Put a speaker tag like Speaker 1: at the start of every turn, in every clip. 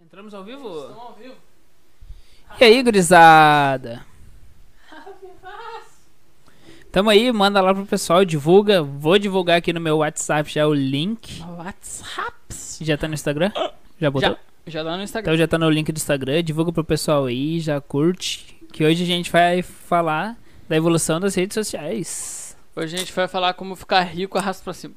Speaker 1: Entramos ao vivo?
Speaker 2: Estão ao vivo.
Speaker 1: E aí, gurizada? Tamo aí, manda lá pro pessoal, divulga. Vou divulgar aqui no meu WhatsApp já o link.
Speaker 2: WhatsApps.
Speaker 1: Já tá no Instagram? Já botou?
Speaker 2: Já, já dá no Instagram.
Speaker 1: Então já tá no link do Instagram, divulga pro pessoal aí, já curte. Que hoje a gente vai falar da evolução das redes sociais.
Speaker 2: Hoje a gente vai falar como ficar rico arrasta pra cima.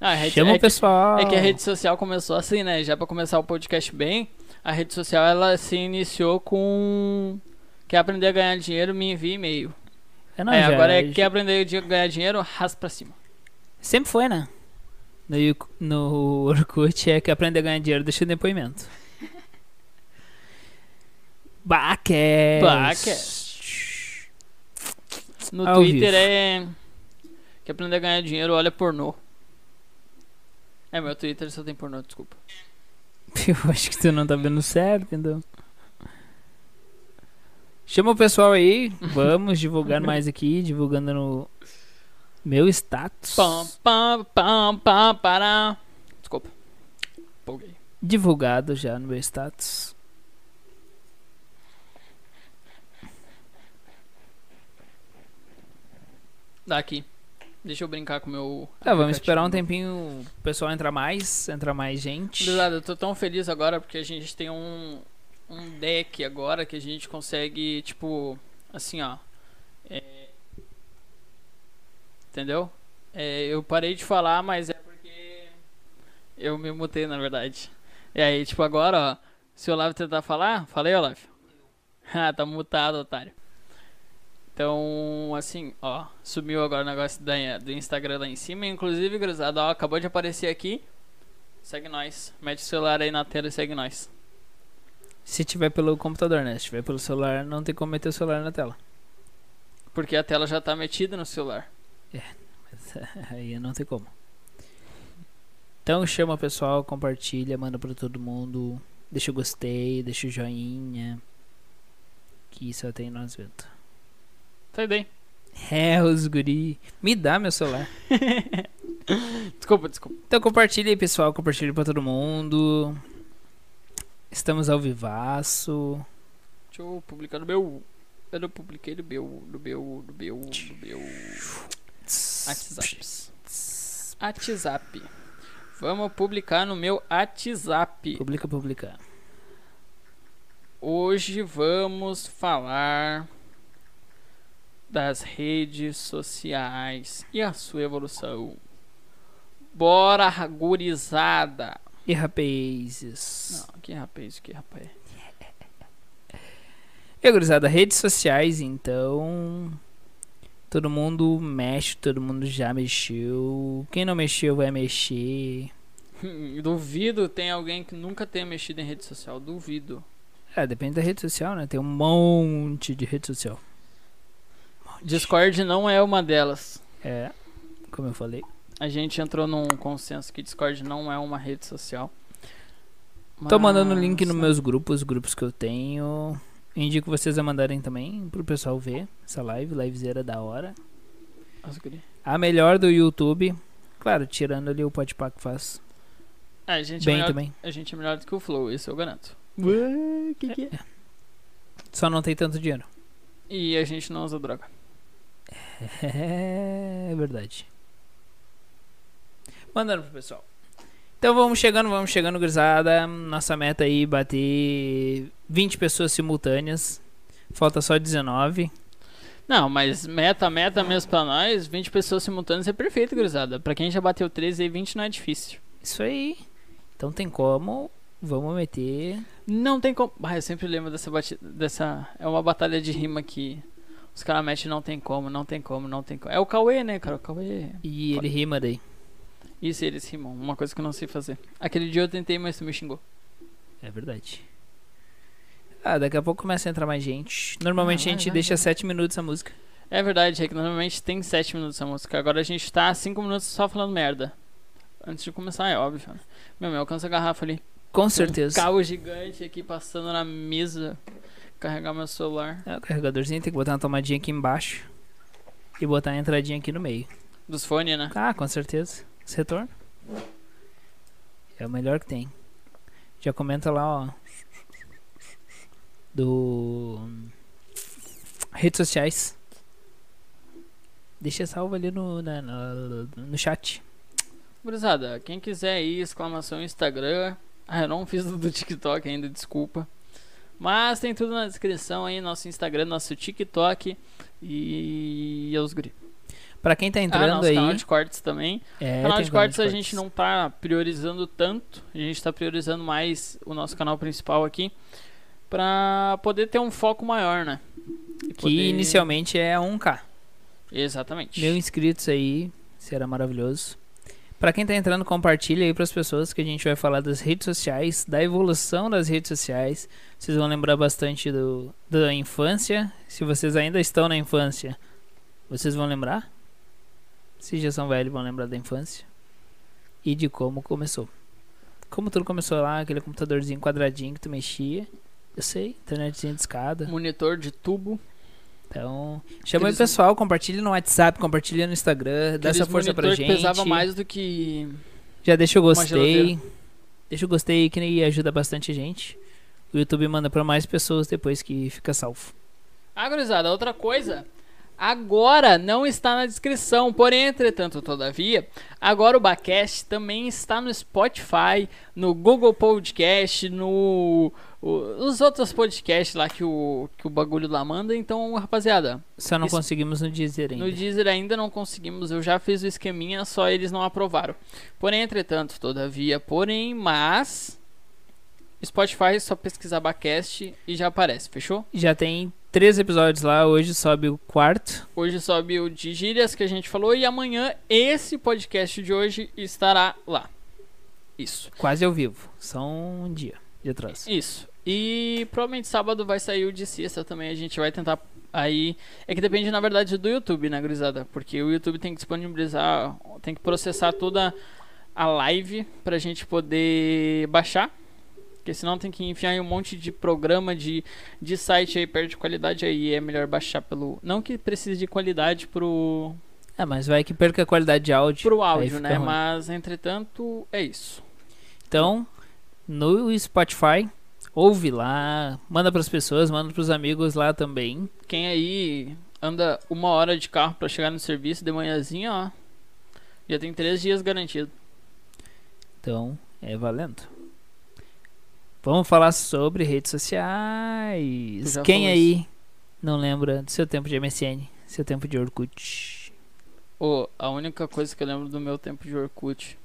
Speaker 2: Não, a rede-
Speaker 1: Chama
Speaker 2: é,
Speaker 1: o pessoal.
Speaker 2: que, é que a rede social começou assim, né? Já pra começar o podcast bem, a rede social ela se iniciou com... Quer aprender a ganhar dinheiro, me envia e-mail.
Speaker 1: É, não,
Speaker 2: Aí
Speaker 1: já-
Speaker 2: agora é
Speaker 1: já-
Speaker 2: quer aprender a ganhar dinheiro, arrasta pra cima.
Speaker 1: Sempre foi, né? No, Yu- no Orkut é que aprender a ganhar dinheiro, deixa o depoimento. Baques.
Speaker 2: Baques. No
Speaker 1: Ao
Speaker 2: Twitter
Speaker 1: vivo.
Speaker 2: é. Quer aprender a ganhar dinheiro, olha pornô. É, meu Twitter só tem pornô, desculpa.
Speaker 1: Eu acho que tu não tá vendo certo, então. Chama o pessoal aí, vamos divulgar mais aqui, divulgando no meu status.
Speaker 2: Pam, pam, pam, pam, pará. Desculpa. Empolguei.
Speaker 1: Divulgado já no meu status.
Speaker 2: Dá aqui. Deixa eu brincar com o meu.
Speaker 1: Tá, vamos
Speaker 2: aplicativo.
Speaker 1: esperar um tempinho o pessoal entrar mais, entrar mais gente.
Speaker 2: Gurizada, eu tô tão feliz agora porque a gente tem um, um deck agora que a gente consegue, tipo, assim, ó. é, entendeu? É, eu parei de falar, mas é porque eu me mutei, na verdade. E aí, tipo, agora, ó, se o Olavo tentar falar, falei, Olavo. Ah, tá mutado, otário. Então, assim, ó, sumiu agora o negócio da- do Instagram lá em cima. Inclusive, gurizada, ó, acabou de aparecer aqui. Segue nós. Mete o celular aí na tela e segue nós.
Speaker 1: Se tiver pelo computador, né? Se tiver pelo celular, não tem como meter o celular na tela.
Speaker 2: Porque a tela já tá metida no celular.
Speaker 1: Mas, Aí não tem como. Então chama o pessoal, compartilha, manda pra todo mundo. Deixa o gostei, deixa o joinha. Que só tem nós vendo.
Speaker 2: Tá bem.
Speaker 1: É, os guri. Me dá meu celular.
Speaker 2: Desculpa, desculpa.
Speaker 1: Então compartilha aí, pessoal. Compartilha pra todo mundo. Estamos ao vivaço.
Speaker 2: Deixa eu publicar no meu. Eu não publiquei no meu. No meu. No meu. No meu. WhatsApp. WhatsApp. Vamos publicar no meu WhatsApp.
Speaker 1: Publica, publica.
Speaker 2: Hoje vamos falar das redes sociais e a sua evolução. Bora, gurizada!
Speaker 1: E rapazes.
Speaker 2: Não, que rapaz, que rapaz.
Speaker 1: E gurizada, redes sociais, então. Todo mundo mexe, todo mundo já mexeu. Quem não mexeu vai mexer.
Speaker 2: Hum, Duvido tem alguém que nunca tenha mexido em rede social. Duvido.
Speaker 1: É, depende da rede social, né? Tem um monte de rede social.
Speaker 2: Discord não é uma delas.
Speaker 1: É, como eu falei.
Speaker 2: A gente entrou num consenso que Discord não é uma rede social.
Speaker 1: Tô mandando o link nos
Speaker 2: Mas-
Speaker 1: meus grupos, grupos que eu tenho. Indico vocês a mandarem também pro pessoal ver essa live, livezeira da hora.
Speaker 2: Nossa, guri.
Speaker 1: A melhor do YouTube. Claro, tirando ali o podpah que faz
Speaker 2: Ah, A gente, é
Speaker 1: bem
Speaker 2: melhor,
Speaker 1: também.
Speaker 2: a gente é melhor do que o Flow, isso eu garanto.
Speaker 1: que que é? Só não tem tanto dinheiro.
Speaker 2: E a gente não usa droga.
Speaker 1: É verdade. Mandando pro pessoal. Então vamos chegando, vamos chegando, gurizada. Nossa meta aí é bater 20 pessoas simultâneas. Falta só 19.
Speaker 2: Não, mas meta, meta mesmo pra nós, 20 pessoas simultâneas é perfeito, gurizada. Pra quem já bateu 13 e 20 não é difícil.
Speaker 1: Isso aí. Então tem como. Vamos meter.
Speaker 2: Não tem como. Ah, eu sempre lembro dessa batida. Dessa... É uma batalha de rima que os caras metem não tem como, não tem como, não tem como. É o Cauê, né, cara? O Cauê.
Speaker 1: E ele rima daí.
Speaker 2: Isso, eles rimam. Uma coisa que eu não sei fazer. Aquele dia eu tentei, mas tu me xingou.
Speaker 1: É verdade. Ah, daqui a pouco começa a entrar mais gente. Normalmente
Speaker 2: Ah,
Speaker 1: a
Speaker 2: vai,
Speaker 1: gente
Speaker 2: vai,
Speaker 1: deixa
Speaker 2: vai.
Speaker 1: 7 minutos a música.
Speaker 2: É verdade, é que normalmente tem 7 minutos a música. Agora a gente tá 5 minutos só falando merda. Antes de começar, é óbvio. né? Meu, me alcança a garrafa ali.
Speaker 1: Com
Speaker 2: Um
Speaker 1: certeza.
Speaker 2: carro gigante aqui passando na mesa. Carregar meu celular.
Speaker 1: É, o carregadorzinho tem que botar uma tomadinha aqui embaixo. E botar a entradinha aqui no meio.
Speaker 2: Dos fones, né?
Speaker 1: Ah, com certeza. Esse retorno. É o melhor que tem. Já comenta lá, ó. Do. hum, Redes sociais. Deixa salvo ali no, na- na- no chat.
Speaker 2: Gurizada, quem quiser aí, exclamação Instagram. Ah, eu não fiz do, do TikTok ainda, desculpa. Mas tem tudo na descrição aí, nosso Instagram, nosso TikTok e os guri.
Speaker 1: Pra quem tá
Speaker 2: Ah,
Speaker 1: entrando
Speaker 2: nosso
Speaker 1: aí.
Speaker 2: canal de cortes também.
Speaker 1: É,
Speaker 2: canal
Speaker 1: tem
Speaker 2: de cortes a
Speaker 1: cortes.
Speaker 2: gente não tá priorizando tanto, a gente tá priorizando mais o nosso canal principal aqui pra poder ter um foco maior, né? E
Speaker 1: Que
Speaker 2: poder-
Speaker 1: inicialmente é 1K.
Speaker 2: Exatamente.
Speaker 1: Mil inscritos aí, será maravilhoso. Pra quem tá entrando, compartilha aí pras pessoas que a gente vai falar das redes sociais, da evolução das redes sociais. Vocês vão lembrar bastante do, da infância. Se vocês ainda estão na infância, vocês vão lembrar? Se já são velhos, vão lembrar da infância. E de como começou. Como tudo começou lá, aquele computadorzinho quadradinho que tu mexia. Eu sei, internetzinha de escada.
Speaker 2: Monitor de tubo.
Speaker 1: Então, chama aí o
Speaker 2: Aqueles-
Speaker 1: pessoal, compartilha no WhatsApp, compartilha no Instagram, dá
Speaker 2: aqueles
Speaker 1: essa força pra
Speaker 2: monitor
Speaker 1: gente.
Speaker 2: Que pesava mais do que
Speaker 1: Já deixa o
Speaker 2: uma
Speaker 1: gostei. Deixa o gostei que nem ajuda bastante a gente. O YouTube manda pra mais pessoas depois que fica salvo.
Speaker 2: Ah, gurizada, outra coisa. Agora não está na descrição, porém, entretanto, todavia, agora o Bacast também está no Spotify, no Google Podcast, no. o- os outros podcasts lá que o, que o bagulho lá manda. Então, rapaziada,
Speaker 1: Só não
Speaker 2: Isso-
Speaker 1: conseguimos no dizer ainda.
Speaker 2: no Deezer ainda não conseguimos, eu já fiz o esqueminha, só eles não aprovaram. Porém, entretanto, todavia, porém, mas. Spotify é só pesquisar Bacast e já aparece, fechou?
Speaker 1: Já tem três episódios lá, hoje sobe o quarto.
Speaker 2: Hoje sobe o de gírias que a gente falou e amanhã esse podcast de hoje estará lá. Isso.
Speaker 1: Quase ao vivo. Só um dia de atraso.
Speaker 2: Isso. E provavelmente sábado vai sair o de sexta também. A gente vai tentar aí. É que depende, na verdade, do YouTube, né, gurizada? Porque o YouTube tem que disponibilizar, tem que processar toda a live pra gente poder baixar. Porque senão tem que enfiar em um monte de programa de, de site aí, perde qualidade aí. É melhor baixar pelo. Não que precise de qualidade pro,
Speaker 1: Ah, mas vai que perca a qualidade de áudio.
Speaker 2: pro
Speaker 1: aí
Speaker 2: áudio,
Speaker 1: fica
Speaker 2: né?
Speaker 1: é ruim.
Speaker 2: Mas entretanto, é isso.
Speaker 1: Então, no Spotify, ouve lá, manda pras pessoas, manda pros amigos lá também.
Speaker 2: Quem aí anda uma hora de carro pra chegar no serviço de manhãzinha, ó. Já tem três dias garantido.
Speaker 1: Então, é valendo. Vamos falar sobre redes sociais.
Speaker 2: Tu já
Speaker 1: Quem
Speaker 2: falou
Speaker 1: aí não lembra do seu tempo de MSN, seu tempo de Orkut?
Speaker 2: Ô, a única coisa que eu lembro do meu tempo de Orkut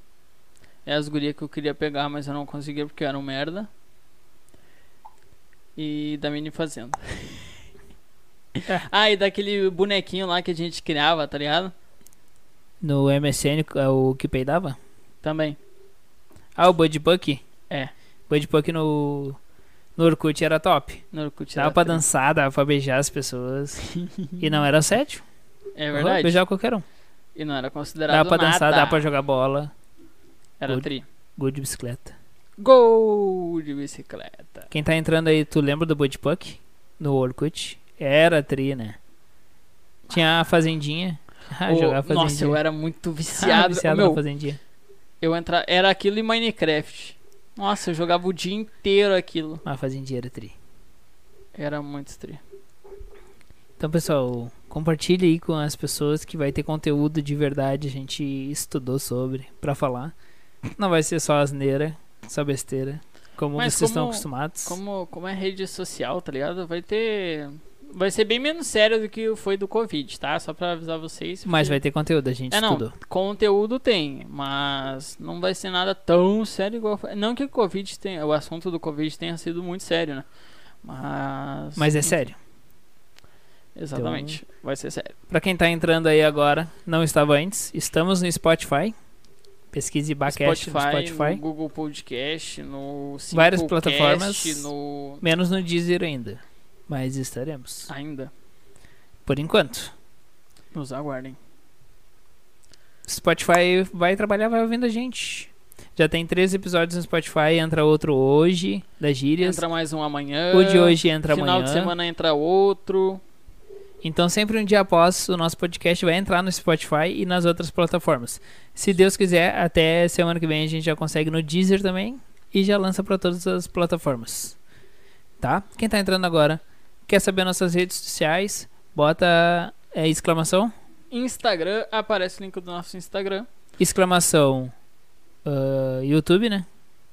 Speaker 2: é as gurias que eu queria pegar, mas eu não conseguia porque eu era um merda. E da mini fazenda.
Speaker 1: É.
Speaker 2: ah, e daquele bonequinho lá que a gente criava, tá ligado?
Speaker 1: No MSN, é o que peidava?
Speaker 2: Também.
Speaker 1: Ah, o Bud Buck?
Speaker 2: É.
Speaker 1: Bud Buck no, no Orkut era top.
Speaker 2: No Orkut.
Speaker 1: Dava
Speaker 2: era
Speaker 1: pra
Speaker 2: tri-
Speaker 1: dançar, dava pra beijar as pessoas. e não era assédio.
Speaker 2: É
Speaker 1: Uhum,
Speaker 2: verdade.
Speaker 1: Beijava qualquer um.
Speaker 2: E não era considerado
Speaker 1: Dava pra dançar,
Speaker 2: nada.
Speaker 1: dava pra jogar bola.
Speaker 2: Era
Speaker 1: Good.
Speaker 2: tri.
Speaker 1: Gol de bicicleta.
Speaker 2: Gol de bicicleta.
Speaker 1: Quem tá entrando aí, tu lembra do Bud Puck? No Orkut? Era tri, né? Tinha a Fazendinha. Ah,
Speaker 2: Ô,
Speaker 1: jogava Fazendinha.
Speaker 2: nossa, eu era muito
Speaker 1: Ah,
Speaker 2: viciado.
Speaker 1: viciado
Speaker 2: Meu,
Speaker 1: na Fazendinha.
Speaker 2: eu entra... Era aquilo e Minecraft. Nossa, eu jogava o dia inteiro aquilo.
Speaker 1: Mas a Fazendinha era tri.
Speaker 2: Era muito tri.
Speaker 1: Então, pessoal, compartilha aí com as pessoas que vai ter conteúdo de verdade. A gente estudou sobre pra falar. Não vai ser só asneira, só besteira. Como
Speaker 2: Mas
Speaker 1: vocês estão
Speaker 2: como-
Speaker 1: acostumados.
Speaker 2: Como, como é rede social, tá ligado? Vai ter. Vai ser bem menos sério do que foi do Covid, tá? Só pra avisar vocês.
Speaker 1: Mas
Speaker 2: porque
Speaker 1: vai ter conteúdo, a gente
Speaker 2: É, não.
Speaker 1: estudou.
Speaker 2: Conteúdo tem, mas não vai ser nada tão sério igual. foi- Não que o Covid tenha. O assunto do Covid tenha sido muito sério, né? Mas.
Speaker 1: Mas é sério.
Speaker 2: Exatamente. Vai ser sério.
Speaker 1: Pra quem tá entrando aí agora, não estava antes, estamos no Spotify. Pesquise Bacast no Spotify.
Speaker 2: no Google Podcast, no
Speaker 1: Várias
Speaker 2: Simplecast,
Speaker 1: plataformas.
Speaker 2: no
Speaker 1: Menos no Deezer ainda. Mas estaremos.
Speaker 2: ainda
Speaker 1: Por enquanto.
Speaker 2: nos aguardem.
Speaker 1: Spotify vai trabalhar, vai ouvindo a gente. Já tem três episódios no Spotify, entra outro hoje, das gírias.
Speaker 2: Entra mais um amanhã.
Speaker 1: o de hoje entra
Speaker 2: Final
Speaker 1: amanhã.
Speaker 2: de semana entra outro.
Speaker 1: Então, sempre um dia após, o nosso podcast vai entrar no Spotify e nas outras plataformas. Se Deus quiser, até semana que vem a gente já consegue no Deezer também e já lança para todas as plataformas. Tá? Quem tá entrando agora, quer saber nossas redes sociais? Bota é, exclamação,
Speaker 2: Instagram, aparece o link do nosso Instagram.
Speaker 1: exclamação ah, YouTube, né?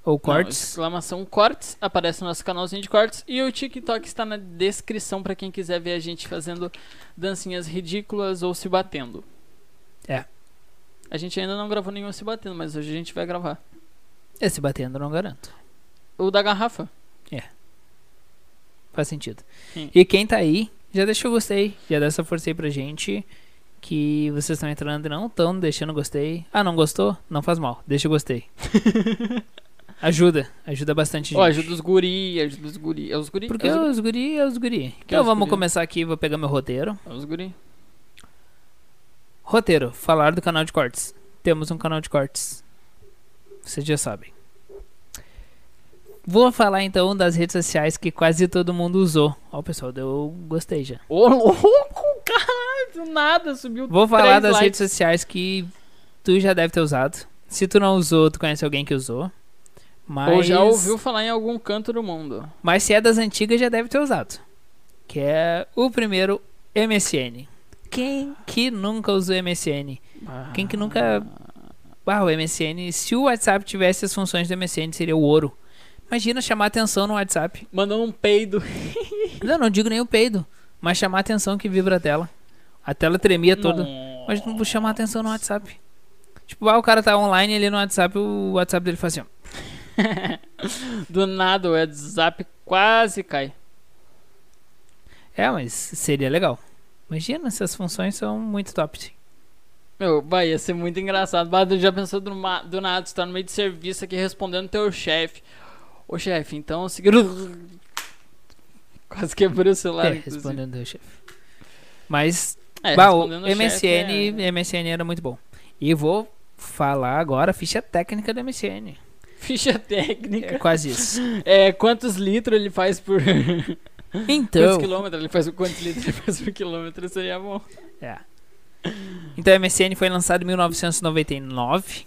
Speaker 1: Ou
Speaker 2: Não,
Speaker 1: cortes.
Speaker 2: exclamação cortes, aparece o nosso canalzinho de cortes. E o TikTok está na descrição para quem quiser ver a gente fazendo dancinhas ridículas ou se batendo.
Speaker 1: É.
Speaker 2: A gente ainda não gravou nenhum se batendo, mas hoje a gente vai gravar.
Speaker 1: Esse batendo não garanto.
Speaker 2: O da garrafa.
Speaker 1: Faz sentido.
Speaker 2: Sim.
Speaker 1: E quem tá aí, já deixa o gostei. Já dá essa força aí pra gente. Que vocês estão entrando e não estão deixando gostei. Ah, não gostou? Não faz mal. Deixa o gostei. ajuda. Ajuda bastante
Speaker 2: Ó,
Speaker 1: gente.
Speaker 2: ajuda os guri, ajuda os guri. É os guri?
Speaker 1: Porque
Speaker 2: é os,
Speaker 1: os guri é os guri.
Speaker 2: Que
Speaker 1: Então
Speaker 2: os
Speaker 1: vamos
Speaker 2: guri?
Speaker 1: começar aqui. Vou pegar meu roteiro.
Speaker 2: é os guri.
Speaker 1: Roteiro. Falar do canal de cortes. Temos um canal de cortes. Vocês já sabem. Vou falar então das redes sociais que quase todo mundo usou. Ó, pessoal, deu gostei já.
Speaker 2: Ô, louco, caralho, do nada subiu
Speaker 1: Vou falar
Speaker 2: três
Speaker 1: das
Speaker 2: likes.
Speaker 1: redes sociais que tu já deve ter usado. Se tu não usou, tu conhece alguém que usou. Mas,
Speaker 2: Ou já ouviu falar em algum canto do mundo.
Speaker 1: mas se é das antigas, já deve ter usado. Que é o primeiro MSN. Quem que nunca usou MSN? Quem que nunca. Ah, o MSN. Se o WhatsApp tivesse as funções do MSN, seria o ouro. Imagina chamar atenção no WhatsApp.
Speaker 2: Mandou um peido.
Speaker 1: Não, não digo nem o peido, mas chamar atenção que vibra a tela. A tela tremia toda.
Speaker 2: Não.
Speaker 1: Mas não vou chamar atenção no WhatsApp. Tipo, ah, o cara tá online ali no WhatsApp, o WhatsApp dele faz assim, ó.
Speaker 2: Do nada o WhatsApp quase cai.
Speaker 1: É, mas seria legal. Imagina, essas funções são muito top.
Speaker 2: Meu, vai, ia ser muito engraçado. Bado já pensou do, ma- do nada, você tá no meio de serviço aqui respondendo teu chefe. Ô chefe, então seguir. Quase quebrei o celular.
Speaker 1: É,
Speaker 2: inclusive.
Speaker 1: respondendo ao chefe. Mas,
Speaker 2: É,
Speaker 1: bah, o
Speaker 2: respondendo ao chefe
Speaker 1: MSN,
Speaker 2: é-
Speaker 1: MSN era muito bom. E vou falar agora a ficha técnica do MSN.
Speaker 2: Ficha
Speaker 1: É
Speaker 2: técnica.
Speaker 1: quase isso.
Speaker 2: É, quantos litros ele faz por. Quantos
Speaker 1: Então,
Speaker 2: quilômetros ele faz por quantos litros ele faz por quilômetro? Seria bom.
Speaker 1: É. Então, a MSN foi lançado em 1999.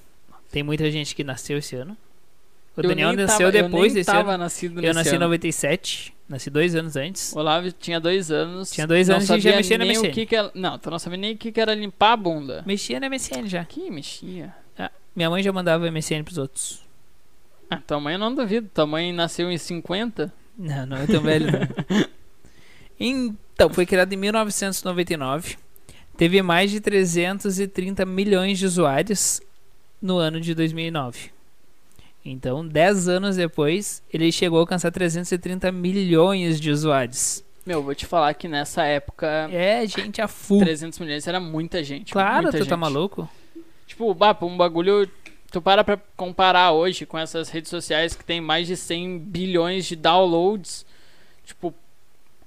Speaker 1: Tem muita gente que nasceu esse ano. O
Speaker 2: Eu
Speaker 1: Daniel
Speaker 2: nem
Speaker 1: nasceu
Speaker 2: tava- eu nem
Speaker 1: depois desse
Speaker 2: tava
Speaker 1: ano.
Speaker 2: Nascido
Speaker 1: Eu nasci em
Speaker 2: nesse ano.
Speaker 1: 97. Nasci dois anos antes.
Speaker 2: O Olavo tinha dois anos.
Speaker 1: Tinha dois
Speaker 2: não
Speaker 1: anos e já
Speaker 2: sabia
Speaker 1: mexia no
Speaker 2: nem o
Speaker 1: MSN.
Speaker 2: que que era- Não, tu não sabia nem o que que era limpar a bunda.
Speaker 1: Mexia na MSN já.
Speaker 2: Que mexia?
Speaker 1: Minha mãe já mandava MSN pros outros.
Speaker 2: Ah, tua mãe eu não duvido. Tua mãe nasceu em 50.
Speaker 1: Não, não é tão velho, não. Então, foi criado em 1999. Teve mais de 330 milhões de usuários no ano de 2009. Então, 10 anos depois, ele chegou a alcançar 330 milhões de usuários.
Speaker 2: Meu, vou te falar que nessa época,
Speaker 1: É, gente, a full.
Speaker 2: 300 milhões era muita gente.
Speaker 1: Claro,
Speaker 2: muita
Speaker 1: tu tá
Speaker 2: gente.
Speaker 1: maluco?
Speaker 2: Tipo, bah, pra um bagulho... Tu para pra comparar hoje com essas redes sociais que tem mais de 100 bilhões de downloads. Tipo,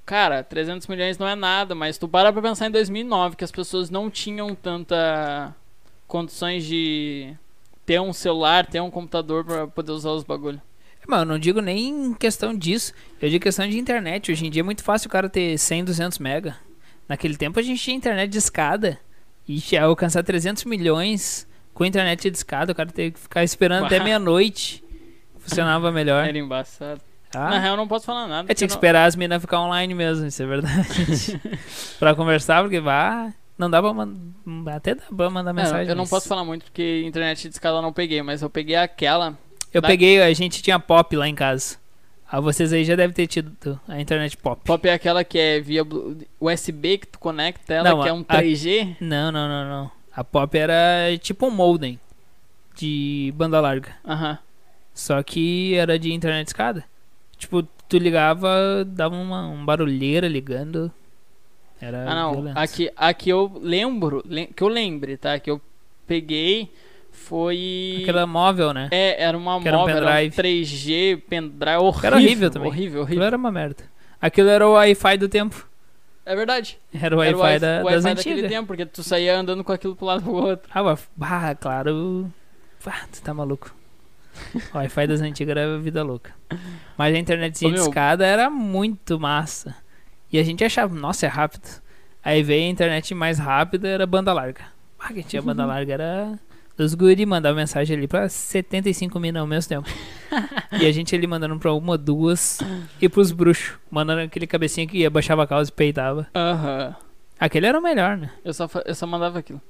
Speaker 2: cara, 300 milhões não é nada, mas tu para pra pensar em 2009, que as pessoas não tinham tanta condições de ter um celular, ter um computador pra poder usar os bagulhos.
Speaker 1: Mano, eu não digo nem em questão disso. Eu digo questão de internet. Hoje em dia é muito fácil o cara ter 100, 200 mega. Naquele tempo a gente tinha internet de escada. E já alcançar 300 milhões com internet de escada, o cara teve que ficar esperando até
Speaker 2: Uau.
Speaker 1: meia-noite. Funcionava melhor.
Speaker 2: Era embaçado.
Speaker 1: É? Ah,
Speaker 2: Na real, eu não posso falar nada.
Speaker 1: eu tinha que
Speaker 2: porque
Speaker 1: esperar as minas ficar online mesmo, isso é verdade. pra conversar, porque vá. Não dá pra mandar. Até dá pra mandar
Speaker 2: não-
Speaker 1: mensagem.
Speaker 2: É, eu não
Speaker 1: mas-
Speaker 2: posso falar muito porque internet de escala eu não peguei, mas eu peguei aquela.
Speaker 1: Eu
Speaker 2: da-
Speaker 1: peguei, a gente tinha pop lá em casa. Ah, vocês aí já devem ter tido a internet pop.
Speaker 2: Pop é aquela que é via blu- USB que tu conecta ela,
Speaker 1: Não,
Speaker 2: que é
Speaker 1: a-
Speaker 2: um
Speaker 1: a-
Speaker 2: 3G.
Speaker 1: Não, não, não, não. A pop era tipo um modem de banda larga.
Speaker 2: Aham.
Speaker 1: Só que era de internet escada. Tipo, tu ligava, dava uma um barulheira ligando. Era
Speaker 2: Ah, não.
Speaker 1: É violento.
Speaker 2: Aqui, aqui eu lembro, lem- que eu lembre, tá? Que eu peguei foi.
Speaker 1: Aquela móvel, né?
Speaker 2: É, era uma
Speaker 1: que era um
Speaker 2: móvel, era um
Speaker 1: pendrive.
Speaker 2: 3G, pendrive, horrível.
Speaker 1: Era horrível também.
Speaker 2: Horrível,
Speaker 1: Aquilo
Speaker 2: horrível.
Speaker 1: era uma merda. Aquilo era o Wi-Fi do tempo.
Speaker 2: É verdade.
Speaker 1: Era o
Speaker 2: Era
Speaker 1: Wi-Fi
Speaker 2: o wi-
Speaker 1: da,
Speaker 2: o Wi-Fi
Speaker 1: das
Speaker 2: daquele
Speaker 1: antigas.
Speaker 2: tempo, porque tu saía andando com aquilo pro lado pro outro.
Speaker 1: Ah, wi- bah, claro. Ah, tu tá maluco. O Wi-Fi das antigas era vida louca. Mas a internetzinha
Speaker 2: Ô,
Speaker 1: de
Speaker 2: meu.
Speaker 1: escada era muito massa. E a gente achava, nossa, é rápido. Aí veio a internet mais rápida, era banda larga. Ah, quem tinha
Speaker 2: Uhum.
Speaker 1: banda larga era dos guri, mandava mensagem ali pra 75 mil ao mesmo tempo. e a gente ali mandando pra uma, duas e pros bruxos. Mandando aquele cabecinha que abaixava a calça e peitava.
Speaker 2: Aham.
Speaker 1: Aquele era o melhor, né?
Speaker 2: Eu só, fa- eu só mandava aquilo.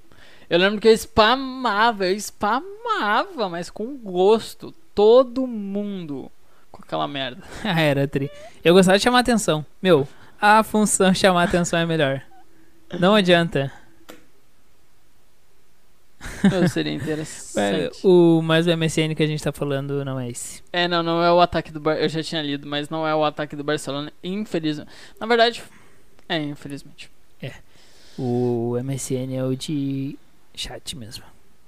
Speaker 2: Eu lembro que eu spamava, eu spamava, mas com gosto. Todo mundo com aquela merda.
Speaker 1: Ah, era tri. Eu gostava de chamar atenção. Meu, a função chamar atenção é melhor. Não adianta.
Speaker 2: Eu seria
Speaker 1: É,
Speaker 2: interessante.
Speaker 1: o, mas o MSN que a gente tá falando não é esse.
Speaker 2: É, não, não é o ataque do Bar... Eu já tinha lido, mas não é o ataque do Barcelona, infelizmente. Na verdade, é, infelizmente.
Speaker 1: O MSN é o de chat mesmo.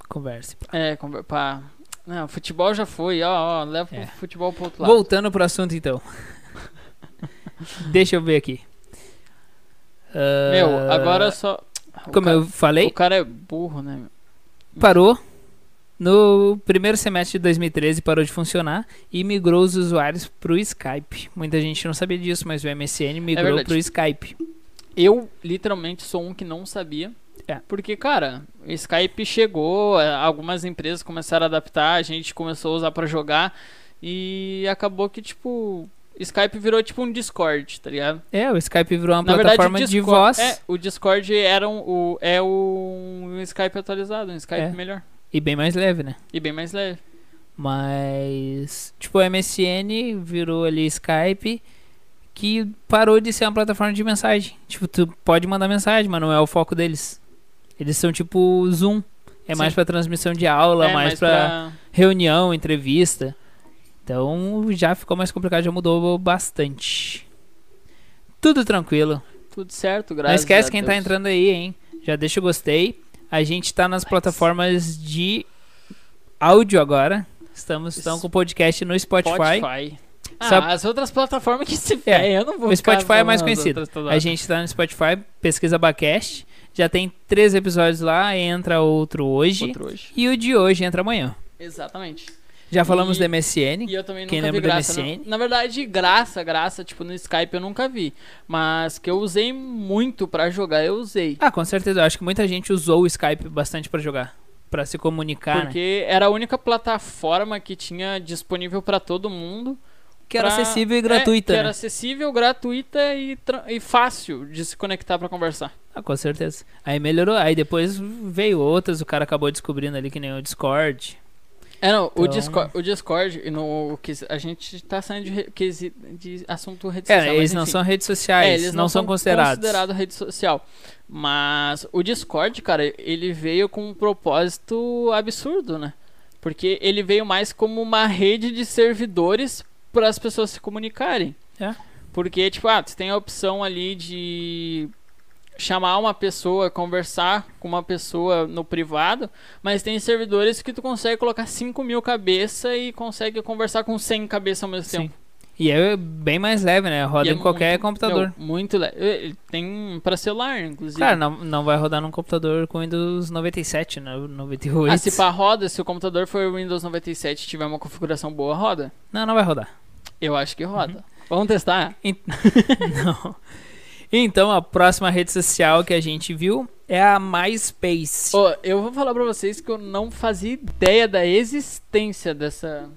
Speaker 1: Conversa. e pá.
Speaker 2: É, com... pá. Não, futebol já foi, ó, ó leva
Speaker 1: É.
Speaker 2: o futebol pro outro lado.
Speaker 1: Voltando pro assunto então. Deixa eu ver aqui. Ah,
Speaker 2: Meu, agora só. O
Speaker 1: Como
Speaker 2: ca-
Speaker 1: eu falei,
Speaker 2: O cara é burro, né? meu?
Speaker 1: parou. No primeiro semestre de 2013 parou de funcionar e migrou os usuários pro Skype. Muita gente não sabia disso, mas o MSN migrou
Speaker 2: É verdade.
Speaker 1: pro Skype.
Speaker 2: Eu literalmente sou um que não sabia.
Speaker 1: É.
Speaker 2: Porque, cara, o Skype chegou, é, algumas empresas começaram a adaptar, a gente começou a usar pra jogar e acabou que, tipo, Skype virou tipo um Discord, tá ligado?
Speaker 1: É, o Skype virou uma
Speaker 2: Na verdade, o
Speaker 1: plataforma de
Speaker 2: Discord,
Speaker 1: voz
Speaker 2: É, o Discord era um, o, é um Skype atualizado, um Skype
Speaker 1: É.
Speaker 2: melhor
Speaker 1: e bem mais leve, né?
Speaker 2: e bem mais leve.
Speaker 1: Mas, tipo, o MSN virou ali Skype, que parou de ser uma plataforma de mensagem. Tipo, tu pode mandar mensagem, mas não é o foco deles. Eles são tipo Zoom. É
Speaker 2: Sim.
Speaker 1: mais pra transmissão de aula,
Speaker 2: é,
Speaker 1: mais pra reunião, entrevista. Então já ficou mais complicado, já mudou bastante. Tudo tranquilo.
Speaker 2: tudo certo, graças
Speaker 1: Não esquece
Speaker 2: a
Speaker 1: quem tá
Speaker 2: Deus.
Speaker 1: entrando aí, hein? Já deixa o gostei. A gente tá nas plataformas de áudio agora. Estamos estão com o podcast no Spotify.
Speaker 2: Spotify. Ah,
Speaker 1: Sabe-
Speaker 2: as outras plataformas que se
Speaker 1: É,
Speaker 2: ferem, eu não vou
Speaker 1: o
Speaker 2: ficar
Speaker 1: Spotify é
Speaker 2: falando
Speaker 1: mais
Speaker 2: as
Speaker 1: conhecido.
Speaker 2: outras toda
Speaker 1: A
Speaker 2: hora.
Speaker 1: gente tá no Spotify, pesquisa Bacast. Já tem três episódios lá, entra outro hoje.
Speaker 2: Outro hoje.
Speaker 1: E o de hoje entra amanhã.
Speaker 2: Exatamente.
Speaker 1: Já falamos
Speaker 2: E-
Speaker 1: do MSN.
Speaker 2: E eu também
Speaker 1: Quem
Speaker 2: nunca vi
Speaker 1: lembra do
Speaker 2: graça. não.
Speaker 1: MSN?
Speaker 2: Na verdade, graça, graça, tipo, no Skype eu nunca vi. Mas que eu usei muito pra jogar, eu usei.
Speaker 1: Ah, com certeza. Eu acho que muita gente usou o Skype bastante pra jogar. Pra se comunicar, né?
Speaker 2: Porque era a única plataforma que tinha disponível pra todo mundo.
Speaker 1: Que era
Speaker 2: pra-
Speaker 1: acessível e
Speaker 2: É,
Speaker 1: gratuita.
Speaker 2: que
Speaker 1: né?
Speaker 2: era acessível, gratuita e, tra- e fácil de se conectar pra conversar.
Speaker 1: Ah, com certeza. Aí melhorou. Aí depois veio outras. O cara acabou descobrindo ali que nem o Discord.
Speaker 2: É, não, o,
Speaker 1: Então-
Speaker 2: Discord, o Discord, e no, o que a gente tá saindo de, re- quesi- de assunto rede social.
Speaker 1: É,
Speaker 2: mas
Speaker 1: eles não
Speaker 2: enfim.
Speaker 1: são redes sociais.
Speaker 2: É,
Speaker 1: eles não, são considerados.
Speaker 2: considerado rede social. Mas o Discord, cara, ele veio com um propósito absurdo, né? Porque ele veio mais como uma rede de servidores para as pessoas se comunicarem.
Speaker 1: É.
Speaker 2: Porque, tipo, ah, tu tem a opção ali de chamar uma pessoa, conversar com uma pessoa no privado, mas tem servidores que tu consegue colocar 5 mil cabeça e consegue conversar com 100 cabeça ao mesmo
Speaker 1: Sim.
Speaker 2: tempo.
Speaker 1: E é bem mais leve, né? Roda
Speaker 2: E é
Speaker 1: em qualquer
Speaker 2: muito-
Speaker 1: computador.
Speaker 2: Não, muito leve. Tem pra celular, inclusive.
Speaker 1: Cara, não, não vai rodar num computador com Windows 97, né? 98.
Speaker 2: ah, se pá, roda, se o computador for Windows 97 e tiver uma configuração boa, roda?
Speaker 1: Não, não vai rodar.
Speaker 2: Eu acho que roda.
Speaker 1: Uhum.
Speaker 2: Vamos testar?
Speaker 1: não. Então, a próxima rede social que a gente viu é a MySpace.
Speaker 2: Ô, eu vou falar pra vocês que eu não fazia ideia da existência dessa.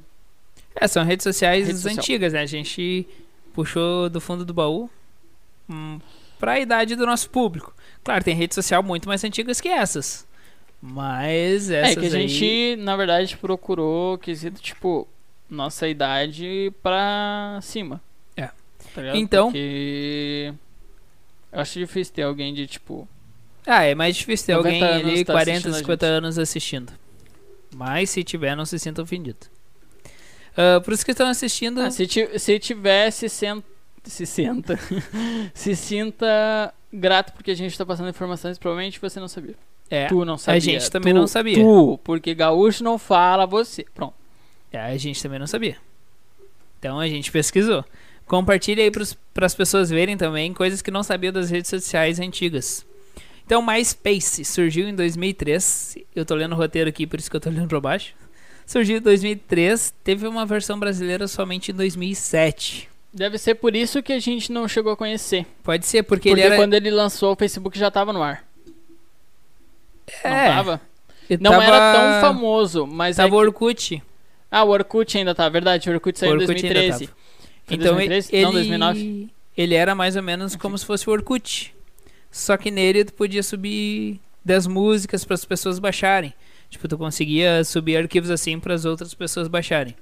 Speaker 1: É, são redes sociais
Speaker 2: Rede social.
Speaker 1: antigas, né? A gente puxou do fundo do baú hum, pra idade do nosso público. Claro, tem rede social muito mais antigas que essas. Mas essas
Speaker 2: é que a
Speaker 1: aí-
Speaker 2: gente, na verdade, procurou quesito, tipo, nossa idade pra cima.
Speaker 1: É.
Speaker 2: Tá ligado?
Speaker 1: Então-
Speaker 2: Porque. Eu acho difícil ter alguém de, tipo.
Speaker 1: Ah, é mais difícil ter
Speaker 2: 90
Speaker 1: alguém
Speaker 2: anos
Speaker 1: ali
Speaker 2: tá
Speaker 1: 40,
Speaker 2: assistindo a
Speaker 1: 50 anos assistindo. Mas se tiver, não se sinta ofendido. Ah, pros que estão assistindo,
Speaker 2: Ah, se, ti- se tiver, se senta. Se senta. se sinta grato porque a gente tá passando informações, provavelmente você não sabia.
Speaker 1: é,
Speaker 2: Tu não sabia.
Speaker 1: gente também
Speaker 2: Tu-
Speaker 1: não sabia.
Speaker 2: Tu, porque gaúcho não fala você. Pronto.
Speaker 1: é, a gente também não sabia. Então a gente pesquisou. Compartilha aí pros, pras pessoas verem também coisas que não sabiam das redes sociais antigas. Então, MySpace surgiu em 2003. Eu tô lendo o roteiro aqui, por isso que eu tô lendo pra baixo. Surgiu em 2003, teve uma versão brasileira somente em 2007.
Speaker 2: Deve ser por isso que a gente não chegou a conhecer.
Speaker 1: Pode ser,
Speaker 2: porque
Speaker 1: porque, ele era.
Speaker 2: quando ele lançou o Facebook já tava no ar.
Speaker 1: É,
Speaker 2: Não tava?
Speaker 1: ele
Speaker 2: Não
Speaker 1: tava-
Speaker 2: era tão famoso, mas é
Speaker 1: Tava o
Speaker 2: que-
Speaker 1: Orkut.
Speaker 2: Ah, o Orkut ainda tá, verdade. O Orkut saiu
Speaker 1: O Orkut
Speaker 2: em
Speaker 1: ainda
Speaker 2: 2013.
Speaker 1: tava.
Speaker 2: Foi
Speaker 1: Então
Speaker 2: 2013?
Speaker 1: ele.
Speaker 2: Não, 2009.
Speaker 1: Ele era mais ou menos como se fosse o Orkut. Só que nele tu podia subir 10 músicas para as pessoas baixarem. Tipo, tu conseguia subir arquivos assim para as outras pessoas baixarem.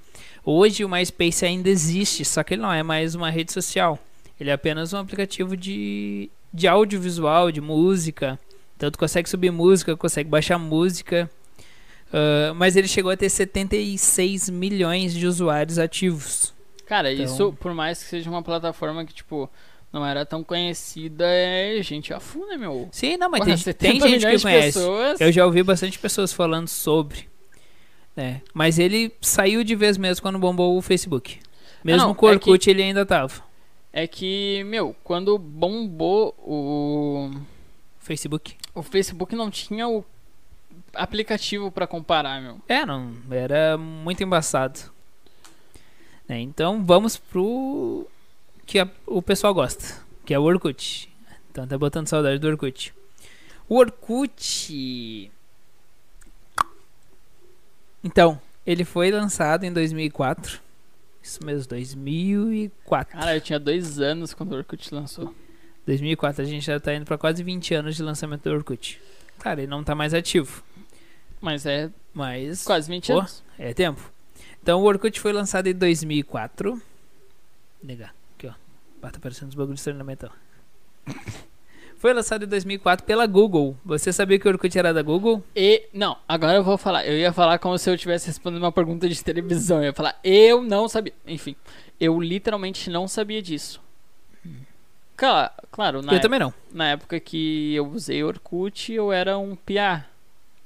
Speaker 1: Hoje o MySpace ainda existe, só que ele não é mais uma rede social. Ele é apenas um aplicativo de, de audiovisual, de música. Então tu consegue subir música, consegue baixar música. Ah, mas ele chegou a ter 76 milhões de usuários ativos.
Speaker 2: Cara,
Speaker 1: Então-
Speaker 2: isso, por mais que seja uma plataforma que, tipo, não era tão conhecida, é gente a full, né, meu?
Speaker 1: Sim, não, mas
Speaker 2: Porra,
Speaker 1: tem,
Speaker 2: 70
Speaker 1: tem gente
Speaker 2: milhões
Speaker 1: que
Speaker 2: de
Speaker 1: conhece.
Speaker 2: pessoas.
Speaker 1: Eu já ouvi bastante pessoas falando sobre. Né? Mas ele saiu de vez mesmo quando bombou o Facebook. Mesmo
Speaker 2: Ah, não,
Speaker 1: com o
Speaker 2: é que-
Speaker 1: Orkut ele ainda tava.
Speaker 2: É que, meu, quando bombou o.
Speaker 1: Facebook.
Speaker 2: O Facebook não tinha o aplicativo pra comparar, meu.
Speaker 1: É, não. Era muito embaçado. Né, Então vamos pro que a- o pessoal gosta, que é o Orkut. Então tá botando saudade do Orkut. O Orkut. Então, ele foi lançado em 2004. Isso mesmo, 2004.
Speaker 2: Cara, eu tinha dois anos quando o Orkut lançou.
Speaker 1: 2004, a gente já tá indo pra quase 20 anos de lançamento do Orkut. Claro, ele não tá mais ativo,
Speaker 2: Mas é
Speaker 1: mas
Speaker 2: quase 20
Speaker 1: Pô.
Speaker 2: anos.
Speaker 1: é tempo. Então o Orkut foi lançado em 2004. Negar, aqui ó. Ah, Tá parecendo os bagulhos de treinamento. ó. foi lançado em 2004 pela Google. Você sabia que o Orkut era da Google?
Speaker 2: E. Não, agora eu vou falar. Eu ia falar como se eu estivesse respondendo uma pergunta de televisão. Eu ia falar, eu não sabia. Enfim, eu literalmente não sabia disso. Cara, claro, na,
Speaker 1: Eu também não.
Speaker 2: na época que eu usei Orkut, eu era um piá.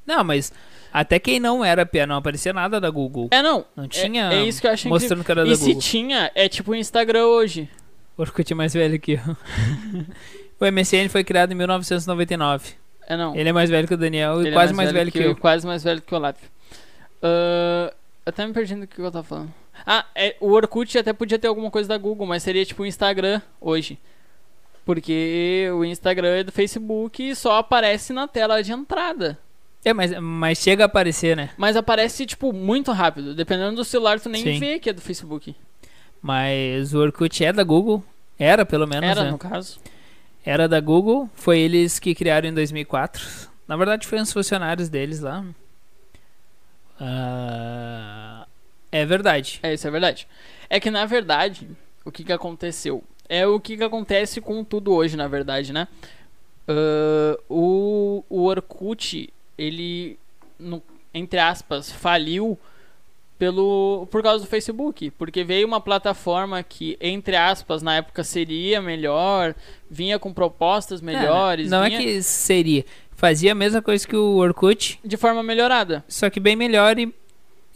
Speaker 1: Não, mas até quem não era PA não aparecia nada da Google.
Speaker 2: É, não.
Speaker 1: Não
Speaker 2: é-
Speaker 1: tinha
Speaker 2: É, isso que eu achei incrível.
Speaker 1: mostrando que era da
Speaker 2: E se
Speaker 1: Google.
Speaker 2: tinha, é tipo o Instagram hoje.
Speaker 1: O Orkut é mais velho que eu. o MSN foi criado em 1999.
Speaker 2: É, não.
Speaker 1: Ele é mais velho que o Daniel e
Speaker 2: Ele é
Speaker 1: quase mais, velho, que,
Speaker 2: e Quase mais velho que o Olaf. Ah, eu até me perdi do que eu tava falando. Ah, é, o Orkut até podia ter alguma coisa da Google, mas seria tipo o Instagram hoje. Porque o Instagram é do Facebook e só aparece na tela de entrada.
Speaker 1: eu. É, mas, mas chega a aparecer, né?
Speaker 2: Mas aparece, tipo, muito rápido. Dependendo do celular, tu nem
Speaker 1: Sim.
Speaker 2: vê que é do Facebook.
Speaker 1: Mas o Orkut é da Google. Era, pelo menos,
Speaker 2: Era,
Speaker 1: né?
Speaker 2: no caso.
Speaker 1: Era da Google. Foi eles que criaram em 2004. Na verdade, foi uns funcionários deles lá. Ah, é verdade.
Speaker 2: É, isso é verdade. É que, na verdade, o que, que aconteceu? É o que, que acontece com tudo hoje, na verdade, né? Ah, o, o Orkut, ele, no- entre aspas, faliu pelo, por causa do Facebook. Porque veio uma plataforma que, entre aspas, na época seria melhor, vinha com propostas melhores,
Speaker 1: É, não
Speaker 2: vinha
Speaker 1: é que seria. Fazia a mesma coisa que o Orkut,
Speaker 2: de forma melhorada.
Speaker 1: só que bem melhor e,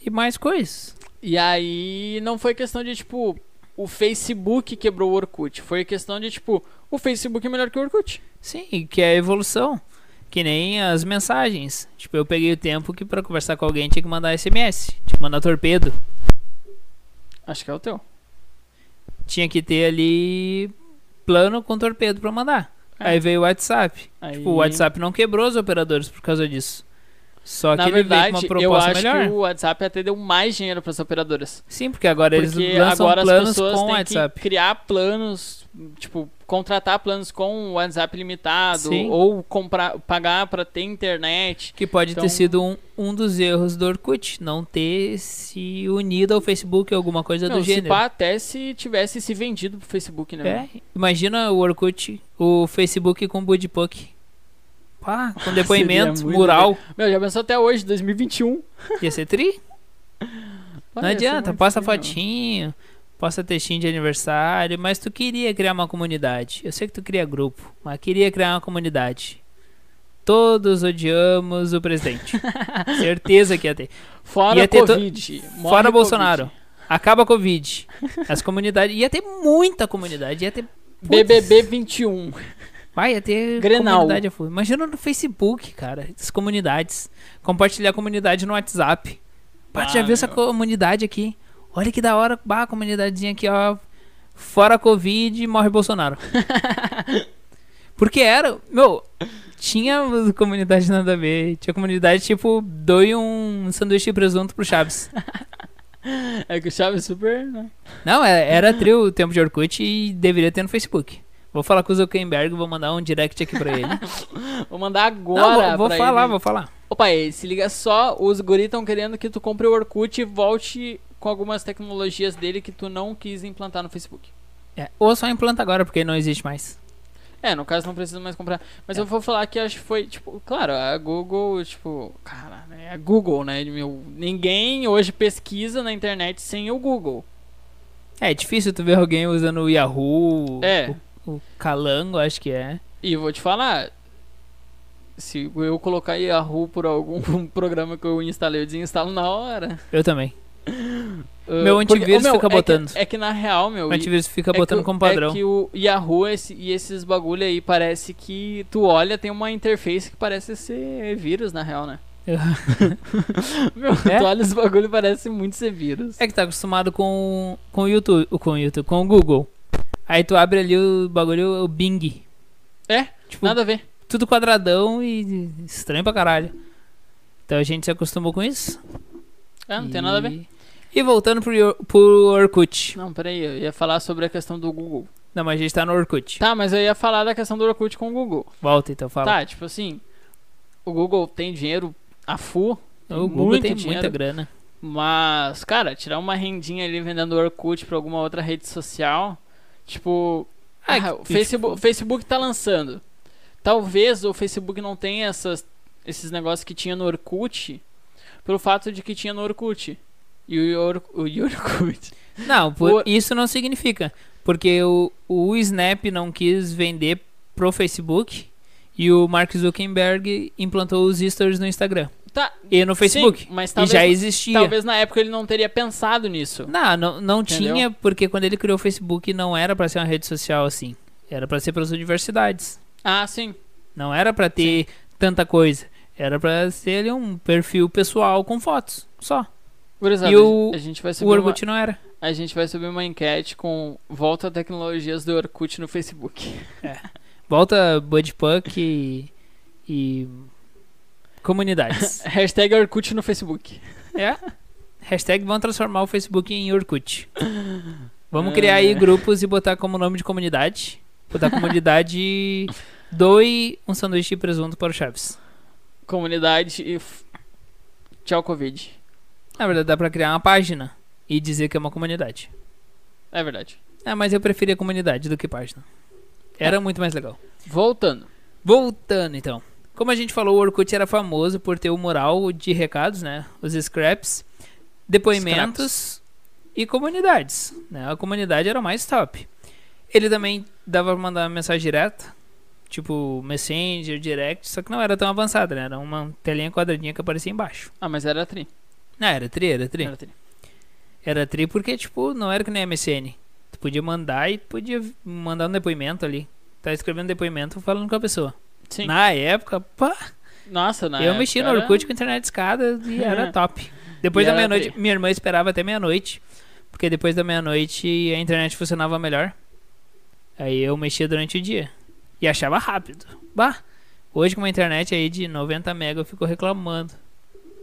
Speaker 1: e mais coisas.
Speaker 2: E aí não foi questão de, tipo, o Facebook quebrou o Orkut. Foi questão de, tipo, o Facebook é melhor que o Orkut.
Speaker 1: Sim, que é a evolução. Que nem as mensagens. Tipo, eu peguei o tempo que pra conversar com alguém tinha que mandar SMS, tinha que mandar torpedo.
Speaker 2: Acho que é o teu.
Speaker 1: Tinha que ter ali plano com torpedo pra mandar.
Speaker 2: É.
Speaker 1: Aí veio o WhatsApp.
Speaker 2: Aí,
Speaker 1: Tipo, o WhatsApp não quebrou os operadores por causa disso. Só que
Speaker 2: Na
Speaker 1: ele veio com
Speaker 2: verdade,
Speaker 1: uma
Speaker 2: eu
Speaker 1: proposta
Speaker 2: acho
Speaker 1: melhor.
Speaker 2: que o WhatsApp até deu mais dinheiro para as operadoras.
Speaker 1: Sim, porque agora
Speaker 2: porque
Speaker 1: eles lançam
Speaker 2: agora as
Speaker 1: planos com
Speaker 2: pessoas
Speaker 1: o
Speaker 2: têm
Speaker 1: WhatsApp.
Speaker 2: que criar planos, tipo, contratar planos com o WhatsApp limitado
Speaker 1: Sim.
Speaker 2: ou comprar, pagar para ter internet.
Speaker 1: Que pode
Speaker 2: Então-
Speaker 1: ter sido um, um dos erros do Orkut, não ter se unido ao Facebook ou alguma coisa
Speaker 2: Não,
Speaker 1: do
Speaker 2: se
Speaker 1: gênero.
Speaker 2: pá, até se tivesse se vendido pro Facebook, né? meu?
Speaker 1: É, imagina o Orkut, o Facebook com o Budipok. Pá, com depoimento,
Speaker 2: muito
Speaker 1: mural.
Speaker 2: Meu, já pensou até hoje, 2021.
Speaker 1: Ia ser tri?
Speaker 2: Ah,
Speaker 1: Não
Speaker 2: ia ser
Speaker 1: adianta,
Speaker 2: é muito
Speaker 1: posta
Speaker 2: legal.
Speaker 1: fotinho, posta textinho de aniversário, mas tu queria criar uma comunidade. Eu sei que tu cria grupo, mas queria criar uma comunidade. Todos odiamos o presidente. Certeza que ia ter.
Speaker 2: Fora
Speaker 1: Ia ter to-
Speaker 2: Covid. morre
Speaker 1: Fora
Speaker 2: Covid.
Speaker 1: Bolsonaro. Acaba a Covid. As comunidades. Ia ter muita comunidade. Ia ter.
Speaker 2: BBB 21.
Speaker 1: Vai, ia ter
Speaker 2: Grenal.
Speaker 1: comunidade a full. Imagina no Facebook, cara. As comunidades. Compartilhar a comunidade no WhatsApp. Pá, tu
Speaker 2: Ah,
Speaker 1: já viu essa
Speaker 2: meu.
Speaker 1: comunidade aqui? Olha que da hora. Bah, a comunidadezinha aqui, ó. Fora a Covid, morre Bolsonaro. Porque era, meu, tinha comunidade nada a ver. Tinha comunidade tipo, doe um sanduíche de presunto pro Chaves.
Speaker 2: É que o Chaves super, né?
Speaker 1: Não, é- era trio tempo de Orkut e deveria ter no Facebook. Vou falar com o Zuckerberg, vou mandar um direct aqui pra ele.
Speaker 2: Vou mandar
Speaker 1: Não,
Speaker 2: agora
Speaker 1: vou, vou
Speaker 2: pra
Speaker 1: falar,
Speaker 2: ele.
Speaker 1: vou falar.
Speaker 2: Opa, e se liga só, os guri estão querendo que tu compre o Orkut e volte com algumas tecnologias dele que tu não quis implantar no Facebook.
Speaker 1: É, ou só implanta agora, porque não existe mais.
Speaker 2: É, no caso não precisa mais comprar. Mas
Speaker 1: É.
Speaker 2: eu vou falar que acho que foi, tipo, claro, a Google, tipo, cara, né? A Google, né? Meu, ninguém hoje pesquisa na internet sem o Google.
Speaker 1: É difícil tu ver alguém usando o Yahoo,
Speaker 2: É.
Speaker 1: o, o Calango, acho que é.
Speaker 2: E vou te falar, se eu colocar Yahoo por algum programa que eu instalei, eu desinstalo na hora.
Speaker 1: Eu também.
Speaker 2: Uh,
Speaker 1: Meu
Speaker 2: porque-
Speaker 1: antivírus
Speaker 2: ô, meu,
Speaker 1: fica
Speaker 2: é que-
Speaker 1: botando.
Speaker 2: É que, na real, meu,
Speaker 1: O
Speaker 2: e-
Speaker 1: antivírus fica
Speaker 2: É que
Speaker 1: botando
Speaker 2: o-
Speaker 1: como padrão.
Speaker 2: É que o Yahoo esse- e esses bagulho aí parece que tu olha, tem uma interface que parece ser vírus, na real, né? Meu,
Speaker 1: É?
Speaker 2: tu olha esse bagulho e parece muito ser vírus.
Speaker 1: É que tá acostumado com, com o YouTube, com o YouTube, com o Google. Aí tu abre ali o bagulho, o Bing.
Speaker 2: É,
Speaker 1: Tipo,
Speaker 2: Nada a ver.
Speaker 1: tudo quadradão e estranho pra caralho. Então a gente se acostumou com isso.
Speaker 2: É, não tem nada a ver.
Speaker 1: E- E voltando pro, Yo- pro Orkut.
Speaker 2: Não, peraí, eu ia falar sobre a questão do Google.
Speaker 1: Não, mas a gente tá no Orkut.
Speaker 2: Tá, mas eu ia falar da questão do Orkut com o Google.
Speaker 1: Volta então, fala.
Speaker 2: Tá, tipo assim, o Google tem dinheiro a full,
Speaker 1: o Google
Speaker 2: muito
Speaker 1: tem
Speaker 2: dinheiro.
Speaker 1: muita grana.
Speaker 2: mas, cara, tirar uma rendinha ali vendendo o Orkut pra alguma outra rede social, tipo,
Speaker 1: Ah,
Speaker 2: Ah,
Speaker 1: que-
Speaker 2: o Facebook, o Facebook tá lançando. Talvez o Facebook não tenha essas, esses negócios que tinha no Orkut, pelo fato de que tinha no Orkut. E o, Or, o Orkut.
Speaker 1: Não,
Speaker 2: O-
Speaker 1: por- isso não significa. Porque o, o Snap não quis vender pro Facebook e o Mark Zuckerberg implantou os stories no Instagram
Speaker 2: Tá,
Speaker 1: e no Facebook.
Speaker 2: sim, mas
Speaker 1: e
Speaker 2: talvez,
Speaker 1: já existia.
Speaker 2: talvez na época ele não teria pensado nisso.
Speaker 1: Não, não, não
Speaker 2: Entendeu?
Speaker 1: tinha, porque quando ele criou o Facebook não era pra ser uma rede social assim. Era pra ser pras universidades.
Speaker 2: Ah, sim.
Speaker 1: Não era pra ter tanta coisa. Era pra ser ali um perfil pessoal com fotos, só.
Speaker 2: Gurizada,
Speaker 1: E o-
Speaker 2: a gente vai
Speaker 1: O
Speaker 2: subir uma,
Speaker 1: Orkut não era.
Speaker 2: a gente vai subir uma enquete com volta a tecnologias do Orkut no Facebook.
Speaker 1: Volta Bud Puck e, e comunidades.
Speaker 2: Hashtag Orkut no Facebook.
Speaker 1: É. Hashtag vão transformar o Facebook em Orkut. Vamos
Speaker 2: É.
Speaker 1: criar aí grupos e botar como nome de comunidade. Botar comunidade doe um sanduíche de presunto para o Chaves.
Speaker 2: Comunidade e f- tchau Covid.
Speaker 1: Na verdade dá pra criar uma página e dizer que é uma comunidade.
Speaker 2: É verdade.
Speaker 1: Ah, mas eu preferia comunidade do que página. Era muito mais legal.
Speaker 2: Voltando.
Speaker 1: Voltando então. Como a gente falou, o Orkut era famoso por ter o mural de recados, né? Os scraps, depoimentos e comunidades. Né? A comunidade era o mais top. Ele também dava pra mandar mensagem direta, tipo Messenger, Direct, só que não era tão avançada, né? Era uma telinha quadradinha que aparecia embaixo.
Speaker 2: Ah, mas era tri.
Speaker 1: Não, era tri, era tri.
Speaker 2: Era tri.
Speaker 1: Era tri porque, tipo, não era que nem MSN. Tu podia mandar e tu podia mandar um depoimento ali. Tá escrevendo depoimento falando com a pessoa.
Speaker 2: Sim.
Speaker 1: Na época, pá,
Speaker 2: Nossa, na
Speaker 1: eu mexi no
Speaker 2: época
Speaker 1: Orkut com internet escada e era top. Depois
Speaker 2: E
Speaker 1: da
Speaker 2: era
Speaker 1: meia-noite, minha irmã esperava até meia-noite, porque depois da meia-noite a internet funcionava melhor. Aí eu mexia durante o dia e achava rápido. Bah, hoje com uma internet aí de 90 mega eu fico reclamando.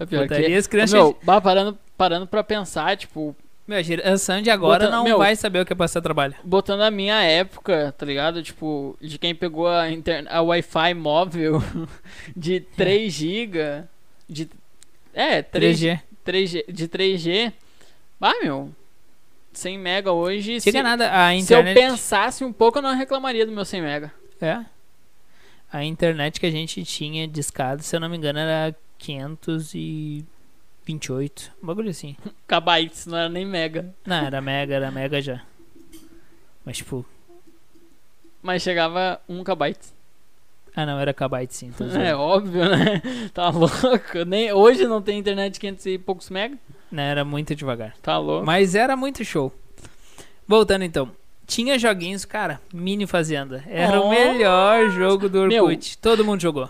Speaker 2: É pior que-
Speaker 1: Putaria, as
Speaker 2: era-
Speaker 1: crianças...
Speaker 2: Meu, bah, parando, parando pra pensar, tipo,
Speaker 1: Meu, a geração de agora
Speaker 2: Botando-
Speaker 1: não
Speaker 2: meu-
Speaker 1: vai saber o que é passar trabalho.
Speaker 2: botando a minha época, tá ligado? Tipo, de quem pegou a, interna- a Wi-Fi móvel de 3 GB. De... É, 3,
Speaker 1: 3G.
Speaker 2: 3G. De 3G. Bah, meu. 100 mega hoje.
Speaker 1: Chega
Speaker 2: se...
Speaker 1: nada, a
Speaker 2: Se eu
Speaker 1: internet...
Speaker 2: pensasse um pouco, eu não reclamaria do meu 100 mega.
Speaker 1: É. A internet que a gente tinha de escada, se eu não me engano, era 528. Um bagulho assim.
Speaker 2: Kbytes, não era nem mega.
Speaker 1: Não, era mega, era mega já. Mas tipo.
Speaker 2: Mas chegava 1 kbyte.
Speaker 1: Ah não, era kbyte sim. tô
Speaker 2: É
Speaker 1: zoando.
Speaker 2: óbvio, né? Tá louco. Nem, hoje não tem internet de 500 e poucos mega.
Speaker 1: Não, era muito devagar.
Speaker 2: Tá louco.
Speaker 1: Mas era muito show. Voltando então. Tinha joguinhos, cara, mini fazenda. Era o
Speaker 2: Nossa!
Speaker 1: melhor jogo do
Speaker 2: Meu.
Speaker 1: Orkut. Todo mundo jogou.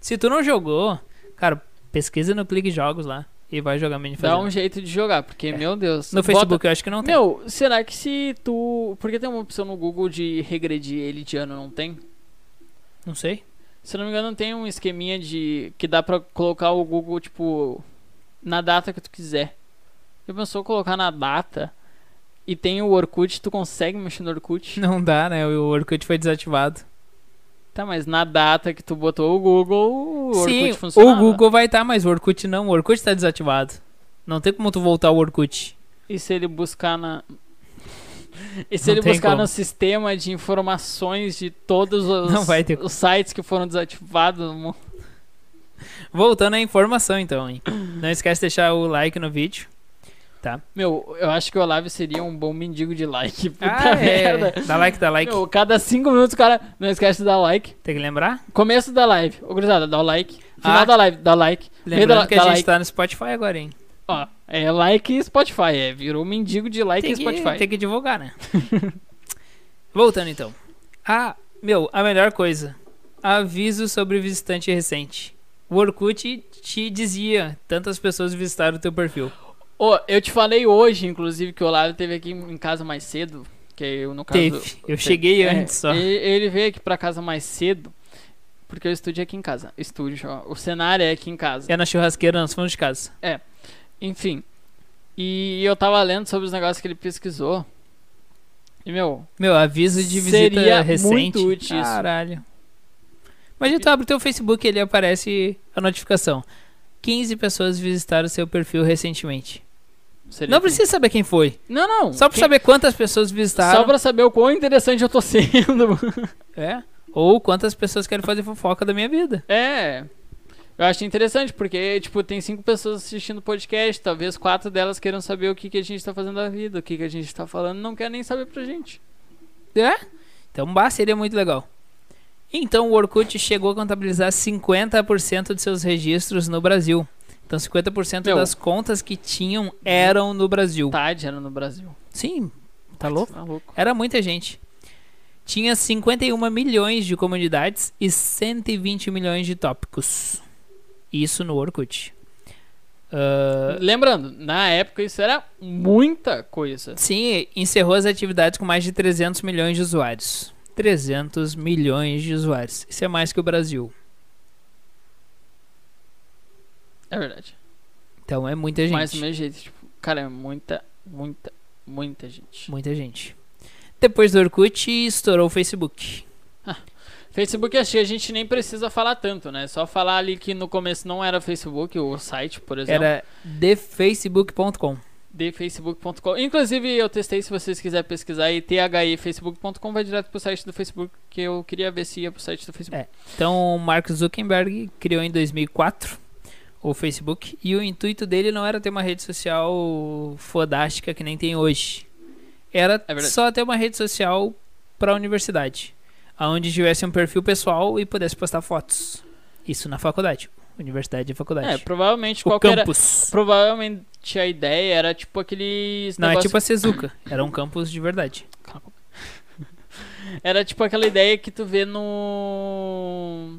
Speaker 1: Se tu não jogou, cara, pesquisa no Clique Jogos lá. e vai jogar Mini
Speaker 2: Dá
Speaker 1: Fazenda.
Speaker 2: um jeito de jogar, porque,
Speaker 1: É.
Speaker 2: meu Deus.
Speaker 1: No
Speaker 2: bota-
Speaker 1: Facebook eu acho que não tem.
Speaker 2: Meu, será que se tu. Porque tem uma opção no Google de regredir ele de ano, não tem?
Speaker 1: Não sei.
Speaker 2: Se eu não me engano, tem um esqueminha de. que dá pra colocar o Google, tipo. na data que tu quiser. Já pensou colocar na data? E tem o Orkut, tu consegue mexer no Orkut?
Speaker 1: Não dá, né? O Orkut foi desativado.
Speaker 2: Tá, mas na data que tu botou o Google, o
Speaker 1: Sim,
Speaker 2: Orkut funciona.
Speaker 1: o Google vai estar, mas o Orkut não. O Orkut tá desativado. Não tem como tu voltar ao Orkut.
Speaker 2: E se ele buscar na. E se
Speaker 1: Não
Speaker 2: ele
Speaker 1: tem
Speaker 2: buscar
Speaker 1: como.
Speaker 2: no sistema de informações de todos os,
Speaker 1: Não vai ter
Speaker 2: os sites que foram desativados no mundo?
Speaker 1: Voltando à informação, então, hein? Não esquece de deixar o like no vídeo.
Speaker 2: Meu, eu acho que o Olavo seria um bom mendigo de like. Puta merda.
Speaker 1: é. Dá like, dá like.
Speaker 2: Meu, cada cinco minutos o cara não esquece de dar like.
Speaker 1: Tem que lembrar?
Speaker 2: Começo da live, ô gurizada, dá o like. Final
Speaker 1: Ah.
Speaker 2: da live, dá like. Meio
Speaker 1: Lembrando
Speaker 2: da-
Speaker 1: que a
Speaker 2: dá
Speaker 1: gente
Speaker 2: like.
Speaker 1: tá no Spotify agora, hein?
Speaker 2: Ó, é like e Spotify, é. Virou mendigo de like
Speaker 1: Tem
Speaker 2: e
Speaker 1: que,
Speaker 2: Spotify.
Speaker 1: tem que divulgar, né? Voltando, então. Ah, meu, a melhor coisa. Aviso sobre visitante recente. O Orkut te dizia tantas pessoas visitaram o teu perfil.
Speaker 2: Ô, eu te falei hoje, inclusive, que o Olavo teve aqui em casa mais cedo. Que eu, no caso.
Speaker 1: Teve. Eu cheguei
Speaker 2: É,
Speaker 1: antes só.
Speaker 2: e- Ele veio aqui pra casa mais cedo. Porque o estúdio é aqui em casa. Estúdio, ó. O cenário é aqui em casa.
Speaker 1: É na churrasqueira, nós fomos de casa.
Speaker 2: Enfim. E eu tava lendo sobre os negócios que ele pesquisou. E, meu,
Speaker 1: Meu, aviso de visita
Speaker 2: Seria
Speaker 1: recente.
Speaker 2: muito útil isso.
Speaker 1: Caralho. Imagina tu abre o teu Facebook e ele aparece a notificação. 15 pessoas visitaram seu perfil recentemente.
Speaker 2: seria
Speaker 1: Não
Speaker 2: aqui.
Speaker 1: precisa saber quem foi.
Speaker 2: Não, não.
Speaker 1: Só pra
Speaker 2: Hum, Quem-
Speaker 1: saber quantas pessoas
Speaker 2: Só
Speaker 1: visitaram.
Speaker 2: pra saber o quão interessante eu tô sendo.
Speaker 1: É. Ou quantas pessoas querem fazer fofoca da minha vida.
Speaker 2: é. Eu acho interessante, porque, tipo, tem cinco pessoas assistindo o podcast, talvez quatro delas queiram saber o que, que a gente tá fazendo da vida, o que, que a gente tá falando, não quer nem saber pra gente.
Speaker 1: Então, bah, seria muito legal. Então, o Orkut chegou a contabilizar 50% de seus registros no Brasil. Então, 50%
Speaker 2: Meu. Tá.
Speaker 1: das contas que tinham eram no Brasil.
Speaker 2: Tade era no Brasil.
Speaker 1: Sim, tá louco?
Speaker 2: Tá louco.
Speaker 1: Era muita gente. Tinha 51 milhões de comunidades e 120 milhões de tópicos. Isso no Orkut. Ah,
Speaker 2: Uh, Lembrando, na época isso era muita coisa.
Speaker 1: sim, encerrou as atividades com mais de 300 milhões de usuários. 300 milhões de usuários. Isso é mais que o Brasil.
Speaker 2: É verdade.
Speaker 1: Então é muita gente.
Speaker 2: Mas do mesmo jeito, tipo, cara, é muita, muita, muita gente.
Speaker 1: Muita gente. Depois do Orkut, estourou o Facebook.
Speaker 2: Facebook acho que a gente nem precisa falar tanto, né? Só falar ali que no começo não era Facebook, o site, por exemplo.
Speaker 1: Era thefacebook.com.
Speaker 2: thefacebook.com. Inclusive, eu testei, se vocês quiserem pesquisar aí, thefacebook.com vai direto pro site do Facebook, que eu queria ver se ia pro site do Facebook.
Speaker 1: É. Então, o Mark Zuckerberg criou em 2004 o Facebook e o intuito dele não era ter uma rede social fodástica que nem tem hoje. Era
Speaker 2: É verdade.
Speaker 1: só ter uma rede social para a universidade, aonde tivesse um perfil pessoal e pudesse postar fotos. Isso na faculdade, universidade e faculdade.
Speaker 2: É, provavelmente
Speaker 1: o
Speaker 2: qualquer
Speaker 1: campus.
Speaker 2: provavelmente a ideia era tipo aqueles
Speaker 1: Não é
Speaker 2: negócio-
Speaker 1: tipo a Sezuca, era um campus de verdade.
Speaker 2: era tipo aquela ideia que tu vê no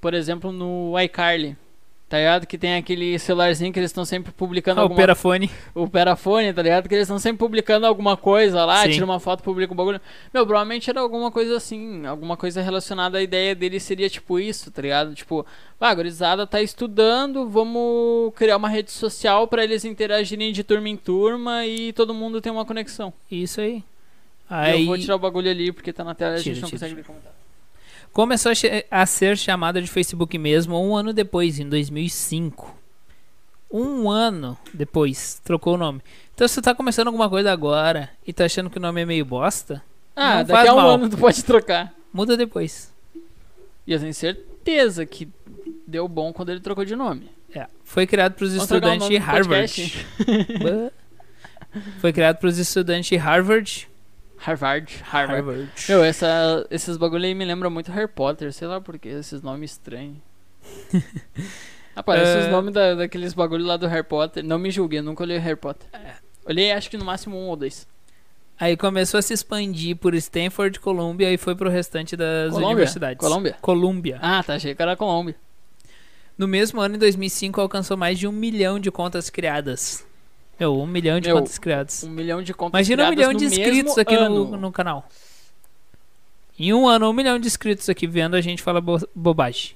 Speaker 2: por exemplo, no iCarly. Tá ligado? Que tem aquele celularzinho que eles estão sempre publicando
Speaker 1: Ah, o
Speaker 2: alguma
Speaker 1: Perafone.
Speaker 2: o Perafone, tá ligado? Que eles estão sempre publicando alguma coisa lá,
Speaker 1: Sim.
Speaker 2: tira uma foto, publica um bagulho. Meu, provavelmente era alguma coisa assim, alguma coisa relacionada à ideia dele seria tipo isso, tá ligado? Tipo, ah, a gurizada tá estudando, vamos criar uma rede social pra eles interagirem de turma em turma e todo mundo tem uma conexão.
Speaker 1: Isso aí.
Speaker 2: Eu
Speaker 1: Aí
Speaker 2: vou tirar o bagulho ali porque tá na tela e a
Speaker 1: Tira,
Speaker 2: gente não
Speaker 1: tira,
Speaker 2: consegue tá. ler comentar.
Speaker 1: Começou a, che- a ser chamada de Facebook mesmo um ano depois, em 2005. Um ano depois, trocou o nome. Então, se tu tá começando alguma coisa agora e tá achando que o nome é meio bosta,
Speaker 2: Ah,
Speaker 1: Não
Speaker 2: daqui
Speaker 1: faz
Speaker 2: a um
Speaker 1: mal.
Speaker 2: ano tu pode trocar.
Speaker 1: muda depois.
Speaker 2: E eu tenho certeza que deu bom quando ele trocou de nome.
Speaker 1: É, Foi criado para os
Speaker 2: Vamos trocar o
Speaker 1: estudantes de
Speaker 2: nome do
Speaker 1: Harvard.
Speaker 2: podcast?
Speaker 1: Bah. Foi criado para os estudantes de Harvard.
Speaker 2: Harvard, Harvard.
Speaker 1: Harvard.
Speaker 2: Meu, é essa, esses bagulho aí me lembram muito Harry Potter, sei lá porque esses nomes estranhos. Aparece os
Speaker 1: É.
Speaker 2: nomes da, daqueles bagulho lá do Harry Potter. Não me julguem, eu nunca olhei Harry Potter.
Speaker 1: É.
Speaker 2: Olhei acho que no máximo um ou dois.
Speaker 1: Aí começou a se expandir por Stanford, Colômbia e foi pro restante das
Speaker 2: Colômbia?
Speaker 1: universidades. É.
Speaker 2: Colômbia?
Speaker 1: Colômbia.
Speaker 2: Ah, tá, achei que era Colômbia.
Speaker 1: No mesmo ano, em 2005, alcançou mais de um milhão de contas criadas. Meu, um milhão de
Speaker 2: Meu,
Speaker 1: contas criadas.
Speaker 2: Um milhão de contas
Speaker 1: Imagina um
Speaker 2: criadas
Speaker 1: milhão de
Speaker 2: no
Speaker 1: inscritos
Speaker 2: mesmo
Speaker 1: aqui
Speaker 2: ano.
Speaker 1: no, no canal. Em um ano, um milhão de inscritos aqui vendo a gente falar bo- bobagem.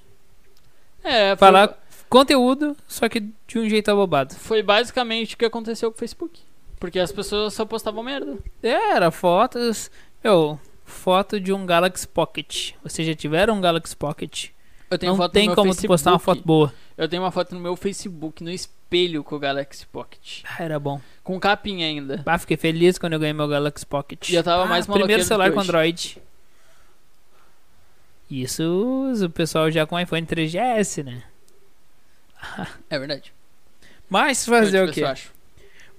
Speaker 2: É, foi,
Speaker 1: Falar conteúdo, só que de um jeito abobado.
Speaker 2: foi basicamente o que aconteceu com o Facebook. Porque as pessoas só postavam merda.
Speaker 1: É, Era fotos. Meu, foto de um Galaxy Pocket. Vocês já tiveram um Galaxy Pocket?
Speaker 2: Eu tenho
Speaker 1: Não
Speaker 2: foto no
Speaker 1: tem
Speaker 2: meu
Speaker 1: como tu
Speaker 2: Facebook.
Speaker 1: postar uma foto boa.
Speaker 2: Eu tenho uma foto no meu Facebook, no espelho com o Galaxy Pocket.
Speaker 1: Ah, era bom.
Speaker 2: Com capinha ainda.
Speaker 1: Bah, Ah, fiquei feliz quando eu ganhei meu Galaxy Pocket.
Speaker 2: E eu tava
Speaker 1: Ah,
Speaker 2: mais maloqueiro
Speaker 1: Primeiro
Speaker 2: do
Speaker 1: celular
Speaker 2: que
Speaker 1: com
Speaker 2: hoje.
Speaker 1: Android. Isso, o pessoal já com iPhone 3GS, né?
Speaker 2: É verdade.
Speaker 1: Mas
Speaker 2: Grande
Speaker 1: fazer o quê?
Speaker 2: pessoa, acho.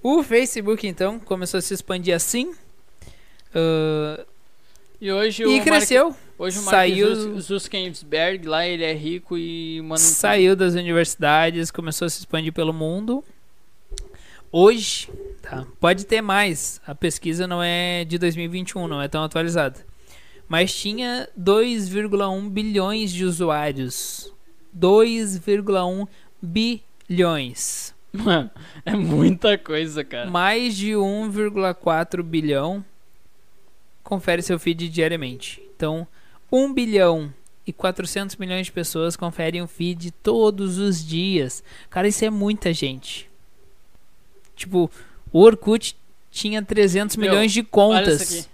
Speaker 1: O Facebook, então, começou a se expandir assim. ah,
Speaker 2: E hoje o
Speaker 1: e
Speaker 2: Mark-
Speaker 1: cresceu.
Speaker 2: hoje o Mark
Speaker 1: Saiu-
Speaker 2: Zuz- Zuckerberg lá, ele é rico e mano então.
Speaker 1: Saiu das universidades, começou a se expandir pelo mundo. Hoje, tá, pode ter mais. A pesquisa não é de 2021, não é tão atualizada. Mas tinha 2,1 bilhões de usuários. 2,1 bilhões.
Speaker 2: Mano, é muita coisa, cara.
Speaker 1: Mais de 1,4 bilhão. Confere seu feed diariamente. Então, 1 bilhão e 400 milhões de pessoas conferem o feed todos os dias. Cara, isso é muita gente. Tipo, o Orkut tinha 300
Speaker 2: Meu,
Speaker 1: milhões de
Speaker 2: Olha
Speaker 1: contas.
Speaker 2: isso aqui.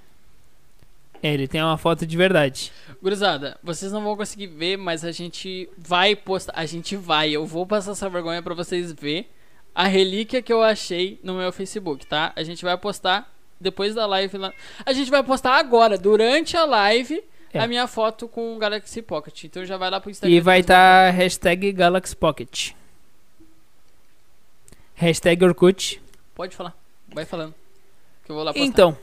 Speaker 1: É, ele tem uma foto de verdade.
Speaker 2: Gurizada, vocês não vão conseguir ver, mas a gente vai postar. A gente vai. Eu vou passar essa vergonha pra vocês ver a relíquia que eu achei no meu Facebook, tá? A gente vai postar depois da live lá. A gente vai postar agora, durante a live,
Speaker 1: É.
Speaker 2: a minha foto com o Galaxy Pocket. Então já vai lá pro Instagram.
Speaker 1: E vai tá-
Speaker 2: depois da-
Speaker 1: estar hashtag Galaxy Pocket. Hashtag Orkut.
Speaker 2: Pode falar. Vai falando. Que eu vou lá postar.
Speaker 1: Então,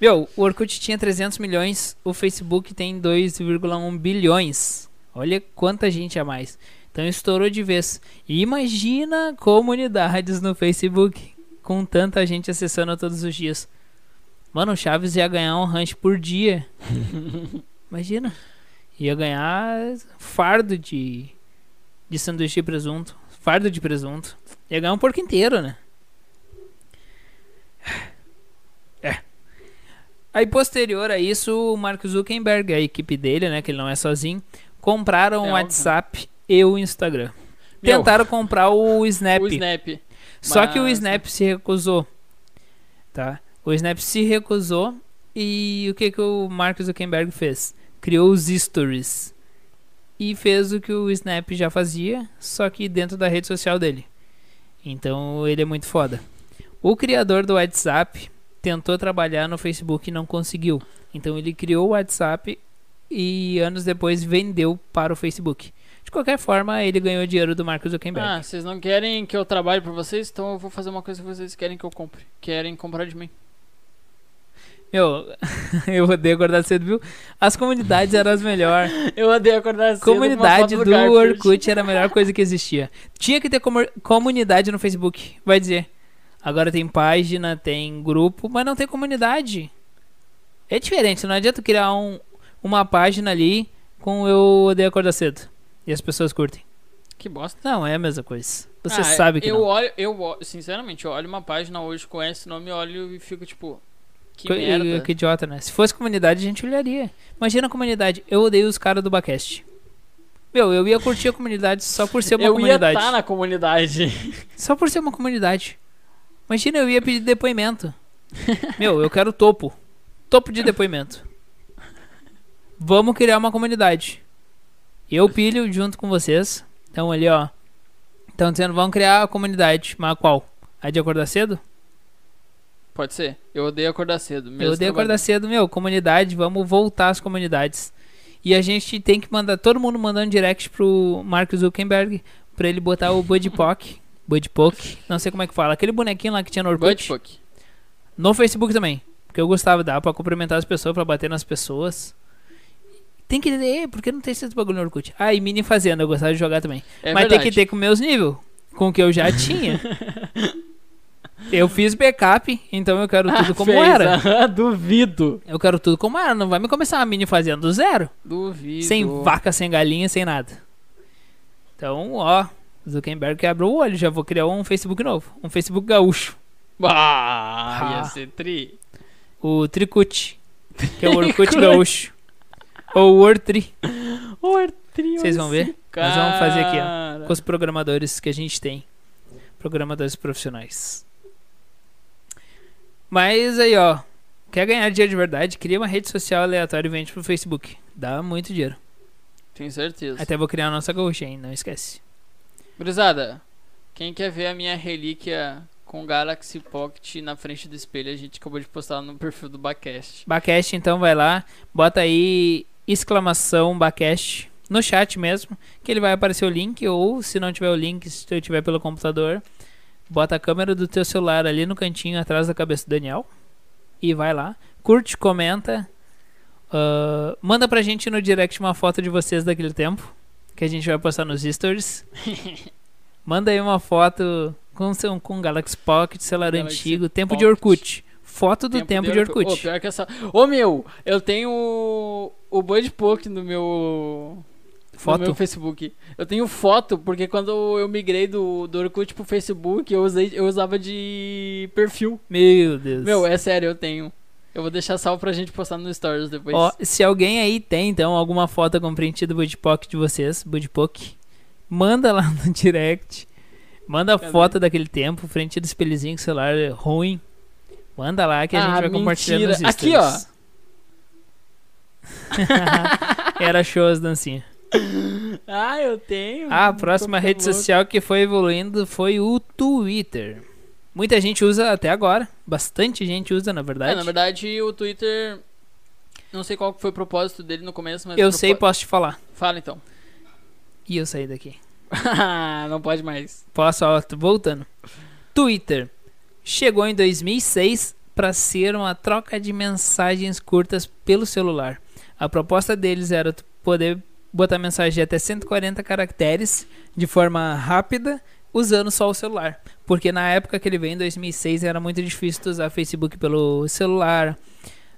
Speaker 1: meu, o Orkut tinha 300 milhões, o Facebook tem 2,1 bilhões. Olha quanta gente a mais. Então estourou de vez. E imagina comunidades no Facebook com tanta gente acessando todos os dias. Mano, o Chaves ia ganhar um rancho por dia. imagina. Ia ganhar fardo de, de sanduíche de presunto. Fardo de presunto. Ia ganhar um porco inteiro, né? É. Aí, posterior a isso, o Mark Zuckerberg, a equipe dele, né, que ele não é sozinho, compraram
Speaker 2: É
Speaker 1: o
Speaker 2: óbvio.
Speaker 1: WhatsApp e o Instagram.
Speaker 2: Meu,
Speaker 1: Tentaram comprar o Snap.
Speaker 2: o Snap.
Speaker 1: Só que o
Speaker 2: mas-
Speaker 1: Snap se recusou. Tá? O Snap se recusou e o que, que o Mark Zuckerberg fez? Criou os stories. E fez o que o Snap já fazia, só que dentro da rede social dele. Então ele é muito foda. O criador do WhatsApp tentou trabalhar no Facebook e não conseguiu. Então ele criou o WhatsApp e anos depois vendeu para o Facebook. De qualquer forma, ele ganhou dinheiro do Mark Zuckerberg.
Speaker 2: Ah, vocês não querem que eu trabalhe pra vocês? Então eu vou fazer uma coisa que vocês querem que eu compre. Querem comprar de mim.
Speaker 1: Meu, eu odeio acordar cedo, viu? As comunidades eram as melhores.
Speaker 2: Eu odeio acordar cedo. com uma
Speaker 1: Comunidade
Speaker 2: foto
Speaker 1: do,
Speaker 2: Garfield.
Speaker 1: Orkut era a melhor coisa que existia. Tinha que ter comor- comunidade no Facebook, vai dizer. Agora tem página, tem grupo, mas não tem comunidade. É diferente, não adianta tu criar um, uma página ali com eu odeio acordar cedo. E as pessoas curtem.
Speaker 2: Que bosta.
Speaker 1: Não, é a mesma coisa. Você
Speaker 2: Ah,
Speaker 1: sabe que
Speaker 2: eu
Speaker 1: não.
Speaker 2: Olho, eu olho, sinceramente, eu olho uma página hoje com esse nome, eu olho e fico tipo. Que
Speaker 1: Co-
Speaker 2: merda.
Speaker 1: que idiota, né? Se fosse comunidade, a gente olharia. Imagina a comunidade. Eu odeio os caras do Bacast. Meu, eu ia curtir a comunidade só por ser uma
Speaker 2: eu ia
Speaker 1: comunidade.
Speaker 2: estar na comunidade.
Speaker 1: Só por ser uma comunidade. Imagina, eu ia pedir depoimento. Meu, eu quero topo. Topo de depoimento. Vamos criar uma comunidade. Eu pilho junto com vocês. Então ali, ó. Estão dizendo, vamos criar a comunidade. Mas qual? A de acordar cedo?
Speaker 2: Pode ser. Eu odeio acordar cedo. Mesmo
Speaker 1: eu odeio acordar cedo, meu. Comunidade, vamos voltar às comunidades. E a gente tem que mandar, todo mundo mandando direct pro Mark Zuckerberg pra ele botar o Budpock. Budpock, não sei como é que fala. Aquele bonequinho lá que tinha no Orkut.
Speaker 2: Budfuck.
Speaker 1: No Facebook também. Porque eu gostava, dava pra cumprimentar as pessoas, pra bater nas pessoas. Tem que ter, por que não tem esses bagulho no Orkut? Ah, e Mini Fazenda, eu gostava de jogar também.
Speaker 2: É
Speaker 1: Mas tem
Speaker 2: verdade.
Speaker 1: que ter com meus níveis, com o que eu já tinha. eu fiz backup, então eu quero tudo
Speaker 2: Ah,
Speaker 1: como
Speaker 2: fez.
Speaker 1: era.
Speaker 2: Ah, Duvido.
Speaker 1: Eu quero tudo como era, não vai me começar uma Mini Fazenda do zero.
Speaker 2: Duvido.
Speaker 1: Sem vaca, sem galinha, sem nada. Então, ó, Zuckerberg abriu o olho, já vou criar um Facebook novo. Um Facebook gaúcho.
Speaker 2: Ah,
Speaker 1: Ah.
Speaker 2: ia ser tri.
Speaker 1: O Tricute, que é o Orkut gaúcho. Ou o Ortri,
Speaker 2: Ortrio,
Speaker 1: Ah. vocês vão ver.
Speaker 2: cara.
Speaker 1: Nós vamos fazer aqui, com os programadores que a gente tem. Programadores profissionais. Mas aí, ó. Quer ganhar dinheiro de verdade? Cria uma rede social aleatória e vende pro Facebook. Dá muito dinheiro.
Speaker 2: Tenho certeza.
Speaker 1: Até vou criar a nossa gaúcha, hein? Não esquece.
Speaker 2: Gurizada, quem quer ver a minha relíquia com Galaxy Pocket na frente do espelho, a gente acabou de postar no perfil do Bacast.
Speaker 1: Bacast, então vai lá. Bota aí exclamação Bacast no chat mesmo. Que ele vai aparecer o link. Ou se não tiver o link, se tu tiver pelo computador, bota a câmera do teu celular ali no cantinho atrás da cabeça do Daniel. E vai lá. Curte, comenta. ah, manda pra gente no direct uma foto de vocês daquele tempo. Que a gente vai postar nos stories. manda aí uma foto com, seu, com Galaxy Pocket, celular
Speaker 2: Galaxy
Speaker 1: antigo, tempo de
Speaker 2: Pocket.
Speaker 1: Orkut. Foto do tempo, de Orkut.
Speaker 2: um Ô, pior que essa. Ô, meu, eu tenho o- o Bud Poke no meu.
Speaker 1: Foto?
Speaker 2: No meu Facebook. Eu tenho foto, porque quando eu migrei do, do Orkut pro Facebook, eu, usei, eu usava de perfil.
Speaker 1: Meu Deus.
Speaker 2: Meu, é sério, eu tenho. Eu vou deixar salvo pra gente postar no Stories depois.
Speaker 1: Ó, se alguém aí tem, então, alguma foto com print do Budpock de vocês, Budpock, manda lá no direct. Manda a
Speaker 2: Cadê?
Speaker 1: foto daquele tempo, frente do espelhozinho com celular é ruim. Manda lá que a
Speaker 2: Ah,
Speaker 1: gente vai
Speaker 2: mentira.
Speaker 1: compartilhar nos
Speaker 2: Aqui,
Speaker 1: stories. Era show as dancinhas.
Speaker 2: Ah, eu tenho.
Speaker 1: Ah, a próxima
Speaker 2: Tô
Speaker 1: rede
Speaker 2: louco.
Speaker 1: social que foi evoluindo foi o Twitter. Muita gente usa até agora. Bastante gente usa, na verdade.
Speaker 2: É, na verdade, o Twitter. Não sei qual que foi o propósito dele no começo, mas.
Speaker 1: eu
Speaker 2: o
Speaker 1: sei e
Speaker 2: propo-
Speaker 1: posso te falar.
Speaker 2: Fala então.
Speaker 1: E eu saí daqui.
Speaker 2: não pode mais.
Speaker 1: Posso, ó, tô tá voltando. Twitter chegou em 2006 para ser uma troca de mensagens curtas pelo celular. A proposta deles era tu poder botar mensagem de até 140 caracteres de forma rápida usando só o celular, porque na época que ele veio em 2006 era muito difícil tu usar Facebook pelo celular,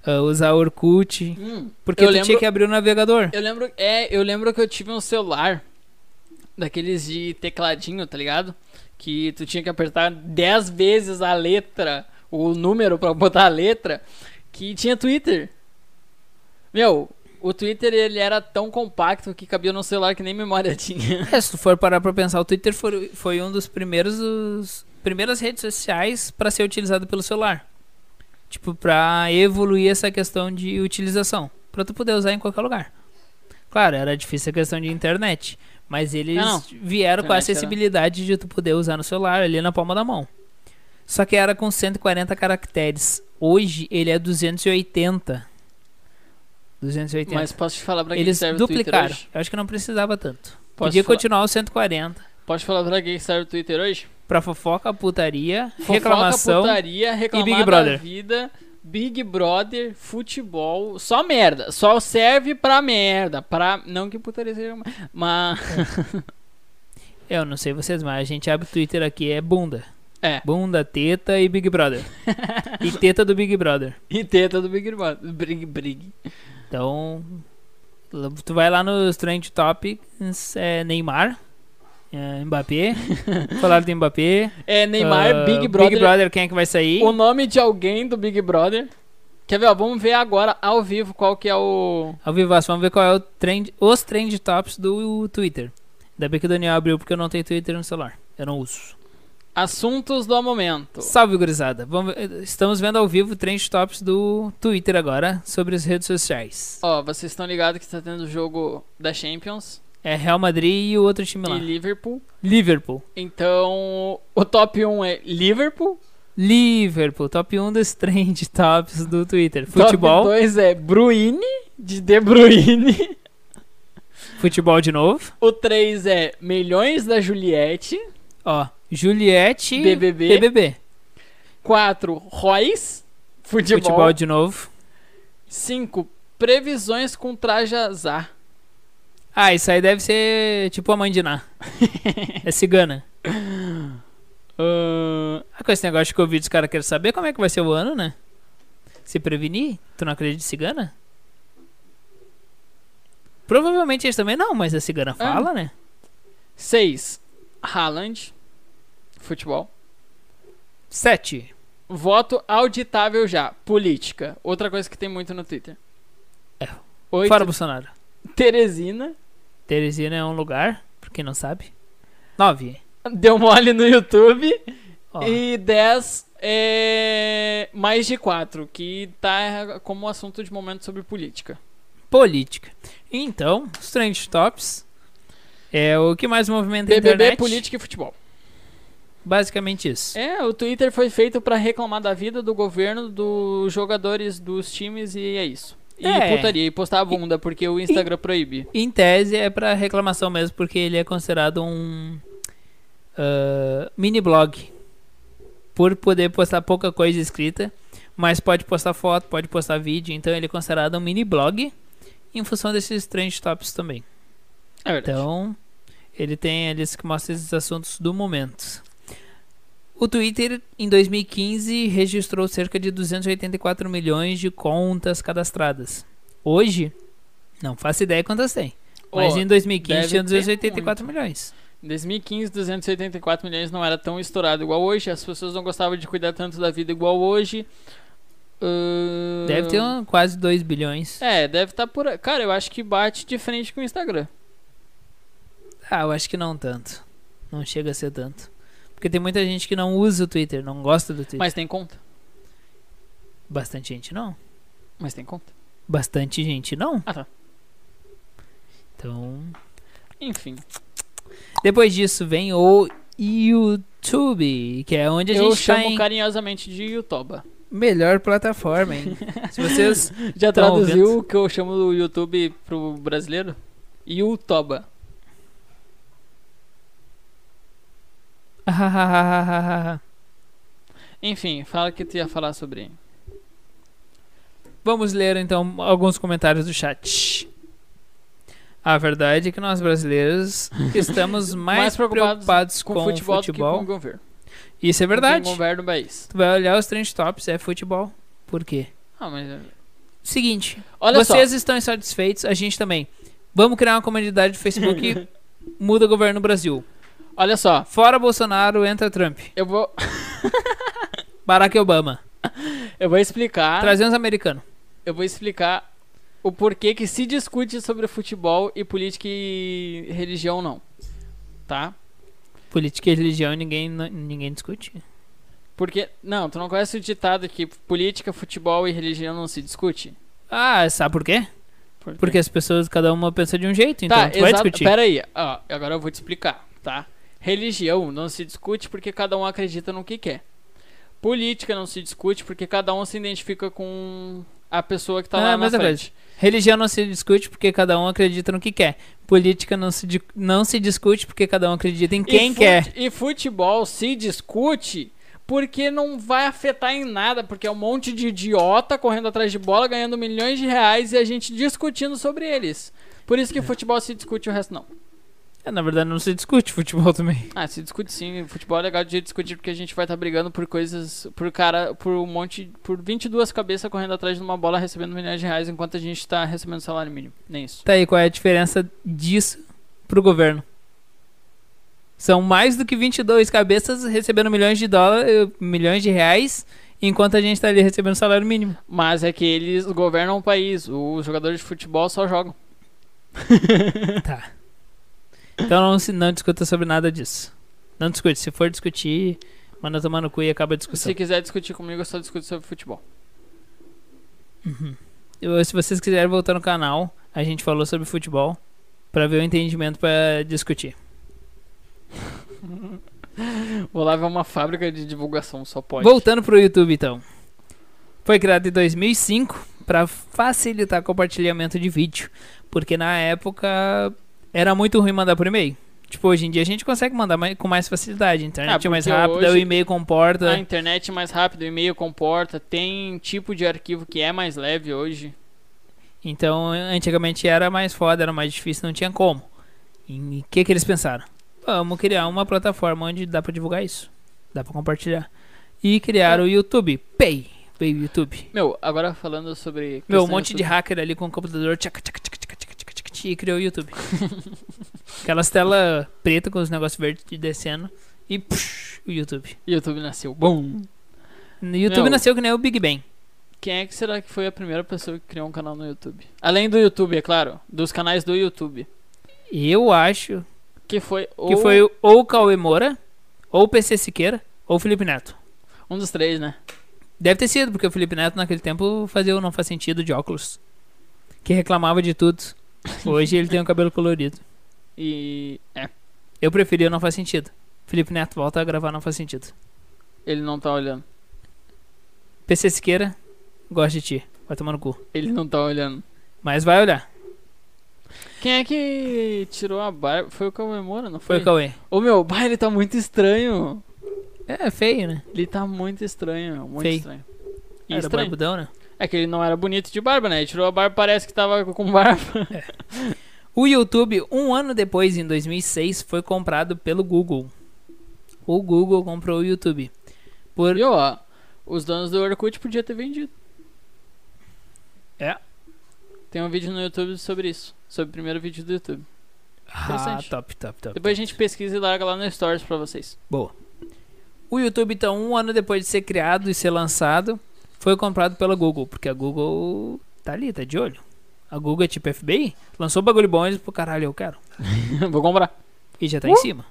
Speaker 1: ah, usar Orkut,
Speaker 2: Hum,
Speaker 1: porque
Speaker 2: Eu
Speaker 1: tu
Speaker 2: lembro-
Speaker 1: tinha que abrir o navegador.
Speaker 2: eu lembro. É, eu lembro que eu tive um celular. Daqueles de tecladinho, tá ligado? Que tu tinha que apertar 10 vezes a letra, o número pra botar a letra. Que tinha Twitter. Meu, o Twitter ele era tão compacto que cabia no celular que nem memória tinha.
Speaker 1: É, se tu for parar pra pensar, o Twitter foi, foi um dos primeiros os- primeiras redes sociais pra ser utilizado pelo celular. Tipo, pra evoluir essa questão de utilização, Pra tu poder usar em qualquer lugar. Claro, era difícil a questão de internet, mas eles
Speaker 2: Não, não.
Speaker 1: vieram com a
Speaker 2: Internet era-
Speaker 1: acessibilidade de tu poder usar no celular ali na palma da mão. Só que era com 140 caracteres. Hoje ele é 280. 280.
Speaker 2: Mas posso te falar pra que que
Speaker 1: eles
Speaker 2: serve o Twitter
Speaker 1: duplicaram.
Speaker 2: hoje?
Speaker 1: Eu acho que não precisava tanto.
Speaker 2: Posso
Speaker 1: Podia
Speaker 2: falar-
Speaker 1: continuar os 140.
Speaker 2: Pode falar pra quem serve o Twitter hoje?
Speaker 1: Pra fofoca, putaria,
Speaker 2: Fofoca,
Speaker 1: reclamação.
Speaker 2: putaria, reclamar
Speaker 1: e Big
Speaker 2: da
Speaker 1: Brother.
Speaker 2: vida, Big Brother, futebol, só merda. Só serve pra merda. Pra... Não que putaria seja uma... Mas...
Speaker 1: Eu não sei vocês, mas a gente abre o Twitter aqui, é bunda.
Speaker 2: É.
Speaker 1: Bunda, teta e Big Brother. e teta do Big Brother.
Speaker 2: E teta do Big Brother. Brig, brig.
Speaker 1: Então, l- tu vai lá nos Trend Topics, é Neymar, é, Mbappé, falaram do Mbappé.
Speaker 2: É Neymar,
Speaker 1: ah,
Speaker 2: Big, Brother,
Speaker 1: Big Brother, quem é que vai sair?
Speaker 2: O nome de alguém do Big Brother. Quer ver? ó, vamos ver agora, ao vivo, qual que é o...
Speaker 1: Ao vivo, vamos ver qual é o trend, os Trend Tops do Twitter. Ainda bem que o Daniel abriu, porque eu não tenho Twitter no celular. Eu não uso.
Speaker 2: Assuntos do momento.
Speaker 1: Salve, gurizada. Vamos ver- Estamos vendo ao vivo Trend Tops do Twitter agora sobre as redes sociais.
Speaker 2: Ó, vocês estão ligados que tá tendo o jogo da Champions
Speaker 1: É Real Madrid e o outro time lá.
Speaker 2: e Liverpool.
Speaker 1: Liverpool.
Speaker 2: Então, o top 1 é Liverpool.
Speaker 1: Liverpool, top 1 dos Trend Tops do Twitter.
Speaker 2: Top
Speaker 1: Futebol.
Speaker 2: 2 é Bruyne, de De Bruyne.
Speaker 1: Futebol de novo.
Speaker 2: O 3 é Milhões da Juliette.
Speaker 1: Ó, Juliette.
Speaker 2: BBB. 4, Royce,
Speaker 1: Futebol
Speaker 2: futebol.
Speaker 1: de novo.
Speaker 2: 5, Previsões com traje azar.
Speaker 1: Ah, isso aí deve ser tipo a mãe de Ná. é cigana.
Speaker 2: Ahn,
Speaker 1: Ah, com esse negócio de Covid, os caras querem saber como é que vai ser o ano, né? Se prevenir? Tu não acredita em cigana?
Speaker 2: É.
Speaker 1: Provavelmente eles também não, mas a cigana fala, né?
Speaker 2: 6. Haaland. Futebol.
Speaker 1: 7.
Speaker 2: Voto auditável já. Política. Outra coisa que tem muito no Twitter.
Speaker 1: É.
Speaker 2: 8.
Speaker 1: Fora Bolsonaro.
Speaker 2: Teresina.
Speaker 1: Teresina é um lugar, pra quem não sabe. 9.
Speaker 2: Deu mole no YouTube. E 10 é mais de 4, que tá como assunto de momento sobre política.
Speaker 1: Política. Então, os trend tops é o que mais movimenta a
Speaker 2: BBB,
Speaker 1: internet.
Speaker 2: política e futebol.
Speaker 1: Basicamente isso.
Speaker 2: É, o Twitter foi feito pra reclamar da vida do governo, dos jogadores, dos times e é isso. E
Speaker 1: É.
Speaker 2: putaria, e postar a bunda, porque o Instagram proíbe.
Speaker 1: Em tese é pra reclamação mesmo, porque ele é considerado um ah, mini blog por poder postar pouca coisa escrita, mas pode postar foto, pode postar vídeo, então ele é considerado um mini blog em função desses trend tops também.
Speaker 2: É verdade.
Speaker 1: Então, ele tem a lista que mostra esses assuntos do momento. O Twitter, em 2015, registrou cerca de 284 milhões de contas cadastradas. Hoje, não faço ideia quantas tem. Mas
Speaker 2: Ó,
Speaker 1: em 2015
Speaker 2: deve
Speaker 1: tinha
Speaker 2: ter
Speaker 1: 284 milhões.
Speaker 2: Em 2015, 284 milhões não era tão estourado igual hoje. As pessoas não gostavam de cuidar tanto da vida igual hoje. Ahn,
Speaker 1: Deve ter um- quase 2 bilhões.
Speaker 2: É, deve estar por. aí. Cara, eu acho que bate de frente com o Instagram.
Speaker 1: Ah, eu acho que não tanto. Não chega a ser tanto. Porque tem muita gente que não usa o Twitter, não gosta do Twitter.
Speaker 2: Mas tem conta.
Speaker 1: Bastante gente não.
Speaker 2: Mas tem conta.
Speaker 1: Bastante gente não.
Speaker 2: Ah, tá.
Speaker 1: Então,
Speaker 2: Enfim.
Speaker 1: Depois disso vem o YouTube, que é onde a
Speaker 2: Eu
Speaker 1: gente tá
Speaker 2: chamo
Speaker 1: em
Speaker 2: carinhosamente de Yutoba.
Speaker 1: melhor plataforma, hein? Se vocês
Speaker 2: Já
Speaker 1: Tão
Speaker 2: traduziu
Speaker 1: ouvindo?
Speaker 2: o que eu chamo do YouTube pro brasileiro? Yutoba. Enfim, fala o que tu ia falar sobre.
Speaker 1: Vamos ler então alguns comentários do chat. A verdade é que nós brasileiros estamos mais,
Speaker 2: Mais preocupados
Speaker 1: preocupados,
Speaker 2: Com,
Speaker 1: com,
Speaker 2: futebol,
Speaker 1: futebol,
Speaker 2: do que com governo.
Speaker 1: Isso é verdade.
Speaker 2: Com o governo do país.
Speaker 1: Tu vai olhar os trend tops, é futebol. Por quê?
Speaker 2: Ah, mas.
Speaker 1: Seguinte,
Speaker 2: Olha
Speaker 1: Vocês
Speaker 2: só.
Speaker 1: estão insatisfeitos, a gente também. Vamos criar uma comunidade do Facebook que muda governo no Brasil.
Speaker 2: Olha só.
Speaker 1: Fora Bolsonaro, entra Trump.
Speaker 2: Eu vou,
Speaker 1: Barack Obama.
Speaker 2: eu vou explicar.
Speaker 1: Trazendo os americanos.
Speaker 2: Eu vou explicar o porquê que se discute sobre futebol e política e religião não. Tá?
Speaker 1: Política e religião ninguém, n- ninguém discute.
Speaker 2: Porque. Não, tu não conhece o ditado que política, futebol e religião não se discute?
Speaker 1: Ah, sabe por quê?
Speaker 2: Por
Speaker 1: Porque as pessoas, cada uma pensa de um jeito, então tu vai
Speaker 2: Tá, exato.
Speaker 1: discutir.
Speaker 2: Pera aí, ó, agora eu vou te explicar, tá? Religião não se discute porque cada um acredita no que quer. Política não se discute porque cada um se identifica com a pessoa que tá
Speaker 1: Ah,
Speaker 2: lá na
Speaker 1: mesma
Speaker 2: frente.
Speaker 1: Religião não se discute porque cada um acredita no que quer. Política não se, di- não se discute porque cada um acredita em quem
Speaker 2: e fut-
Speaker 1: quer.
Speaker 2: E futebol se discute porque não vai afetar em nada, porque é um monte de idiota correndo atrás de bola, ganhando milhões de reais e a gente discutindo sobre eles. Por isso que futebol se discute, o resto não.
Speaker 1: É, Na verdade, não se discute futebol também.
Speaker 2: Ah, se discute sim. Futebol é legal de discutir porque a gente vai estar brigando por coisas, por cara, por um monte, por 22 cabeças correndo atrás de uma bola recebendo milhões de reais enquanto a gente tá recebendo salário mínimo. Nem isso.
Speaker 1: Tá aí, qual é a diferença disso pro governo? São mais do que 22 cabeças recebendo milhões de dólares, milhões de reais, enquanto a gente tá ali recebendo salário mínimo.
Speaker 2: Mas é que eles governam o país. Os jogadores de futebol só jogam.
Speaker 1: Tá. Então não, se, não discuta sobre nada disso. Não discute. Se for discutir, manda tomar no cu e acaba a discussão.
Speaker 2: Se quiser discutir comigo, eu só discuto sobre futebol.
Speaker 1: Uhum. Eu- se vocês quiserem voltar no canal, a gente falou sobre futebol pra ver o entendimento pra discutir.
Speaker 2: Vou lá ver é uma fábrica de divulgação, só pode.
Speaker 1: Voltando pro YouTube então. Foi criado em 2005 pra facilitar compartilhamento de vídeo, porque na época era muito ruim mandar por e-mail. Tipo, hoje em dia a gente consegue mandar mais- com mais facilidade. A internet é mais
Speaker 2: Ah, porque
Speaker 1: rápida, o
Speaker 2: hoje-
Speaker 1: e-mail comporta.
Speaker 2: A internet é mais rápido, o e-mail comporta, tem tipo de arquivo que é mais leve hoje.
Speaker 1: Então, antigamente era mais foda, era mais difícil, não tinha como. E o que, que eles pensaram? Vamos criar uma plataforma onde dá pra divulgar isso. Dá pra compartilhar. E criaram o YouTube. Pay. Pay YouTube.
Speaker 2: Meu, agora falando sobre.
Speaker 1: Meu,
Speaker 2: questão
Speaker 1: um monte de
Speaker 2: YouTube.
Speaker 1: hacker ali com o computador. Tchaca, tchaca, tchaca, tchaca, tchaca, tchaca, tchaca, Minecraft e criou o YouTube. Aquelas telas pretas com os negócios verdes descendo e psh, o YouTube.
Speaker 2: YouTube nasceu. Bom.
Speaker 1: No YouTube
Speaker 2: Meu.
Speaker 1: nasceu que nem o Big Bang.
Speaker 2: Quem é que será que foi a primeira pessoa que criou um canal no YouTube? Além do YouTube, é claro. Dos canais do YouTube.
Speaker 1: Eu acho
Speaker 2: Que foi o...
Speaker 1: que foi ou o Cauê Moura, ou o PC Siqueira, ou o Felipe Neto.
Speaker 2: um dos três, né?
Speaker 1: Deve ter sido, porque o Felipe Neto naquele tempo fazia o Não Faz Sentido de óculos. Que reclamava de tudo. Hoje ele tem o cabelo colorido.
Speaker 2: E... É.
Speaker 1: Eu preferia o Não Faz Sentido. Felipe Neto volta a gravar Não Faz Sentido.
Speaker 2: Ele não tá olhando.
Speaker 1: PC Siqueira, gosto de ti. Vai tomar no cu.
Speaker 2: Ele não tá olhando.
Speaker 1: Mas vai olhar.
Speaker 2: Quem é que tirou a barba? Foi o Cauê Moura, não
Speaker 1: Foi
Speaker 2: foi?
Speaker 1: o Cauê.
Speaker 2: Ô meu, bah, ele tá muito estranho.
Speaker 1: É feio, né?
Speaker 2: Ele tá muito estranho, muito
Speaker 1: Feio.
Speaker 2: estranho. E
Speaker 1: Era
Speaker 2: estranho.
Speaker 1: barbudão, né?
Speaker 2: É que ele não era bonito de barba, né? Ele tirou a barba, parece que tava com barba.
Speaker 1: O YouTube, um ano depois, em 2006, foi comprado pelo Google. O Google comprou o YouTube. Por...
Speaker 2: E ó, os donos do Orkut podiam ter vendido.
Speaker 1: É.
Speaker 2: Tem um vídeo no YouTube sobre isso. Sobre o primeiro vídeo do YouTube.
Speaker 1: Ah,
Speaker 2: Interessante.
Speaker 1: top, top, top.
Speaker 2: Depois a gente pesquisa e larga lá no Stories pra vocês.
Speaker 1: Boa. O YouTube, então, um ano depois de ser criado e ser lançado, foi comprado pela Google, porque a Google tá ali, tá de olho. A Google é tipo FBI, lançou bagulho bom e pro caralho, eu quero.
Speaker 2: Vou comprar.
Speaker 1: E já tá em cima.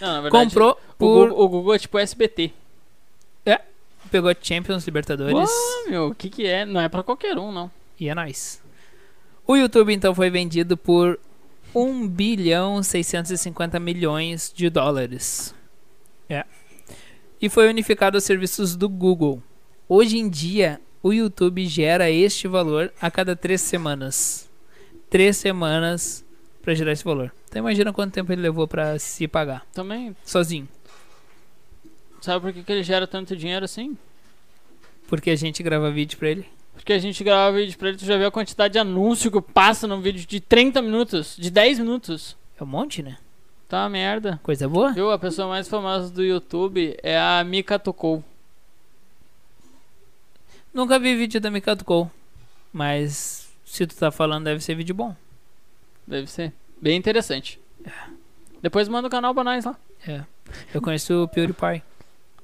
Speaker 2: Não, na Uh! verdade,
Speaker 1: Comprou
Speaker 2: o,
Speaker 1: por.
Speaker 2: Google, o Google é tipo SBT.
Speaker 1: Pegou a Champions, Libertadores
Speaker 2: Ah, meu, o que que é? Não é pra qualquer um, não.
Speaker 1: e é nóis. O YouTube, então, foi vendido por 1 bilhão 650 milhões de dólares. É. E foi unificado aos serviços do Google. Hoje em dia, o YouTube gera este valor a cada três semanas. Três semanas para gerar esse valor. Então imagina quanto tempo ele levou para se pagar,
Speaker 2: Também,
Speaker 1: sozinho.
Speaker 2: sabe por que, que ele gera tanto dinheiro assim?
Speaker 1: Porque a gente grava vídeo pra ele.
Speaker 2: Porque a gente grava vídeo pra ele, tu já vê a quantidade de anúncio que passa num vídeo de 30 minutos, de 10 minutos.
Speaker 1: É um monte, né?
Speaker 2: Tá uma merda.
Speaker 1: Coisa boa.
Speaker 2: Viu? A pessoa mais famosa do YouTube é a Mika Tocou.
Speaker 1: Nunca vi vídeo da Mikato Cole. Mas se tu tá falando, deve ser vídeo bom.
Speaker 2: Deve ser. Bem interessante. Depois manda o canal pra nós lá.
Speaker 1: É. Eu conheço o PewDiePie.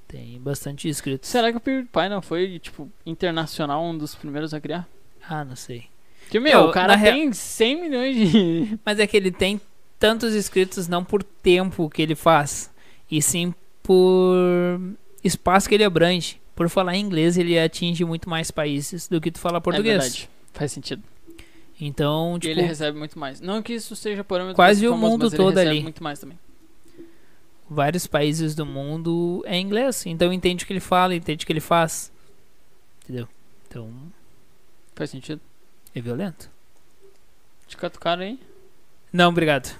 Speaker 1: Tem bastante inscritos.
Speaker 2: Será que o PewDiePie não foi, tipo, internacional, um dos primeiros a criar?
Speaker 1: Ah, não sei.
Speaker 2: Que, meu,
Speaker 1: Eu,
Speaker 2: o cara
Speaker 1: na
Speaker 2: tem 100 milhões de...
Speaker 1: Mas é que ele tem tantos inscritos não por tempo que ele faz, e sim por espaço que ele abrange. Por falar inglês, ele atinge muito mais países do que tu falar
Speaker 2: É
Speaker 1: português.
Speaker 2: verdade. Faz sentido.
Speaker 1: então,
Speaker 2: e
Speaker 1: tipo,
Speaker 2: ele recebe muito mais. Não que isso seja parâmetro
Speaker 1: Quase
Speaker 2: pra ser
Speaker 1: o
Speaker 2: famoso,
Speaker 1: mundo
Speaker 2: mas ele
Speaker 1: todo
Speaker 2: recebe
Speaker 1: ali.
Speaker 2: muito mais também.
Speaker 1: vários países do mundo é inglês. Então entende o que ele fala, entende o que ele faz. Entendeu? Então,
Speaker 2: Faz sentido.
Speaker 1: é violento.
Speaker 2: Te catucaram aí.
Speaker 1: Não, obrigado.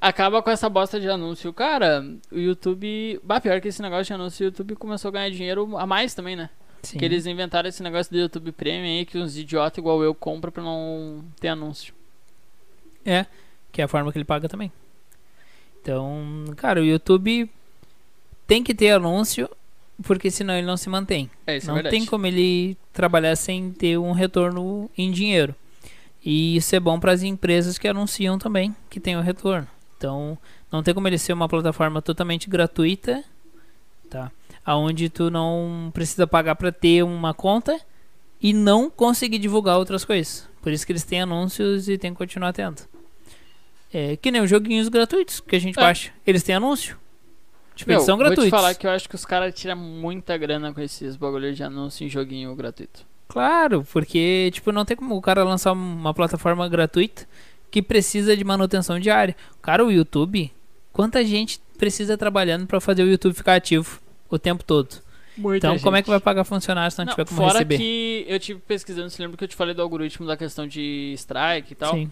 Speaker 2: Acaba com essa bosta de anúncio. Cara, o YouTube... Bah, pior que esse negócio de anúncio, o YouTube começou a ganhar dinheiro a mais também, né?
Speaker 1: Sim.
Speaker 2: Que eles inventaram esse negócio do YouTube Premium aí que uns idiota igual eu compra pra não ter anúncio.
Speaker 1: É, que é a forma que ele paga também. Então, cara, o YouTube tem que ter anúncio, porque senão ele não se mantém.
Speaker 2: É, isso
Speaker 1: não
Speaker 2: é verdade.
Speaker 1: tem como ele trabalhar sem ter um retorno em dinheiro. E isso é bom para as empresas que anunciam também, que tem o retorno. Então, não tem como ele ser uma plataforma totalmente gratuita, tá? Aonde tu não precisa pagar para ter uma conta e não conseguir divulgar outras coisas. Por isso que eles têm anúncios e tem que continuar tendo. É, que nem os joguinhos gratuitos que a gente
Speaker 2: É.
Speaker 1: baixa. Eles têm anúncio. Tipo, eles são gratuitos.
Speaker 2: Vou te falar que eu acho que os caras tiram muita grana com esses bagulhos de anúncio em joguinho gratuito.
Speaker 1: Claro, porque tipo, não tem como o cara lançar uma plataforma gratuita que precisa de manutenção diária. Cara, o YouTube, quanta gente precisa trabalhando pra fazer o YouTube ficar ativo o tempo todo?
Speaker 2: Muita
Speaker 1: Então, como é que vai pagar funcionário se não, tiver como
Speaker 2: fora
Speaker 1: receber?
Speaker 2: que eu tive pesquisando, você lembra que eu te falei do algoritmo da questão de strike e tal?
Speaker 1: Sim.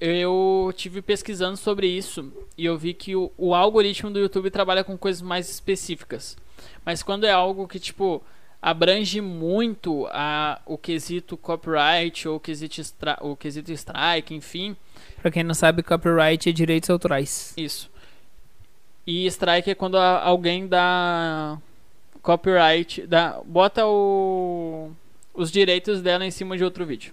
Speaker 2: Eu tive pesquisando sobre isso e eu vi que o, o algoritmo do YouTube trabalha com coisas mais específicas. Mas quando é algo que, tipo, abrange muito a, o quesito copyright ou o quesito, stra- o quesito strike, enfim,
Speaker 1: Pra quem não sabe, copyright é direitos autorais.
Speaker 2: isso. E strike é quando a- alguém dá copyright, dá, bota o, os direitos dela em cima de outro vídeo.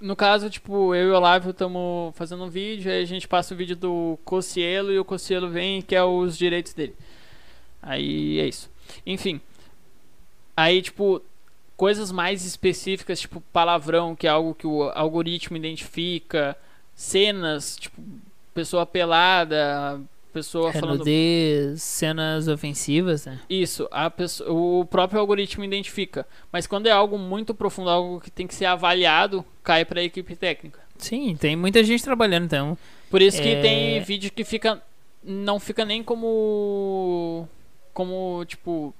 Speaker 2: no caso, tipo, eu e o Olavo estamos fazendo um vídeo, aí a gente passa o vídeo do Cocielo e o Cocielo vem e quer os direitos dele. Aí é isso. Enfim. Aí, tipo, coisas mais específicas, tipo palavrão, que é algo que o algoritmo identifica, cenas, tipo, pessoa pelada, pessoa
Speaker 1: É
Speaker 2: falando
Speaker 1: nudez, cenas ofensivas, né?
Speaker 2: isso, a pesso- o próprio algoritmo identifica. Mas quando é algo muito profundo, algo que tem que ser avaliado, cai para a equipe técnica.
Speaker 1: Sim, tem muita gente trabalhando, então.
Speaker 2: Por isso que
Speaker 1: É.
Speaker 2: tem vídeo que fica não fica nem como como tipo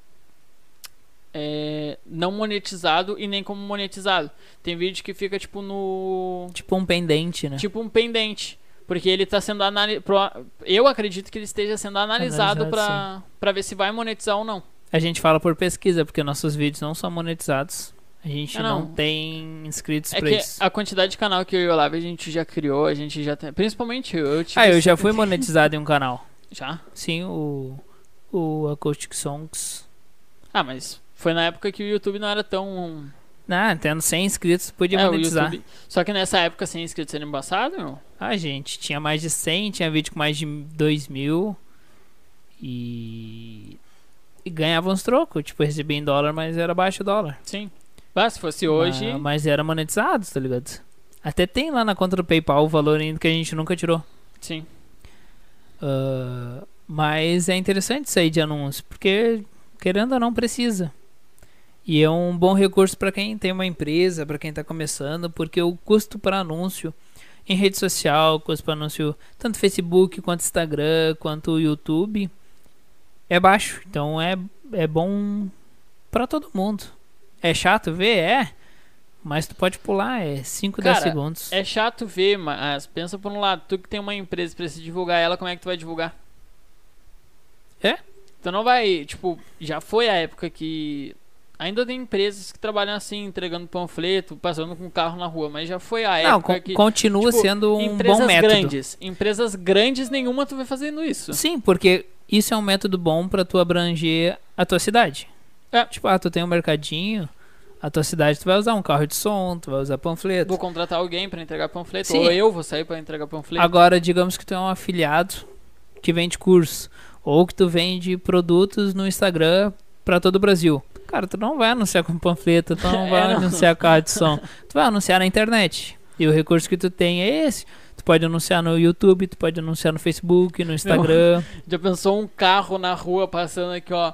Speaker 2: é, não monetizado e nem como monetizado. Tem vídeo que fica tipo no
Speaker 1: Tipo um pendente, né?
Speaker 2: tipo um pendente, porque ele tá sendo analisado eu acredito que ele esteja sendo analisado
Speaker 1: Analisado,
Speaker 2: pra para ver se vai monetizar ou não.
Speaker 1: A gente fala por pesquisa, porque nossos vídeos não são monetizados. A gente
Speaker 2: Ah,
Speaker 1: não.
Speaker 2: não.
Speaker 1: tem inscritos
Speaker 2: É
Speaker 1: pra
Speaker 2: que
Speaker 1: isso.
Speaker 2: a quantidade de canal que eu e o Olavo a gente já criou, a gente já tem. Principalmente eu, eu tive.
Speaker 1: Ah, eu já fui monetizado em um canal.
Speaker 2: Já?
Speaker 1: Sim, o. O Acoustic Songs.
Speaker 2: Ah, mas foi na época que o YouTube não era tão.
Speaker 1: Ah, tendo 100 inscritos, podia
Speaker 2: é, o
Speaker 1: monetizar.
Speaker 2: YouTube. Só que nessa época sem inscritos era é embaçado, meu.
Speaker 1: Ah, gente, tinha mais de 100, tinha vídeo com mais de 2 mil. E. E ganhava uns trocos. Tipo, eu recebia em dólar, mas era baixo o dólar.
Speaker 2: Sim. Ah, se fosse hoje.
Speaker 1: Mas, mas era monetizado, tá ligado? Até tem lá na conta do PayPal o valor ainda que a gente nunca tirou.
Speaker 2: Sim.
Speaker 1: Ah, mas é interessante sair de anúncio, porque querendo ou não precisa. E é um bom recurso para quem tem uma empresa, para quem está começando, porque o custo para anúncio em rede social, custo para anúncio tanto Facebook quanto Instagram, quanto YouTube é baixo. Então é, é bom para todo mundo. É chato ver, é, mas tu pode pular, é 5, 10
Speaker 2: Cara,
Speaker 1: segundos.
Speaker 2: É chato ver, mas pensa por um lado, tu que tem uma empresa pra se divulgar ela, como é que tu vai divulgar?
Speaker 1: É?
Speaker 2: Tu não vai, tipo, já foi a época que. Ainda tem empresas que trabalham assim, entregando panfleto, passando com carro na rua, mas já foi a
Speaker 1: não,
Speaker 2: época
Speaker 1: con-
Speaker 2: que.
Speaker 1: continua
Speaker 2: tipo,
Speaker 1: sendo um
Speaker 2: empresas
Speaker 1: bom método.
Speaker 2: grandes. Empresas grandes nenhuma tu vê fazendo isso.
Speaker 1: Sim, porque isso é um método bom pra tu abranger a tua cidade.
Speaker 2: É.
Speaker 1: Tipo, ah, tu tem um mercadinho, a tua cidade tu vai usar um carro de som, tu vai usar panfleto.
Speaker 2: Vou contratar alguém pra entregar panfleto,
Speaker 1: Sim.
Speaker 2: ou eu vou sair pra entregar panfleto.
Speaker 1: Agora, digamos que tu é um afiliado que vende curso ou que tu vende produtos no Instagram pra todo o Brasil. Cara, tu não vai anunciar com panfleto, tu não
Speaker 2: É,
Speaker 1: vai
Speaker 2: não.
Speaker 1: anunciar carro de som. Tu vai anunciar na internet. E o recurso que tu tem é esse. Tu pode anunciar no YouTube, tu pode anunciar no Facebook, no Instagram.
Speaker 2: Já pensou um carro na rua passando aqui, ó.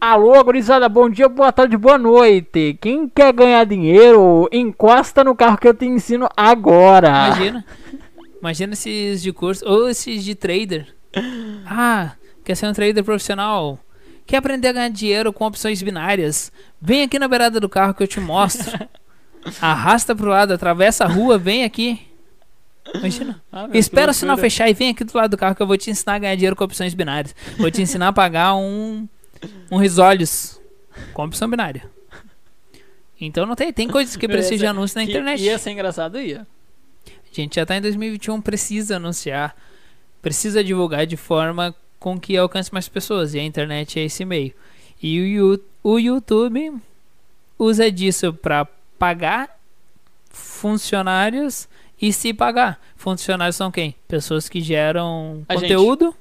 Speaker 2: Alô, gurizada, bom dia, boa tarde, boa noite. Quem quer ganhar dinheiro, encosta no carro que eu te ensino agora.
Speaker 1: Imagina. Imagina esses de curso. Ou esses de trader. Ah, quer ser um trader profissional? Quer aprender a ganhar dinheiro com opções binárias? Vem aqui na beirada do carro que eu te mostro. Arrasta pro lado, atravessa a rua, vem aqui. Imagina.
Speaker 2: Ah, meu, que
Speaker 1: Espera o sinal
Speaker 2: loucura.
Speaker 1: fechar e vem aqui do lado do carro que eu vou te ensinar a ganhar dinheiro com opções binárias. Vou te ensinar a pagar um, um risoles com opção binária. Então não tem. Tem coisas que
Speaker 2: Meu,
Speaker 1: precisam de
Speaker 2: essa-
Speaker 1: anúncio na
Speaker 2: que
Speaker 1: internet.
Speaker 2: Ia ser engraçado, ia.
Speaker 1: A gente já tá em 2021, precisa anunciar, precisa divulgar de forma com que alcance mais pessoas, e a internet é esse meio. E o, Yu- o YouTube usa disso para pagar funcionários e se pagar. Funcionários são quem? Pessoas que geram
Speaker 2: A gente.
Speaker 1: conteúdo.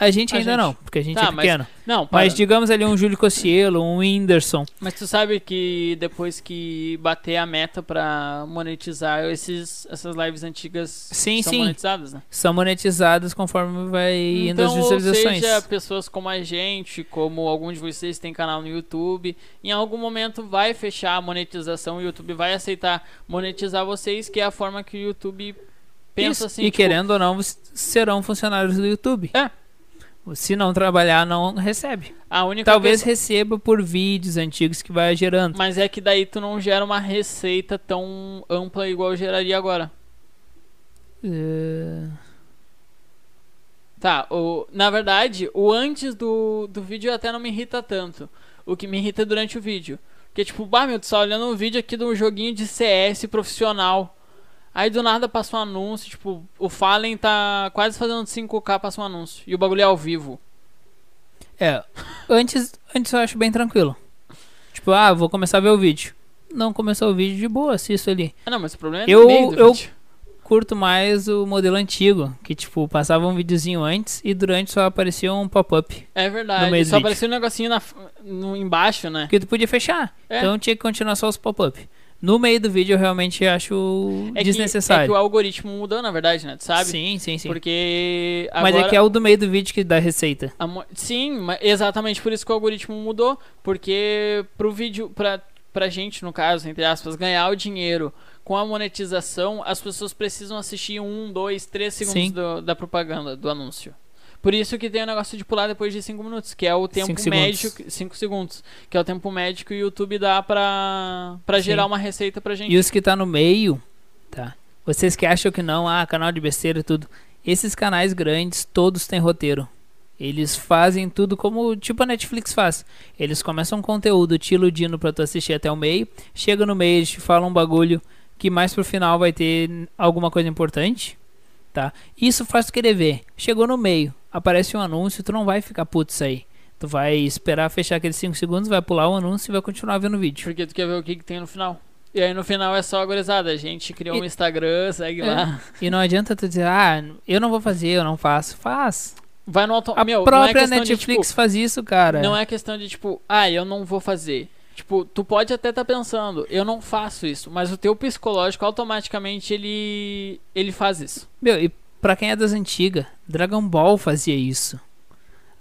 Speaker 1: A gente
Speaker 2: A
Speaker 1: ainda
Speaker 2: gente.
Speaker 1: não, porque a gente
Speaker 2: Tá,
Speaker 1: é
Speaker 2: mas-
Speaker 1: pequeno.
Speaker 2: Não, para.
Speaker 1: Mas digamos ali um Júlio Cossielo, um Whindersson.
Speaker 2: Mas tu sabe que depois que bater a meta pra monetizar esses, essas lives antigas
Speaker 1: Sim,
Speaker 2: são
Speaker 1: sim.
Speaker 2: monetizadas, né?
Speaker 1: São monetizados conforme vai indo
Speaker 2: Então,
Speaker 1: as
Speaker 2: ou
Speaker 1: visualizações.
Speaker 2: seja, pessoas como a gente, como alguns de vocês têm canal no YouTube, em algum momento vai fechar a monetização, o YouTube vai aceitar monetizar vocês, que é a forma que o YouTube pensa
Speaker 1: Isso,
Speaker 2: assim.
Speaker 1: E
Speaker 2: tipo,
Speaker 1: querendo ou não, vocês serão funcionários do YouTube.
Speaker 2: É.
Speaker 1: Se não trabalhar, não recebe.
Speaker 2: a única
Speaker 1: Talvez
Speaker 2: questão-
Speaker 1: receba por vídeos antigos que vai gerando.
Speaker 2: Mas é que daí tu não gera uma receita tão ampla igual geraria agora.
Speaker 1: Eh,
Speaker 2: Tá, o, na verdade, o antes do, do vídeo até não me irrita tanto. O que me irrita é durante o vídeo. Porque, tipo, bah, meu, tu tá olhando um vídeo aqui de um joguinho de CS profissional. Aí do nada passa um anúncio, tipo, o Fallen tá quase fazendo 5k, passa um anúncio. E o bagulho é ao vivo.
Speaker 1: É. Antes, antes eu acho bem tranquilo. Tipo, ah, vou começar a ver o vídeo. não começou o vídeo de boa, assisto ali.
Speaker 2: Ah, não, mas o problema é
Speaker 1: Eu-
Speaker 2: no meio do
Speaker 1: eu-
Speaker 2: vídeo.
Speaker 1: Curto mais o modelo antigo, que tipo, passava um videozinho antes e durante só aparecia um pop-up.
Speaker 2: É
Speaker 1: no
Speaker 2: verdade.
Speaker 1: meio do
Speaker 2: Só
Speaker 1: vídeo.
Speaker 2: apareceu um negocinho na, f- no, embaixo, né?
Speaker 1: Porque tu podia fechar.
Speaker 2: É.
Speaker 1: Então tinha que continuar só os pop-up. No meio do vídeo eu realmente acho
Speaker 2: É que- é que
Speaker 1: desnecessário.
Speaker 2: o algoritmo mudou, na verdade, né? Tu sabe?
Speaker 1: Sim, sim, sim.
Speaker 2: Porque agora...
Speaker 1: Mas é que é o do meio do vídeo que dá receita.
Speaker 2: A mo- Sim, ma- exatamente por isso que o algoritmo mudou, porque pro vídeo, pra, pra gente, no caso, entre aspas, ganhar o dinheiro com a monetização, as pessoas precisam assistir um, dois, três segundos
Speaker 1: Sim.
Speaker 2: do- da propaganda, do anúncio. Por isso que tem o negócio de pular depois de cinco minutos, que é o tempo
Speaker 1: Cinco segundos.
Speaker 2: médio. que- cinco segundos. Que é o tempo médio que o YouTube dá pra, pra
Speaker 1: Sim.
Speaker 2: gerar uma receita pra gente.
Speaker 1: E os que tá no meio, tá? Vocês que acham que não, ah, canal de besteira e tudo. Esses canais grandes, todos têm roteiro. Eles fazem tudo como tipo a Netflix faz. Eles começam um conteúdo te iludindo pra tu assistir até o meio. Chega no meio, eles te falam um bagulho que mais pro final vai ter alguma coisa importante. Tá? Isso faz tu querer ver. Chegou no meio, aparece um anúncio, tu não vai ficar puto isso aí. Tu vai esperar fechar aqueles 5 segundos, vai pular o anúncio e vai continuar vendo o vídeo.
Speaker 2: Porque tu quer ver o que, que tem no final. E aí no final é só a gurizada. A gente criou um
Speaker 1: E-
Speaker 2: Instagram, segue
Speaker 1: É.
Speaker 2: lá.
Speaker 1: E não adianta tu dizer, ah, eu não vou fazer, eu não faço. Faz.
Speaker 2: Vai no auto...
Speaker 1: A
Speaker 2: Meu, não é
Speaker 1: própria
Speaker 2: questão de, tipo,
Speaker 1: Netflix faz isso, cara.
Speaker 2: Não é questão de tipo, ah, eu não vou fazer. Tipo, tu pode até estar pensando, eu não faço isso, mas o teu psicológico automaticamente ele ele faz isso.
Speaker 1: Meu, e pra quem é das antigas, Dragon Ball fazia isso.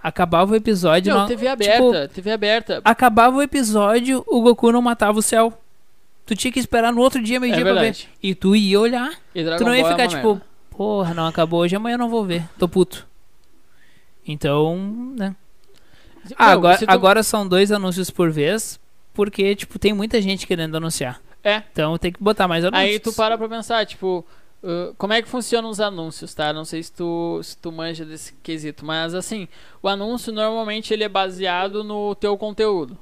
Speaker 1: Acabava o episódio.
Speaker 2: Não,
Speaker 1: não-
Speaker 2: TV aberta, TV aberta.
Speaker 1: Acabava o episódio, o Goku não matava o céu. Tu tinha que esperar no outro dia,
Speaker 2: É
Speaker 1: meio-dia pra ver.
Speaker 2: verdade.
Speaker 1: E tu ia olhar.
Speaker 2: E Dragon
Speaker 1: tu não ia
Speaker 2: Ball é
Speaker 1: ficar
Speaker 2: uma
Speaker 1: tipo,
Speaker 2: merda.
Speaker 1: porra, não acabou hoje, amanhã eu não vou ver. Tô puto. Então, né? Ah,
Speaker 2: Meu,
Speaker 1: agora,
Speaker 2: se tu-
Speaker 1: agora são dois anúncios por vez, porque, tipo, tem muita gente querendo anunciar.
Speaker 2: É.
Speaker 1: Então tem que botar mais anúncios.
Speaker 2: Aí tu para pra pensar, tipo, ah, como é que funcionam os anúncios, tá? Não sei se tu, se tu manja desse quesito, mas assim, o anúncio normalmente ele é baseado no teu conteúdo,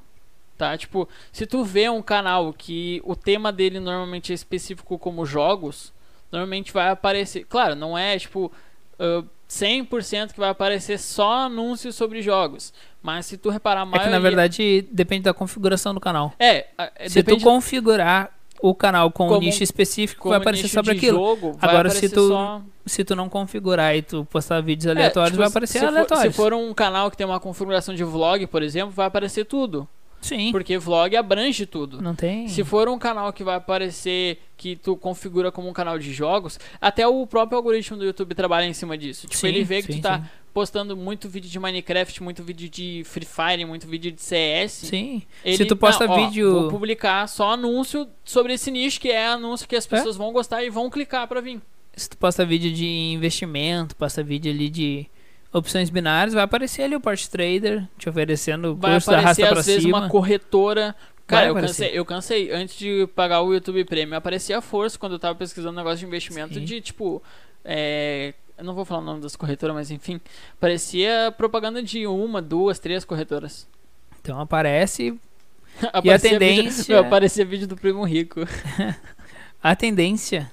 Speaker 2: tá? Tipo, se tu vê um canal que o tema dele normalmente é específico como jogos, normalmente vai aparecer. Claro, não é tipo. ah, 100% que vai aparecer só anúncios sobre jogos. Mas se tu reparar
Speaker 1: É
Speaker 2: mais.
Speaker 1: que, na verdade, depende da configuração do canal.
Speaker 2: É, a- é,
Speaker 1: se
Speaker 2: depende
Speaker 1: tu configurar o canal com um
Speaker 2: Como-
Speaker 1: nicho específico,
Speaker 2: como
Speaker 1: vai aparecer
Speaker 2: nicho
Speaker 1: só pra
Speaker 2: de
Speaker 1: aquilo.
Speaker 2: Jogo, vai
Speaker 1: Agora, se
Speaker 2: aparecer
Speaker 1: tu-
Speaker 2: só-
Speaker 1: Se tu não configurar e tu postar vídeos
Speaker 2: É,
Speaker 1: aleatórios,
Speaker 2: tipo,
Speaker 1: vai aparecer
Speaker 2: se for-
Speaker 1: aleatórios.
Speaker 2: se for um canal que tem uma configuração de vlog, por exemplo, vai aparecer tudo.
Speaker 1: Sim,
Speaker 2: Porque vlog abrange tudo.
Speaker 1: não tem.
Speaker 2: Se for um canal que vai aparecer, que tu configura como um canal de jogos, até o próprio algoritmo do YouTube trabalha em cima disso. Tipo,
Speaker 1: Sim,
Speaker 2: ele vê que
Speaker 1: sim,
Speaker 2: tu tá postando muito vídeo de Minecraft, muito vídeo de Free Fire, muito vídeo de CS.
Speaker 1: Sim. Sim.
Speaker 2: Ele,
Speaker 1: Se tu posta
Speaker 2: "Não, ó,
Speaker 1: vídeo-
Speaker 2: vou publicar só anúncio sobre esse nicho, que é anúncio que as pessoas vão gostar e vão clicar pra vir.
Speaker 1: Se tu posta vídeo de investimento, posta vídeo ali de opções binárias, vai aparecer ali o Port Trader te oferecendo o
Speaker 2: Vai
Speaker 1: curso da
Speaker 2: aparecer,
Speaker 1: Arrasta Pra
Speaker 2: às vezes,
Speaker 1: Cima.
Speaker 2: uma corretora. Cara,
Speaker 1: Vai
Speaker 2: eu
Speaker 1: aparecer.
Speaker 2: cansei, eu cansei. Antes de pagar o YouTube Premium, aparecia a força quando eu tava pesquisando um negócio de investimento
Speaker 1: Sim.
Speaker 2: de tipo. é, Eu não vou falar o nome das corretoras, mas enfim. Parecia propaganda de uma, duas, três corretoras.
Speaker 1: Então aparece.
Speaker 2: Aparecia vídeo-
Speaker 1: tendência-
Speaker 2: meu, aparecia vídeo do primo rico.
Speaker 1: A tendência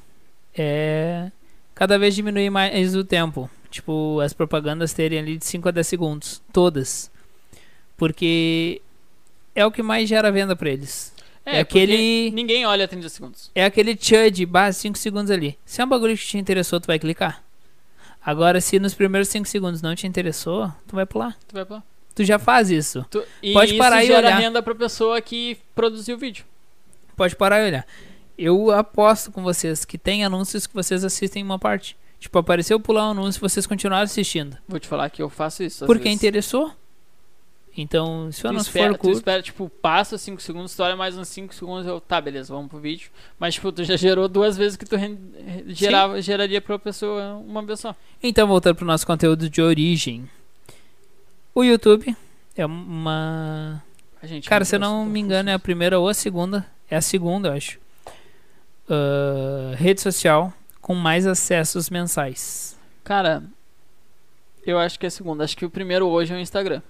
Speaker 1: é cada vez diminuir mais o tempo. Tipo, as propagandas terem ali de 5 a 10 segundos. Todas. Porque é o que mais gera venda pra eles. É,
Speaker 2: porque
Speaker 1: aquele-
Speaker 2: Ninguém olha 30 segundos.
Speaker 1: É aquele chud, base 5 segundos ali. Se é um bagulho que te interessou, tu vai clicar. Agora, se nos primeiros 5 segundos não te interessou, tu vai pular.
Speaker 2: Tu vai pra... lá.
Speaker 1: Tu já faz isso.
Speaker 2: Tu... E
Speaker 1: Pode
Speaker 2: isso
Speaker 1: parar e
Speaker 2: gera
Speaker 1: olhar.
Speaker 2: renda pra pessoa que produziu o vídeo.
Speaker 1: Pode parar e olhar. Eu aposto com vocês que tem anúncios que vocês assistem uma parte. Tipo, apareceu pular um anúncio e vocês continuaram assistindo.
Speaker 2: Vou te falar que eu faço isso. às
Speaker 1: Porque
Speaker 2: vezes.
Speaker 1: interessou. Então, se o
Speaker 2: Tu
Speaker 1: anúncio
Speaker 2: espera,
Speaker 1: for
Speaker 2: tu
Speaker 1: curto.
Speaker 2: espera, tipo, passa 5 segundos, tu olha mais uns 5 segundos, eu, tá, beleza, vamos pro vídeo. Mas, tipo, tu já gerou duas vezes que tu ren- gerava, geraria pra pessoa uma vez só.
Speaker 1: Então, voltando pro nosso conteúdo de origem. O YouTube é uma.
Speaker 2: A gente
Speaker 1: Cara,
Speaker 2: não
Speaker 1: se eu não
Speaker 2: gosta,
Speaker 1: me
Speaker 2: tá
Speaker 1: engano, é a
Speaker 2: funcionando.
Speaker 1: primeira ou a segunda. É a segunda, eu acho. Ah, rede social com mais acessos mensais.
Speaker 2: Cara, eu acho que é a segunda. Acho que o primeiro hoje é o Instagram.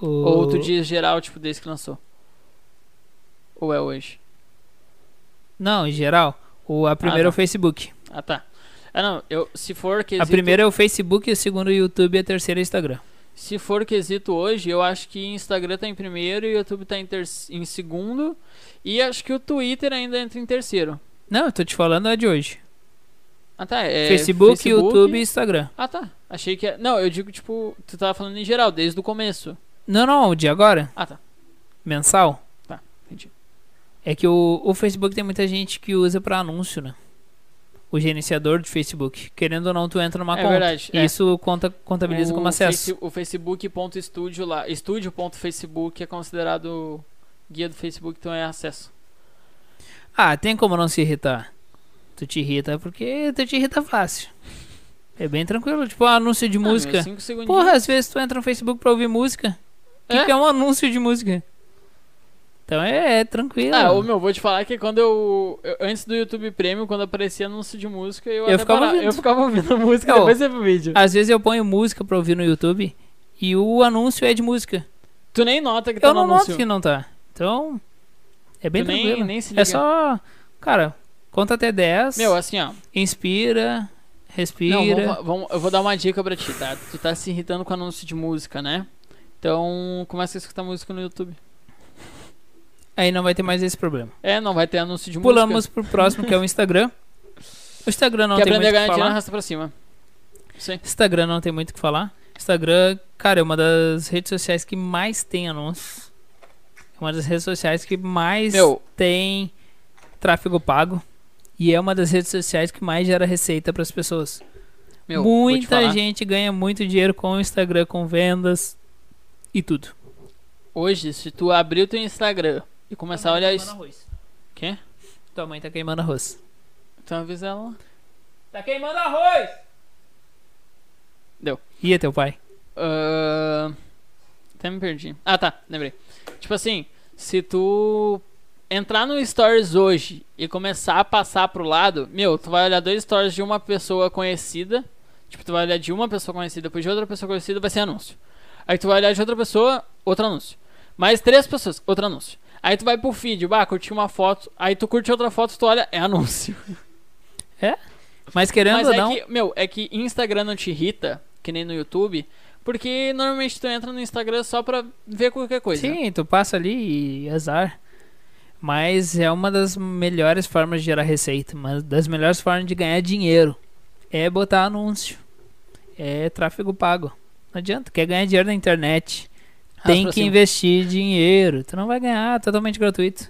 Speaker 1: O...
Speaker 2: Ou tu diz geral, tipo, desde que lançou. Ou é hoje?
Speaker 1: Não, em geral. O, a primeira é o
Speaker 2: tá.
Speaker 1: Facebook.
Speaker 2: Ah, tá. Ah, não, eu, se for que.
Speaker 1: A primeira é o Facebook, a segunda é o YouTube e a terceira é o Instagram.
Speaker 2: Se for quesito hoje, eu acho que Instagram tá em primeiro e o YouTube tá em, ter- em segundo. E acho que o Twitter ainda entra em terceiro.
Speaker 1: Não, eu tô te falando a de hoje.
Speaker 2: Ah, tá. É
Speaker 1: Facebook, YouTube e Instagram.
Speaker 2: Ah, tá. Achei que. é- Não, eu digo, tipo, tu tava falando em geral, desde o começo.
Speaker 1: Não, não, o de agora,
Speaker 2: Ah, tá.
Speaker 1: mensal.
Speaker 2: Tá, entendi.
Speaker 1: É que o, o Facebook tem muita gente que usa pra anúncio, né? O gerenciador de Facebook. Querendo ou não, tu entra numa
Speaker 2: é
Speaker 1: conta.
Speaker 2: verdade.
Speaker 1: E
Speaker 2: é.
Speaker 1: Isso conta, contabiliza
Speaker 2: O
Speaker 1: como acesso.
Speaker 2: face- o Facebook.studio lá, estúdio.facebook é considerado guia do Facebook, então é acesso.
Speaker 1: Ah, tem como não se irritar. Tu te irrita porque tu te irrita fácil. É bem tranquilo, tipo um anúncio
Speaker 2: Ah,
Speaker 1: de música.
Speaker 2: 5 segundinhos.
Speaker 1: Porra, às vezes tu entra no Facebook pra ouvir música. O que,
Speaker 2: É?
Speaker 1: que é um anúncio de música? Então é, é tranquilo.
Speaker 2: Ah, ô meu, vou te falar que quando eu, eu- Antes do YouTube Premium, quando aparecia anúncio de música, eu,
Speaker 1: Eu
Speaker 2: até
Speaker 1: ficava
Speaker 2: parava-
Speaker 1: ouvindo. Ah.
Speaker 2: eu ficava ouvindo a música,
Speaker 1: Ô.
Speaker 2: depois ia pro vídeo.
Speaker 1: Às vezes eu ponho música pra ouvir no YouTube e o anúncio é de música.
Speaker 2: Tu nem nota que tá
Speaker 1: eu
Speaker 2: no
Speaker 1: não
Speaker 2: anúncio.
Speaker 1: noto que não tá. Então, é bem
Speaker 2: tu
Speaker 1: tranquilo.
Speaker 2: nem, nem se liga.
Speaker 1: é só, cara, conta até 10,
Speaker 2: Meu, assim, ó.
Speaker 1: inspira, respira.
Speaker 2: Não, vamos, fa- vamos- eu vou dar uma dica pra ti, tá? Tu tá se irritando com anúncio de música, né? Então, começa a escutar música no YouTube.
Speaker 1: Aí não vai ter mais esse problema.
Speaker 2: É, não vai ter anúncio de
Speaker 1: Pulamos
Speaker 2: música.
Speaker 1: pro próximo, que é o Instagram. O Instagram não
Speaker 2: Quer
Speaker 1: tem
Speaker 2: aprender
Speaker 1: muito
Speaker 2: a ganhar
Speaker 1: o que
Speaker 2: dinheiro,
Speaker 1: falar.
Speaker 2: arrasta pra cima. Sim.
Speaker 1: Instagram não tem muito o que falar. Instagram, cara, é uma das redes sociais que mais tem anúncios. É uma das redes sociais que mais
Speaker 2: Meu.
Speaker 1: tem tráfego pago. E é uma das redes sociais que mais gera receita para as pessoas.
Speaker 2: Meu, vou te
Speaker 1: Muita
Speaker 2: falar.
Speaker 1: gente ganha muito dinheiro com o Instagram, com vendas e tudo.
Speaker 2: Hoje, se tu abrir o teu Instagram e começar a olhar isso.
Speaker 1: Tá arroz.
Speaker 2: Quê?
Speaker 1: Tua mãe tá queimando arroz.
Speaker 2: Então avisa ela. lá.
Speaker 1: Tá queimando arroz!
Speaker 2: Deu.
Speaker 1: E é teu pai?
Speaker 2: Ahn, Ah, Até me perdi. Ah, tá, lembrei. Tipo assim, se tu entrar no Stories hoje e começar a passar pro lado, meu, tu vai olhar dois Stories de uma pessoa conhecida. Tipo, tu vai olhar de uma pessoa conhecida, depois de outra pessoa conhecida, vai ser anúncio. Aí tu vai olhar de outra pessoa, outro anúncio. Mais três pessoas, outro anúncio. Aí tu vai pro feed, bah, curti uma foto. Aí tu curte outra foto, tu olha, é anúncio.
Speaker 1: Mas querendo
Speaker 2: Mas
Speaker 1: ou
Speaker 2: é
Speaker 1: não,
Speaker 2: que, meu, é que Instagram não te irrita, que nem no YouTube, porque normalmente tu entra no Instagram só pra ver qualquer coisa.
Speaker 1: Sim, tu passa ali e azar. Mas é uma das melhores formas de gerar receita, uma das melhores formas de ganhar dinheiro. É botar anúncio. É tráfego pago. Não adianta, quer ganhar dinheiro na internet.
Speaker 2: Arrasta
Speaker 1: Tem
Speaker 2: Ah, pra
Speaker 1: que
Speaker 2: cima.
Speaker 1: investir dinheiro. Tu não vai ganhar totalmente gratuito.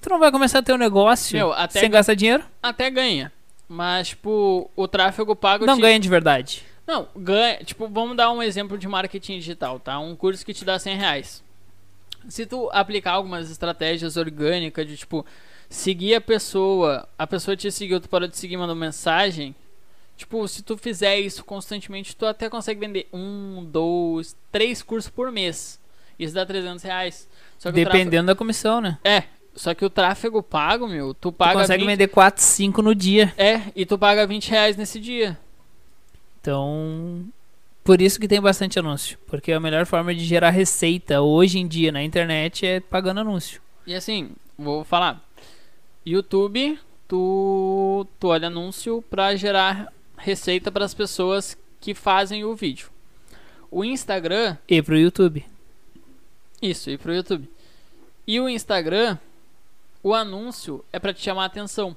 Speaker 1: Tu não vai começar a ter um negócio
Speaker 2: Meu, até
Speaker 1: sem
Speaker 2: gan-
Speaker 1: gastar dinheiro?
Speaker 2: Até ganha. Mas, tipo, o tráfego pago
Speaker 1: Não
Speaker 2: te-
Speaker 1: ganha de verdade.
Speaker 2: Não, ganha. Tipo, vamos dar um exemplo de marketing digital, tá? Um curso que te dá 100 reais. Se tu aplicar algumas estratégias orgânicas de, tipo, seguir a pessoa, a pessoa te seguiu, tu parou de seguir, mandou mensagem. Tipo, se tu fizer isso constantemente, tu até consegue vender um, dois, três cursos por mês. Isso dá 300 reais. Só que o tráfego-
Speaker 1: Dependendo da comissão, né?
Speaker 2: É, só que o tráfego pago, meu, tu
Speaker 1: Tu
Speaker 2: paga...
Speaker 1: consegue
Speaker 2: 20
Speaker 1: vender 4, 5 no dia.
Speaker 2: É, e tu paga 20 reais nesse dia.
Speaker 1: Então, por isso que tem bastante anúncio. Porque a melhor forma de gerar receita hoje em dia na internet é pagando anúncio.
Speaker 2: E assim, vou falar. YouTube, tu, tu olha anúncio pra gerar receita pras pessoas que fazem o vídeo. O Instagram,
Speaker 1: E pro YouTube.
Speaker 2: isso, e pro YouTube. E o Instagram, o anúncio é pra te chamar a atenção.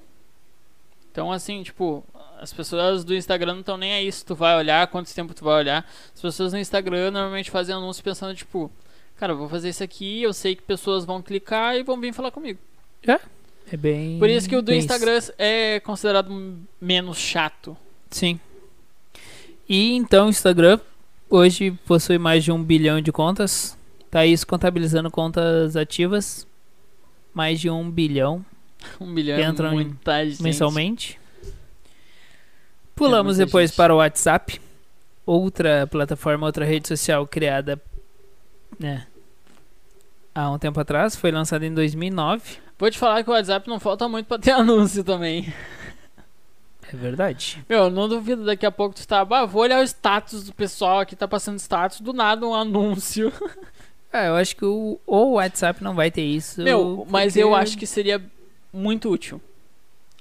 Speaker 2: Então assim, tipo, as pessoas do Instagram não estão nem aí se tu vai olhar, quanto tempo tu vai olhar. As pessoas no Instagram normalmente fazem anúncio pensando, tipo, cara, eu vou fazer isso aqui, eu sei que pessoas vão clicar e vão vir falar comigo.
Speaker 1: É bem.
Speaker 2: Por isso que o do
Speaker 1: bem
Speaker 2: Instagram é considerado m- menos chato.
Speaker 1: Sim. E então o Instagram hoje possui mais de um bilhão de contas. Tá isso contabilizando contas ativas. Mais de um bilhão
Speaker 2: Um milhão é
Speaker 1: Entram
Speaker 2: muita gente. É,
Speaker 1: mensalmente. Pulamos
Speaker 2: muita
Speaker 1: depois
Speaker 2: gente.
Speaker 1: para o WhatsApp. Outra plataforma, outra rede social criada né, há um tempo atrás. Foi lançada em 2009.
Speaker 2: Vou te falar que o WhatsApp não falta muito pra ter anúncio também.
Speaker 1: É verdade.
Speaker 2: Meu, não duvido, daqui a pouco tu tá. Ah, vou olhar o status do pessoal aqui, tá passando status, do nada um anúncio.
Speaker 1: É, eu acho que o, o WhatsApp não vai ter isso.
Speaker 2: Meu, mas eu
Speaker 1: porque-
Speaker 2: acho que seria muito útil.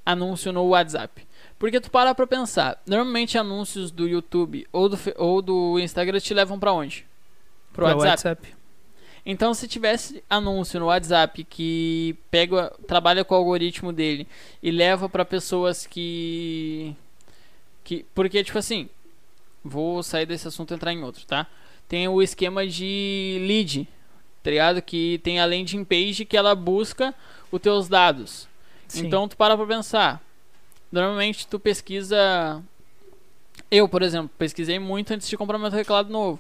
Speaker 2: Anúncio no WhatsApp. Porque tu para pra pensar, normalmente anúncios do YouTube ou do, Fe- ou do Instagram te levam pra onde? pro WhatsApp. Então, se tivesse anúncio no WhatsApp que pega, trabalha com o algoritmo dele e leva pra pessoas que que porque tipo assim, vou sair desse assunto e entrar em outro, tá? Tem o esquema de lead, tá ligado? Que tem a landing page que ela busca os teus dados.
Speaker 1: Sim.
Speaker 2: Então tu para pra pensar. Normalmente tu pesquisa. Eu, por exemplo, pesquisei muito antes de comprar meu teclado novo.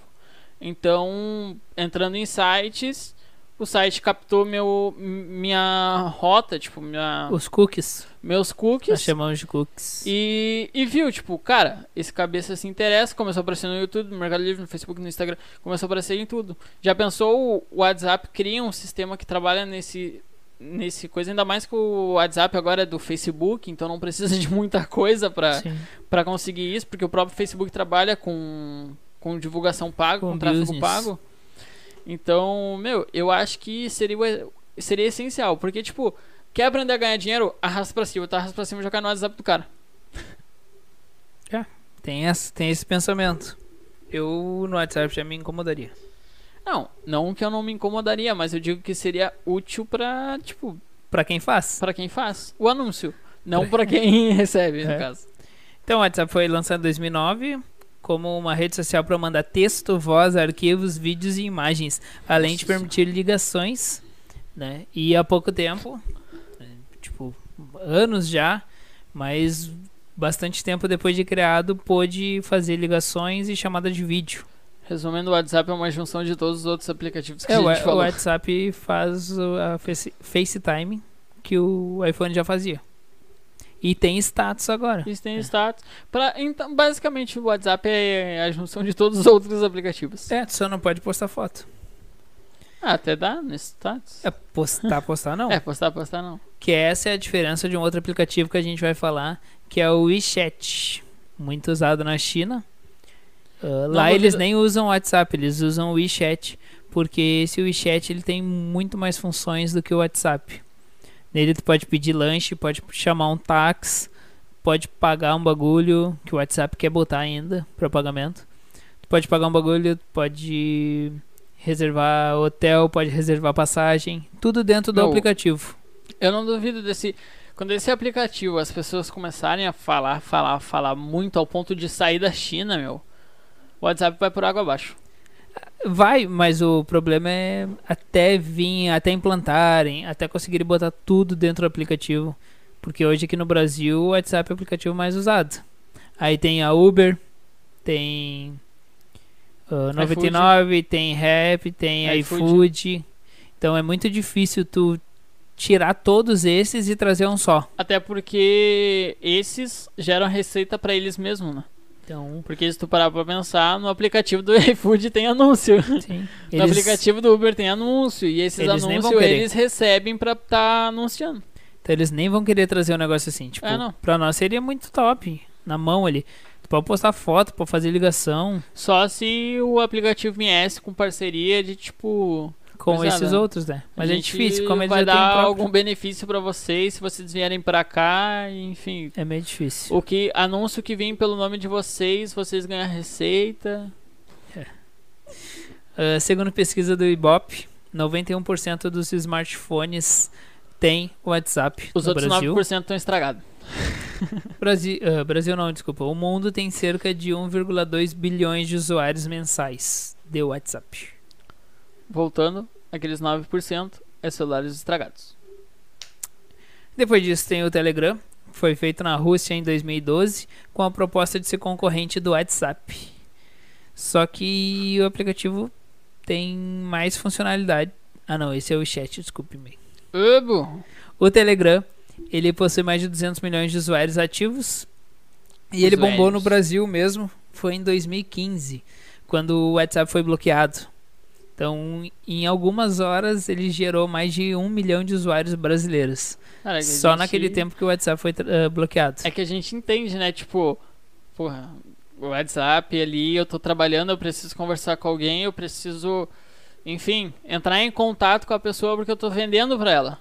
Speaker 2: Então, entrando em sites, o site captou meu, minha rota, tipo, minha,
Speaker 1: os cookies,
Speaker 2: meus
Speaker 1: nós
Speaker 2: cookies.
Speaker 1: chamamos de cookies.
Speaker 2: E, e viu, tipo, cara, esse cabeça se interessa, começou a aparecer no YouTube, no Mercado Livre, no Facebook, no Instagram, começou a aparecer em tudo. Já pensou o WhatsApp cria um sistema que trabalha nesse nesse coisa, ainda mais que o WhatsApp agora é do Facebook, então não precisa de muita coisa pra
Speaker 1: Sim,
Speaker 2: para conseguir isso, porque o próprio Facebook trabalha com, com divulgação paga, com,
Speaker 1: Com
Speaker 2: tráfego
Speaker 1: business.
Speaker 2: pago. Então, meu, eu acho que seria, o- seria essencial, porque, tipo, quer aprender a ganhar dinheiro? Arrasta pra cima, tá? Arrasta pra cima e joga no WhatsApp do cara.
Speaker 1: tem, essa, tem esse pensamento. Eu no WhatsApp já me incomodaria.
Speaker 2: Não, não que eu não me incomodaria, mas eu digo que seria útil pra, tipo,
Speaker 1: Pra quem faz.
Speaker 2: pra quem faz o anúncio. Não pra quem recebe, no
Speaker 1: É.
Speaker 2: caso.
Speaker 1: Então, o WhatsApp foi lançado em 2009 como uma rede social para mandar texto, voz, arquivos, vídeos e imagens, além
Speaker 2: Nossa
Speaker 1: de permitir ligações, né? E há pouco tempo, né, tipo, anos já, mas bastante tempo depois de criado, pôde fazer ligações e chamada de vídeo.
Speaker 2: Resumindo, o WhatsApp é uma junção de todos os outros aplicativos que
Speaker 1: É,
Speaker 2: a
Speaker 1: o,
Speaker 2: gente
Speaker 1: o
Speaker 2: falou.
Speaker 1: WhatsApp faz o- a face, FaceTime que o iPhone já fazia. E tem status agora.
Speaker 2: Isso tem status. Pra, então, basicamente, o WhatsApp é a junção de todos os outros aplicativos.
Speaker 1: É, tu só não pode postar foto.
Speaker 2: Ah, até dá nesse status.
Speaker 1: É, postar, postar não.
Speaker 2: É, postar, postar não.
Speaker 1: Que essa é a diferença de um outro aplicativo que a gente vai falar, que é o WeChat. Muito usado na China. Ah, lá
Speaker 2: vou
Speaker 1: eles
Speaker 2: dizer-
Speaker 1: nem usam WhatsApp, eles usam o WeChat. Porque esse WeChat ele tem muito mais funções do que o WhatsApp. Nele tu pode pedir lanche, pode chamar um táxi, pode pagar um bagulho que o WhatsApp quer botar ainda para pagamento. Tu pode pagar um bagulho, tu pode reservar hotel, pode reservar passagem, tudo dentro do
Speaker 2: Meu,
Speaker 1: aplicativo.
Speaker 2: Eu não duvido desse. Quando esse aplicativo as pessoas começarem a falar, falar, falar muito ao ponto de sair da China, meu. O WhatsApp vai por água abaixo.
Speaker 1: Vai, mas o problema é até vir, até implantarem, até conseguirem botar tudo dentro do aplicativo. Porque hoje aqui no Brasil o WhatsApp é o aplicativo mais usado. Aí tem a Uber, tem ah, 99, tem Rap, tem
Speaker 2: iFood.
Speaker 1: iFood. Então é muito difícil tu tirar todos esses e trazer um só.
Speaker 2: Até porque esses geram receita pra eles mesmos, né?
Speaker 1: Então,
Speaker 2: Porque se tu parar pra pensar, no aplicativo do iFood tem anúncio.
Speaker 1: sim.
Speaker 2: No
Speaker 1: eles-
Speaker 2: aplicativo do Uber tem anúncio. E esses
Speaker 1: Eles nem vão
Speaker 2: anúncios
Speaker 1: querer.
Speaker 2: eles recebem pra tá anunciando.
Speaker 1: Então eles nem vão querer trazer um negócio assim. Tipo,
Speaker 2: É, não.
Speaker 1: pra nós seria muito top. Na mão ali. Tu pode postar foto, pode fazer ligação
Speaker 2: Só se o aplicativo viesse com parceria de tipo.
Speaker 1: com
Speaker 2: Pois é,
Speaker 1: esses
Speaker 2: né?
Speaker 1: outros, né? Mas é difícil, como eles
Speaker 2: vai
Speaker 1: já têm
Speaker 2: dar
Speaker 1: próprio,
Speaker 2: algum benefício pra vocês se vocês vierem pra cá, enfim.
Speaker 1: É meio difícil.
Speaker 2: O que anúncio que vem pelo nome de vocês, vocês ganham receita.
Speaker 1: Ah, segundo pesquisa do Ibope, 91% dos smartphones tem WhatsApp
Speaker 2: Os
Speaker 1: no
Speaker 2: outros
Speaker 1: Brasil.
Speaker 2: 9% estão estragados.
Speaker 1: Brasil, ah, Brasil não, desculpa. O mundo tem cerca de 1,2 bilhões de usuários mensais de WhatsApp.
Speaker 2: Voltando, aqueles 9% é celulares estragados.
Speaker 1: Depois disso tem o Telegram, que foi feito na Rússia em 2012 com a proposta de ser concorrente do WhatsApp. Só que o aplicativo tem mais funcionalidade. Ah não, esse é o chat, desculpe-me.
Speaker 2: Ubo!
Speaker 1: O Telegram, ele possui mais de 200 milhões de usuários ativos. E ele bombou
Speaker 2: Usuários.
Speaker 1: no Brasil mesmo, foi em 2015, quando o WhatsApp foi bloqueado. Então, em algumas horas, ele gerou mais de um milhão de usuários brasileiros.
Speaker 2: Cara, é que a
Speaker 1: Só
Speaker 2: gente-
Speaker 1: naquele tempo que o WhatsApp foi tra- ah, bloqueado.
Speaker 2: É que a gente entende, né? Tipo, porra, o WhatsApp ali, eu tô trabalhando, eu preciso conversar com alguém, eu preciso, enfim, entrar em contato com a pessoa porque eu tô vendendo pra ela.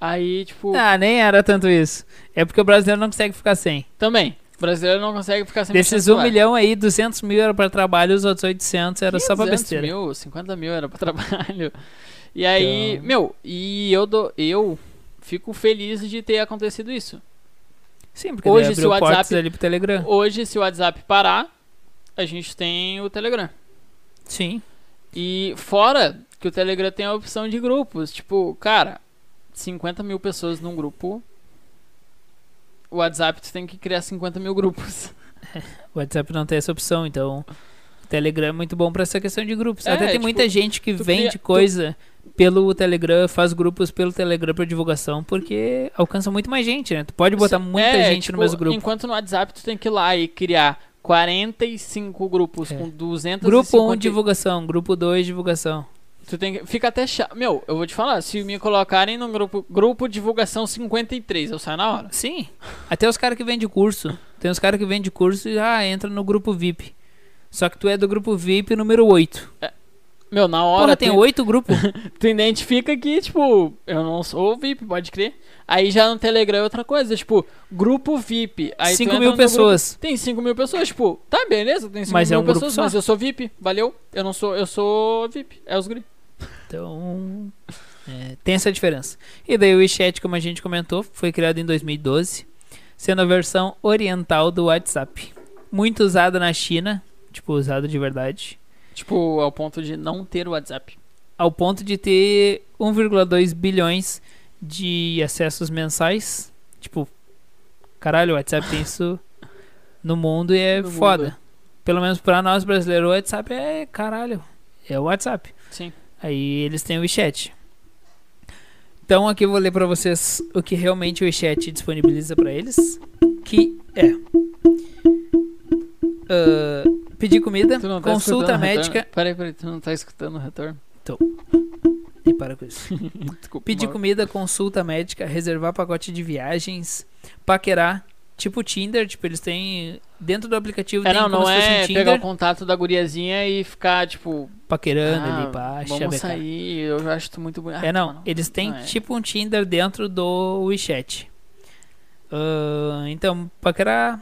Speaker 2: Aí, tipo,
Speaker 1: Ah, nem era tanto isso. É porque o É brasileiro não consegue ficar sem.
Speaker 2: também. O brasileiro não consegue ficar sem
Speaker 1: Desses
Speaker 2: mexer no
Speaker 1: um
Speaker 2: celular.
Speaker 1: milhão aí, 200 mil era pra trabalho, os outros 800 era só pra
Speaker 2: 200
Speaker 1: besteira.
Speaker 2: Mil, 50 mil era pra trabalho. E aí,
Speaker 1: Então-
Speaker 2: meu, e eu, dou, eu fico feliz de ter acontecido isso.
Speaker 1: Sim, porque
Speaker 2: Hoje,
Speaker 1: Hoje,
Speaker 2: se
Speaker 1: abriu
Speaker 2: o
Speaker 1: portas
Speaker 2: WhatsApp-
Speaker 1: ali pro Telegram.
Speaker 2: Hoje, se o WhatsApp parar, a gente tem o Telegram.
Speaker 1: Sim.
Speaker 2: E fora que o Telegram tem a opção de grupos. Tipo, cara, 50 mil pessoas num grupo. O WhatsApp tu tem que criar 50 mil grupos.
Speaker 1: O WhatsApp não tem essa opção, então o Telegram é muito bom pra essa questão de grupos.
Speaker 2: É,
Speaker 1: Até tem
Speaker 2: tipo,
Speaker 1: muita gente que
Speaker 2: tu
Speaker 1: vende
Speaker 2: cria- tu-
Speaker 1: coisa pelo Telegram, faz grupos pelo Telegram pra divulgação, porque alcança muito mais gente, né? Tu pode botar
Speaker 2: Sim,
Speaker 1: muita
Speaker 2: é,
Speaker 1: gente
Speaker 2: tipo,
Speaker 1: no mesmo grupo.
Speaker 2: Enquanto no WhatsApp tu tem que ir lá e criar 45 grupos
Speaker 1: É.
Speaker 2: com 250...
Speaker 1: Grupo 1, divulgação. Grupo 2, divulgação.
Speaker 2: Tu tem que... Fica até chato. Meu, eu vou te falar, se me colocarem no grupo, grupo divulgação 53, eu saio na hora.
Speaker 1: Sim. Até os caras que vendem curso. Tem os caras que vendem curso e ah, entra no grupo VIP. Só que tu é do grupo VIP número 8.
Speaker 2: Meu, na hora...
Speaker 1: Porra,
Speaker 2: tu-
Speaker 1: tem um oito grupos?
Speaker 2: Tu identifica que, tipo, eu não sou VIP, pode crer. Aí já no Telegram é outra coisa, tipo, grupo VIP. Aí tu
Speaker 1: 5
Speaker 2: entra
Speaker 1: mil
Speaker 2: no grupo-
Speaker 1: pessoas.
Speaker 2: tem 5 mil pessoas, tipo, tá, beleza, tem 5
Speaker 1: Mas
Speaker 2: mil
Speaker 1: é um grupo
Speaker 2: pessoas,
Speaker 1: só.
Speaker 2: mas eu sou VIP, valeu. Eu não sou, eu sou VIP, é os gri.
Speaker 1: Então, é, tem essa diferença. E daí o WeChat, como a gente comentou, foi criado em 2012, sendo a versão oriental do WhatsApp. Muito usada na China, tipo, usada de verdade,
Speaker 2: Tipo, ao ponto de não ter o WhatsApp.
Speaker 1: ao ponto de ter 1,2 bilhões de acessos mensais. Tipo, caralho, o WhatsApp tem isso no mundo e é
Speaker 2: No mundo,
Speaker 1: foda.
Speaker 2: é.
Speaker 1: Pelo menos pra nós brasileiros, o WhatsApp é caralho, é o WhatsApp.
Speaker 2: Sim.
Speaker 1: Aí eles têm o WeChat. Então aqui eu vou ler pra vocês o que realmente o WeChat disponibiliza pra eles, que é ah, pedir comida,
Speaker 2: Tu não tá
Speaker 1: consulta
Speaker 2: escutando o retorno?
Speaker 1: médica
Speaker 2: Peraí, peraí, tu não tá escutando o retorno?
Speaker 1: e para com isso.
Speaker 2: Desculpa.
Speaker 1: Pedir
Speaker 2: Mauro.
Speaker 1: comida, consulta médica, reservar pacote de viagens, paquerar, tipo Tinder, tipo eles têm dentro do aplicativo
Speaker 2: É,
Speaker 1: tem
Speaker 2: não,
Speaker 1: como
Speaker 2: não
Speaker 1: se fosse um
Speaker 2: é
Speaker 1: Tinder,
Speaker 2: pegar o contato da guriazinha e ficar, tipo,
Speaker 1: paquerando
Speaker 2: ah,
Speaker 1: ali, baixa,
Speaker 2: vamos
Speaker 1: becar.
Speaker 2: sair, eu acho tu muito bonito.
Speaker 1: É não, eles têm
Speaker 2: não é.
Speaker 1: tipo um Tinder dentro do WeChat. Ahn, então, paquerar,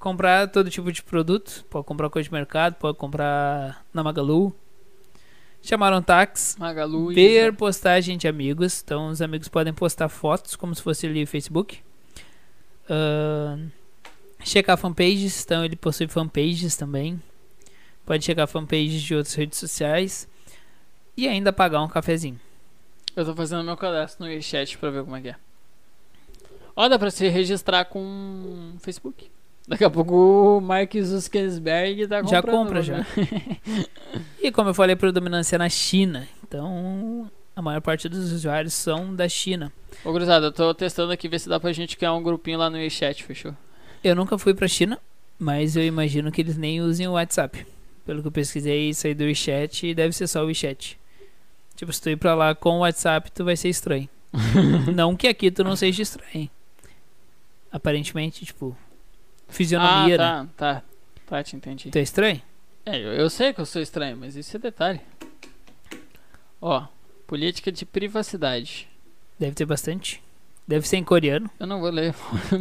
Speaker 1: comprar todo tipo de produto, pode comprar coisa de mercado, pode comprar na Magalu. Chamar um táxi,
Speaker 2: Magalu e-
Speaker 1: ver postagem de amigos, então os amigos podem postar fotos como se fosse ali Facebook. Ahn, checar fanpages, então ele possui fanpages também. Pode checar fanpages de outras redes sociais e ainda pagar um cafezinho.
Speaker 2: Eu tô fazendo meu cadastro no WeChat pra ver como é que é. Ó, dá pra se registrar com o Facebook. Daqui a pouco o Mark Zuckerberg tá comprando.
Speaker 1: Já compra, já.
Speaker 2: né?
Speaker 1: E como eu falei, predominância é na China. Então, a maior parte dos usuários são da China.
Speaker 2: Ô, Cruzado, eu tô testando aqui ver se dá pra gente criar um grupinho lá no WeChat, fechou?
Speaker 1: Eu nunca fui pra China, mas eu imagino que eles nem usem o WhatsApp. Pelo que eu pesquisei, isso aí do WeChat e deve ser só o WeChat. Tipo, se tu ir pra lá com o WhatsApp, tu vai ser estranho. não que aqui tu não seja estranho. Aparentemente, tipo, fisionomia,
Speaker 2: ah,
Speaker 1: né?
Speaker 2: tá, tá. Tá, te entendi.
Speaker 1: Tu é estranho?
Speaker 2: É, eu, eu sei que eu sou estranho, mas isso é detalhe. Ó, política de privacidade.
Speaker 1: Deve ter bastante. Deve ser em coreano.
Speaker 2: Eu não vou ler,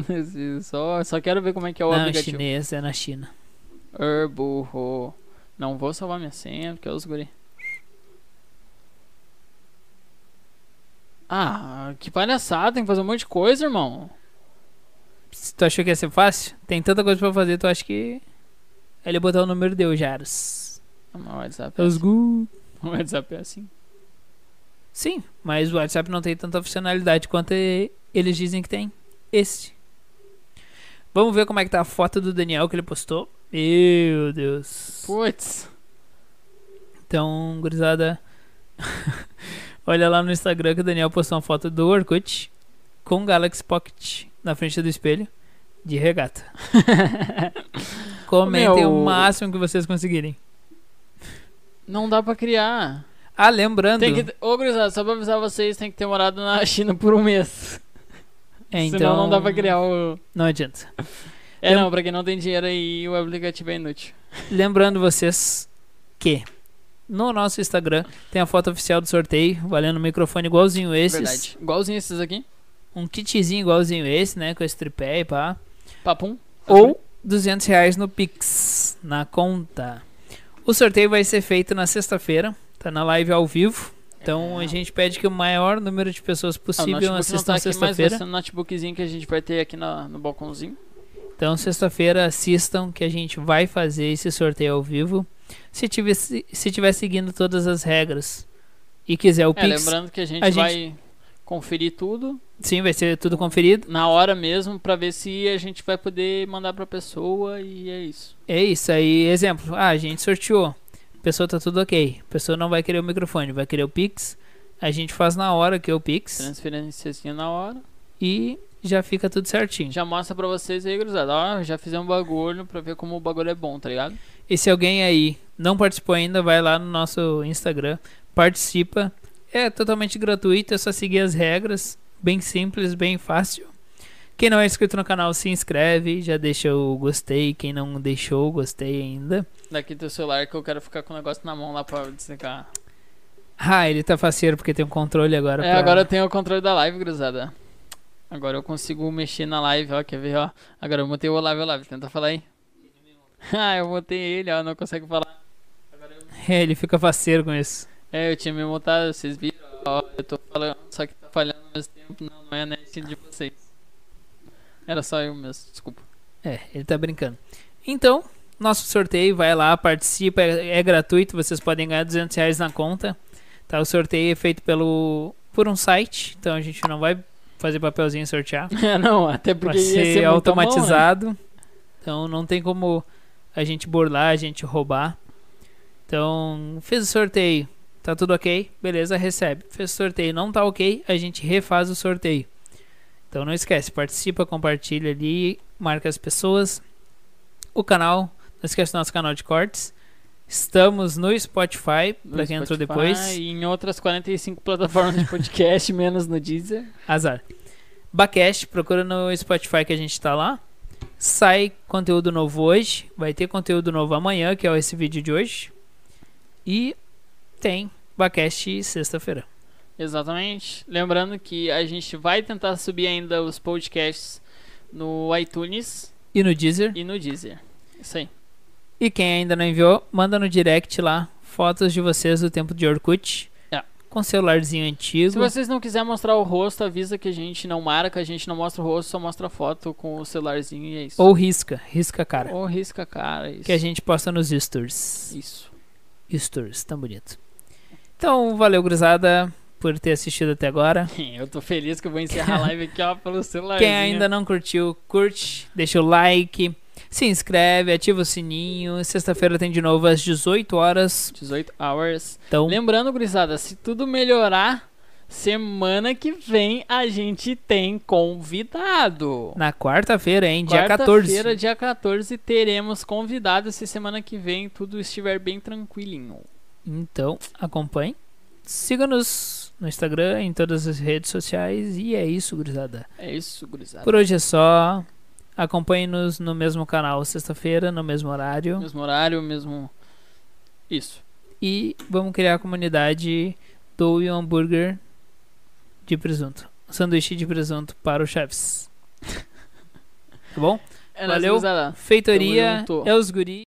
Speaker 2: só, só quero ver como é que é o
Speaker 1: não,
Speaker 2: aplicativo.
Speaker 1: chinês, é na China.
Speaker 2: Urburro. Não vou salvar minha senha, porque eu uso guri. Ah, que palhaçada, tem que fazer um monte de coisa, irmão.
Speaker 1: Se tu achou que ia ser fácil? Tem tanta coisa pra fazer, tu acha que. Aí Ele botou o número deu, Jaros.
Speaker 2: Ah, mas O WhatsApp
Speaker 1: É
Speaker 2: é,
Speaker 1: Os
Speaker 2: assim.
Speaker 1: gu.
Speaker 2: O WhatsApp é assim.
Speaker 1: Sim, mas o WhatsApp não tem tanta funcionalidade quanto e- eles dizem que tem. Este. Vamos ver como é que tá a foto do Daniel que ele postou. Meu Deus.
Speaker 2: Putz.
Speaker 1: Então, gurizada. Olha lá no Instagram que o Daniel postou uma foto do Orkut com o Galaxy Pocket na frente do espelho de regata. Comentem
Speaker 2: Meu-
Speaker 1: o máximo que vocês conseguirem.
Speaker 2: Não dá pra criar.
Speaker 1: Ah, lembrando.
Speaker 2: Tem que... Ô, Cruzado, só pra avisar vocês, tem que ter morado na China por um mês.
Speaker 1: É, então,
Speaker 2: Senão não dá pra criar o...
Speaker 1: Não adianta.
Speaker 2: É,
Speaker 1: Lem-
Speaker 2: não, pra quem não tem dinheiro aí, o aplicativo é inútil.
Speaker 1: Lembrando vocês que no nosso Instagram tem a foto oficial do sorteio, valendo um microfone igualzinho esses.
Speaker 2: Verdade. Igualzinho esses aqui. Tá
Speaker 1: Um kitzinho igualzinho esse, né? Com esse tripé e pá.
Speaker 2: Papum.
Speaker 1: ou 200 reais no Pix, na conta. O sorteio vai ser feito na sexta-feira, tá na live ao vivo. Então
Speaker 2: É.
Speaker 1: a gente pede que o maior número de pessoas
Speaker 2: Ah, o
Speaker 1: possível
Speaker 2: notebook não tá
Speaker 1: assistam
Speaker 2: aqui, mas vai
Speaker 1: sexta-feira.
Speaker 2: ser um notebookzinho que a gente vai ter aqui na- no balcãozinho.
Speaker 1: Então sexta-feira assistam que a gente vai fazer esse sorteio ao vivo. Se tiver, se se tiver seguindo todas as regras e quiser o
Speaker 2: É,
Speaker 1: Pix,
Speaker 2: lembrando que a gente
Speaker 1: a gente-
Speaker 2: vai conferir tudo
Speaker 1: sim, vai ser tudo conferido.
Speaker 2: na hora mesmo pra ver se a gente vai poder mandar pra pessoa e é isso.
Speaker 1: É isso aí, exemplo. Ah, a gente sorteou. A pessoa tá tudo ok. A pessoa não vai querer o microfone, vai querer o Pix. A gente faz na hora que é o Pix
Speaker 2: Transferência na hora.
Speaker 1: e já fica tudo certinho.
Speaker 2: Já mostra pra vocês aí, gurizada. Ó, já fizemos um bagulho pra ver como o bagulho é bom, tá ligado?
Speaker 1: E se alguém aí não participou ainda, vai lá no nosso Instagram, participa. É totalmente gratuito, é só seguir as regras. Bem simples, bem fácil. Quem não é inscrito no canal, se inscreve, já deixa o gostei. Quem não deixou o gostei ainda.
Speaker 2: Daqui teu celular que eu quero ficar com o negócio na mão lá pra desligar.
Speaker 1: Ah, ele tá faceiro porque tem um controle agora.
Speaker 2: É,
Speaker 1: pra-
Speaker 2: agora eu tenho o controle da live, gurizada. Agora eu consigo mexer na live, ó. Quer ver, ó? Agora eu botei o Olavo, Olavo. Tenta falar aí. ah, eu botei ele, ó. Não consegue falar. Agora eu...
Speaker 1: É, ele fica faceiro com isso.
Speaker 2: É, eu tinha me montado, vocês viram? Ó, eu tô falando, só que tá falhando ao mesmo tempo. Não, não é na estilo de vocês. Era só eu mesmo, desculpa.
Speaker 1: É, ele tá brincando. Então, nosso sorteio, vai lá, participa, é, é gratuito, vocês podem ganhar 200 reais na conta. Tá, o sorteio é feito pelo, por um site, então a gente não vai fazer papelzinho e sortear.
Speaker 2: não, até porque
Speaker 1: Vai
Speaker 2: ia ser,
Speaker 1: ser
Speaker 2: muito bom, né?
Speaker 1: automatizado, então não tem como a gente burlar, a gente roubar. Então, fez o sorteio, tá tudo ok, beleza, recebe. Fez o sorteio, não tá ok, a gente refaz o sorteio. Então não esquece, participa, compartilha ali, marca as pessoas. O canal, não esquece do nosso canal de cortes. Estamos no Spotify,
Speaker 2: No
Speaker 1: pra quem entrou
Speaker 2: Spotify
Speaker 1: depois.
Speaker 2: E em outras 45 plataformas de podcast, menos no Deezer.
Speaker 1: Azar. Bacast, procura no Spotify que a gente tá lá. Sai conteúdo novo hoje. Vai ter conteúdo novo amanhã, que é esse vídeo de hoje. E tem Bacast sexta-feira.
Speaker 2: Exatamente. Lembrando que a gente vai tentar subir ainda os podcasts no iTunes
Speaker 1: E no Deezer.
Speaker 2: e no Deezer. Isso aí.
Speaker 1: E quem ainda não enviou, manda no direct lá fotos de vocês do tempo de Orkut.
Speaker 2: É.
Speaker 1: Com celularzinho antigo.
Speaker 2: Se vocês não quiserem mostrar o rosto, avisa que a gente não marca, a gente não mostra o rosto, só mostra a foto com o celularzinho e é isso.
Speaker 1: Ou risca, risca a cara.
Speaker 2: Ou risca a cara, isso.
Speaker 1: Que a gente posta nos stories.
Speaker 2: Isso.
Speaker 1: Stories, tão bonito. Então, valeu, gurizada, por ter assistido até agora.
Speaker 2: Eu tô feliz que eu vou encerrar a live aqui, ó, pelo celular.
Speaker 1: Quem ainda não curtiu, curte, deixa o like, se inscreve, ativa o sininho. Sexta-feira tem de novo às 18 horas.
Speaker 2: 18 hours.
Speaker 1: Então,
Speaker 2: Lembrando, gurizada, se tudo melhorar, semana que vem a gente tem convidado.
Speaker 1: na quarta-feira, hein? Dia
Speaker 2: Quarta-feira,
Speaker 1: 14.
Speaker 2: dia 14, teremos convidado. Se semana que vem tudo estiver bem tranquilinho.
Speaker 1: Então, acompanhe. Siga-nos no Instagram, em todas as redes sociais. E é isso, gurizada.
Speaker 2: É isso, gurizada.
Speaker 1: Por hoje é só. Acompanhe-nos no mesmo canal, sexta-feira, no mesmo horário.
Speaker 2: Mesmo horário, mesmo. Isso.
Speaker 1: E vamos criar a comunidade do um hambúrguer de presunto. Um Sanduíche de presunto para os chefes. tá bom?
Speaker 2: É nóis,
Speaker 1: Valeu.
Speaker 2: gurizada.
Speaker 1: Feitoria
Speaker 2: Tamo junto.
Speaker 1: é os guri.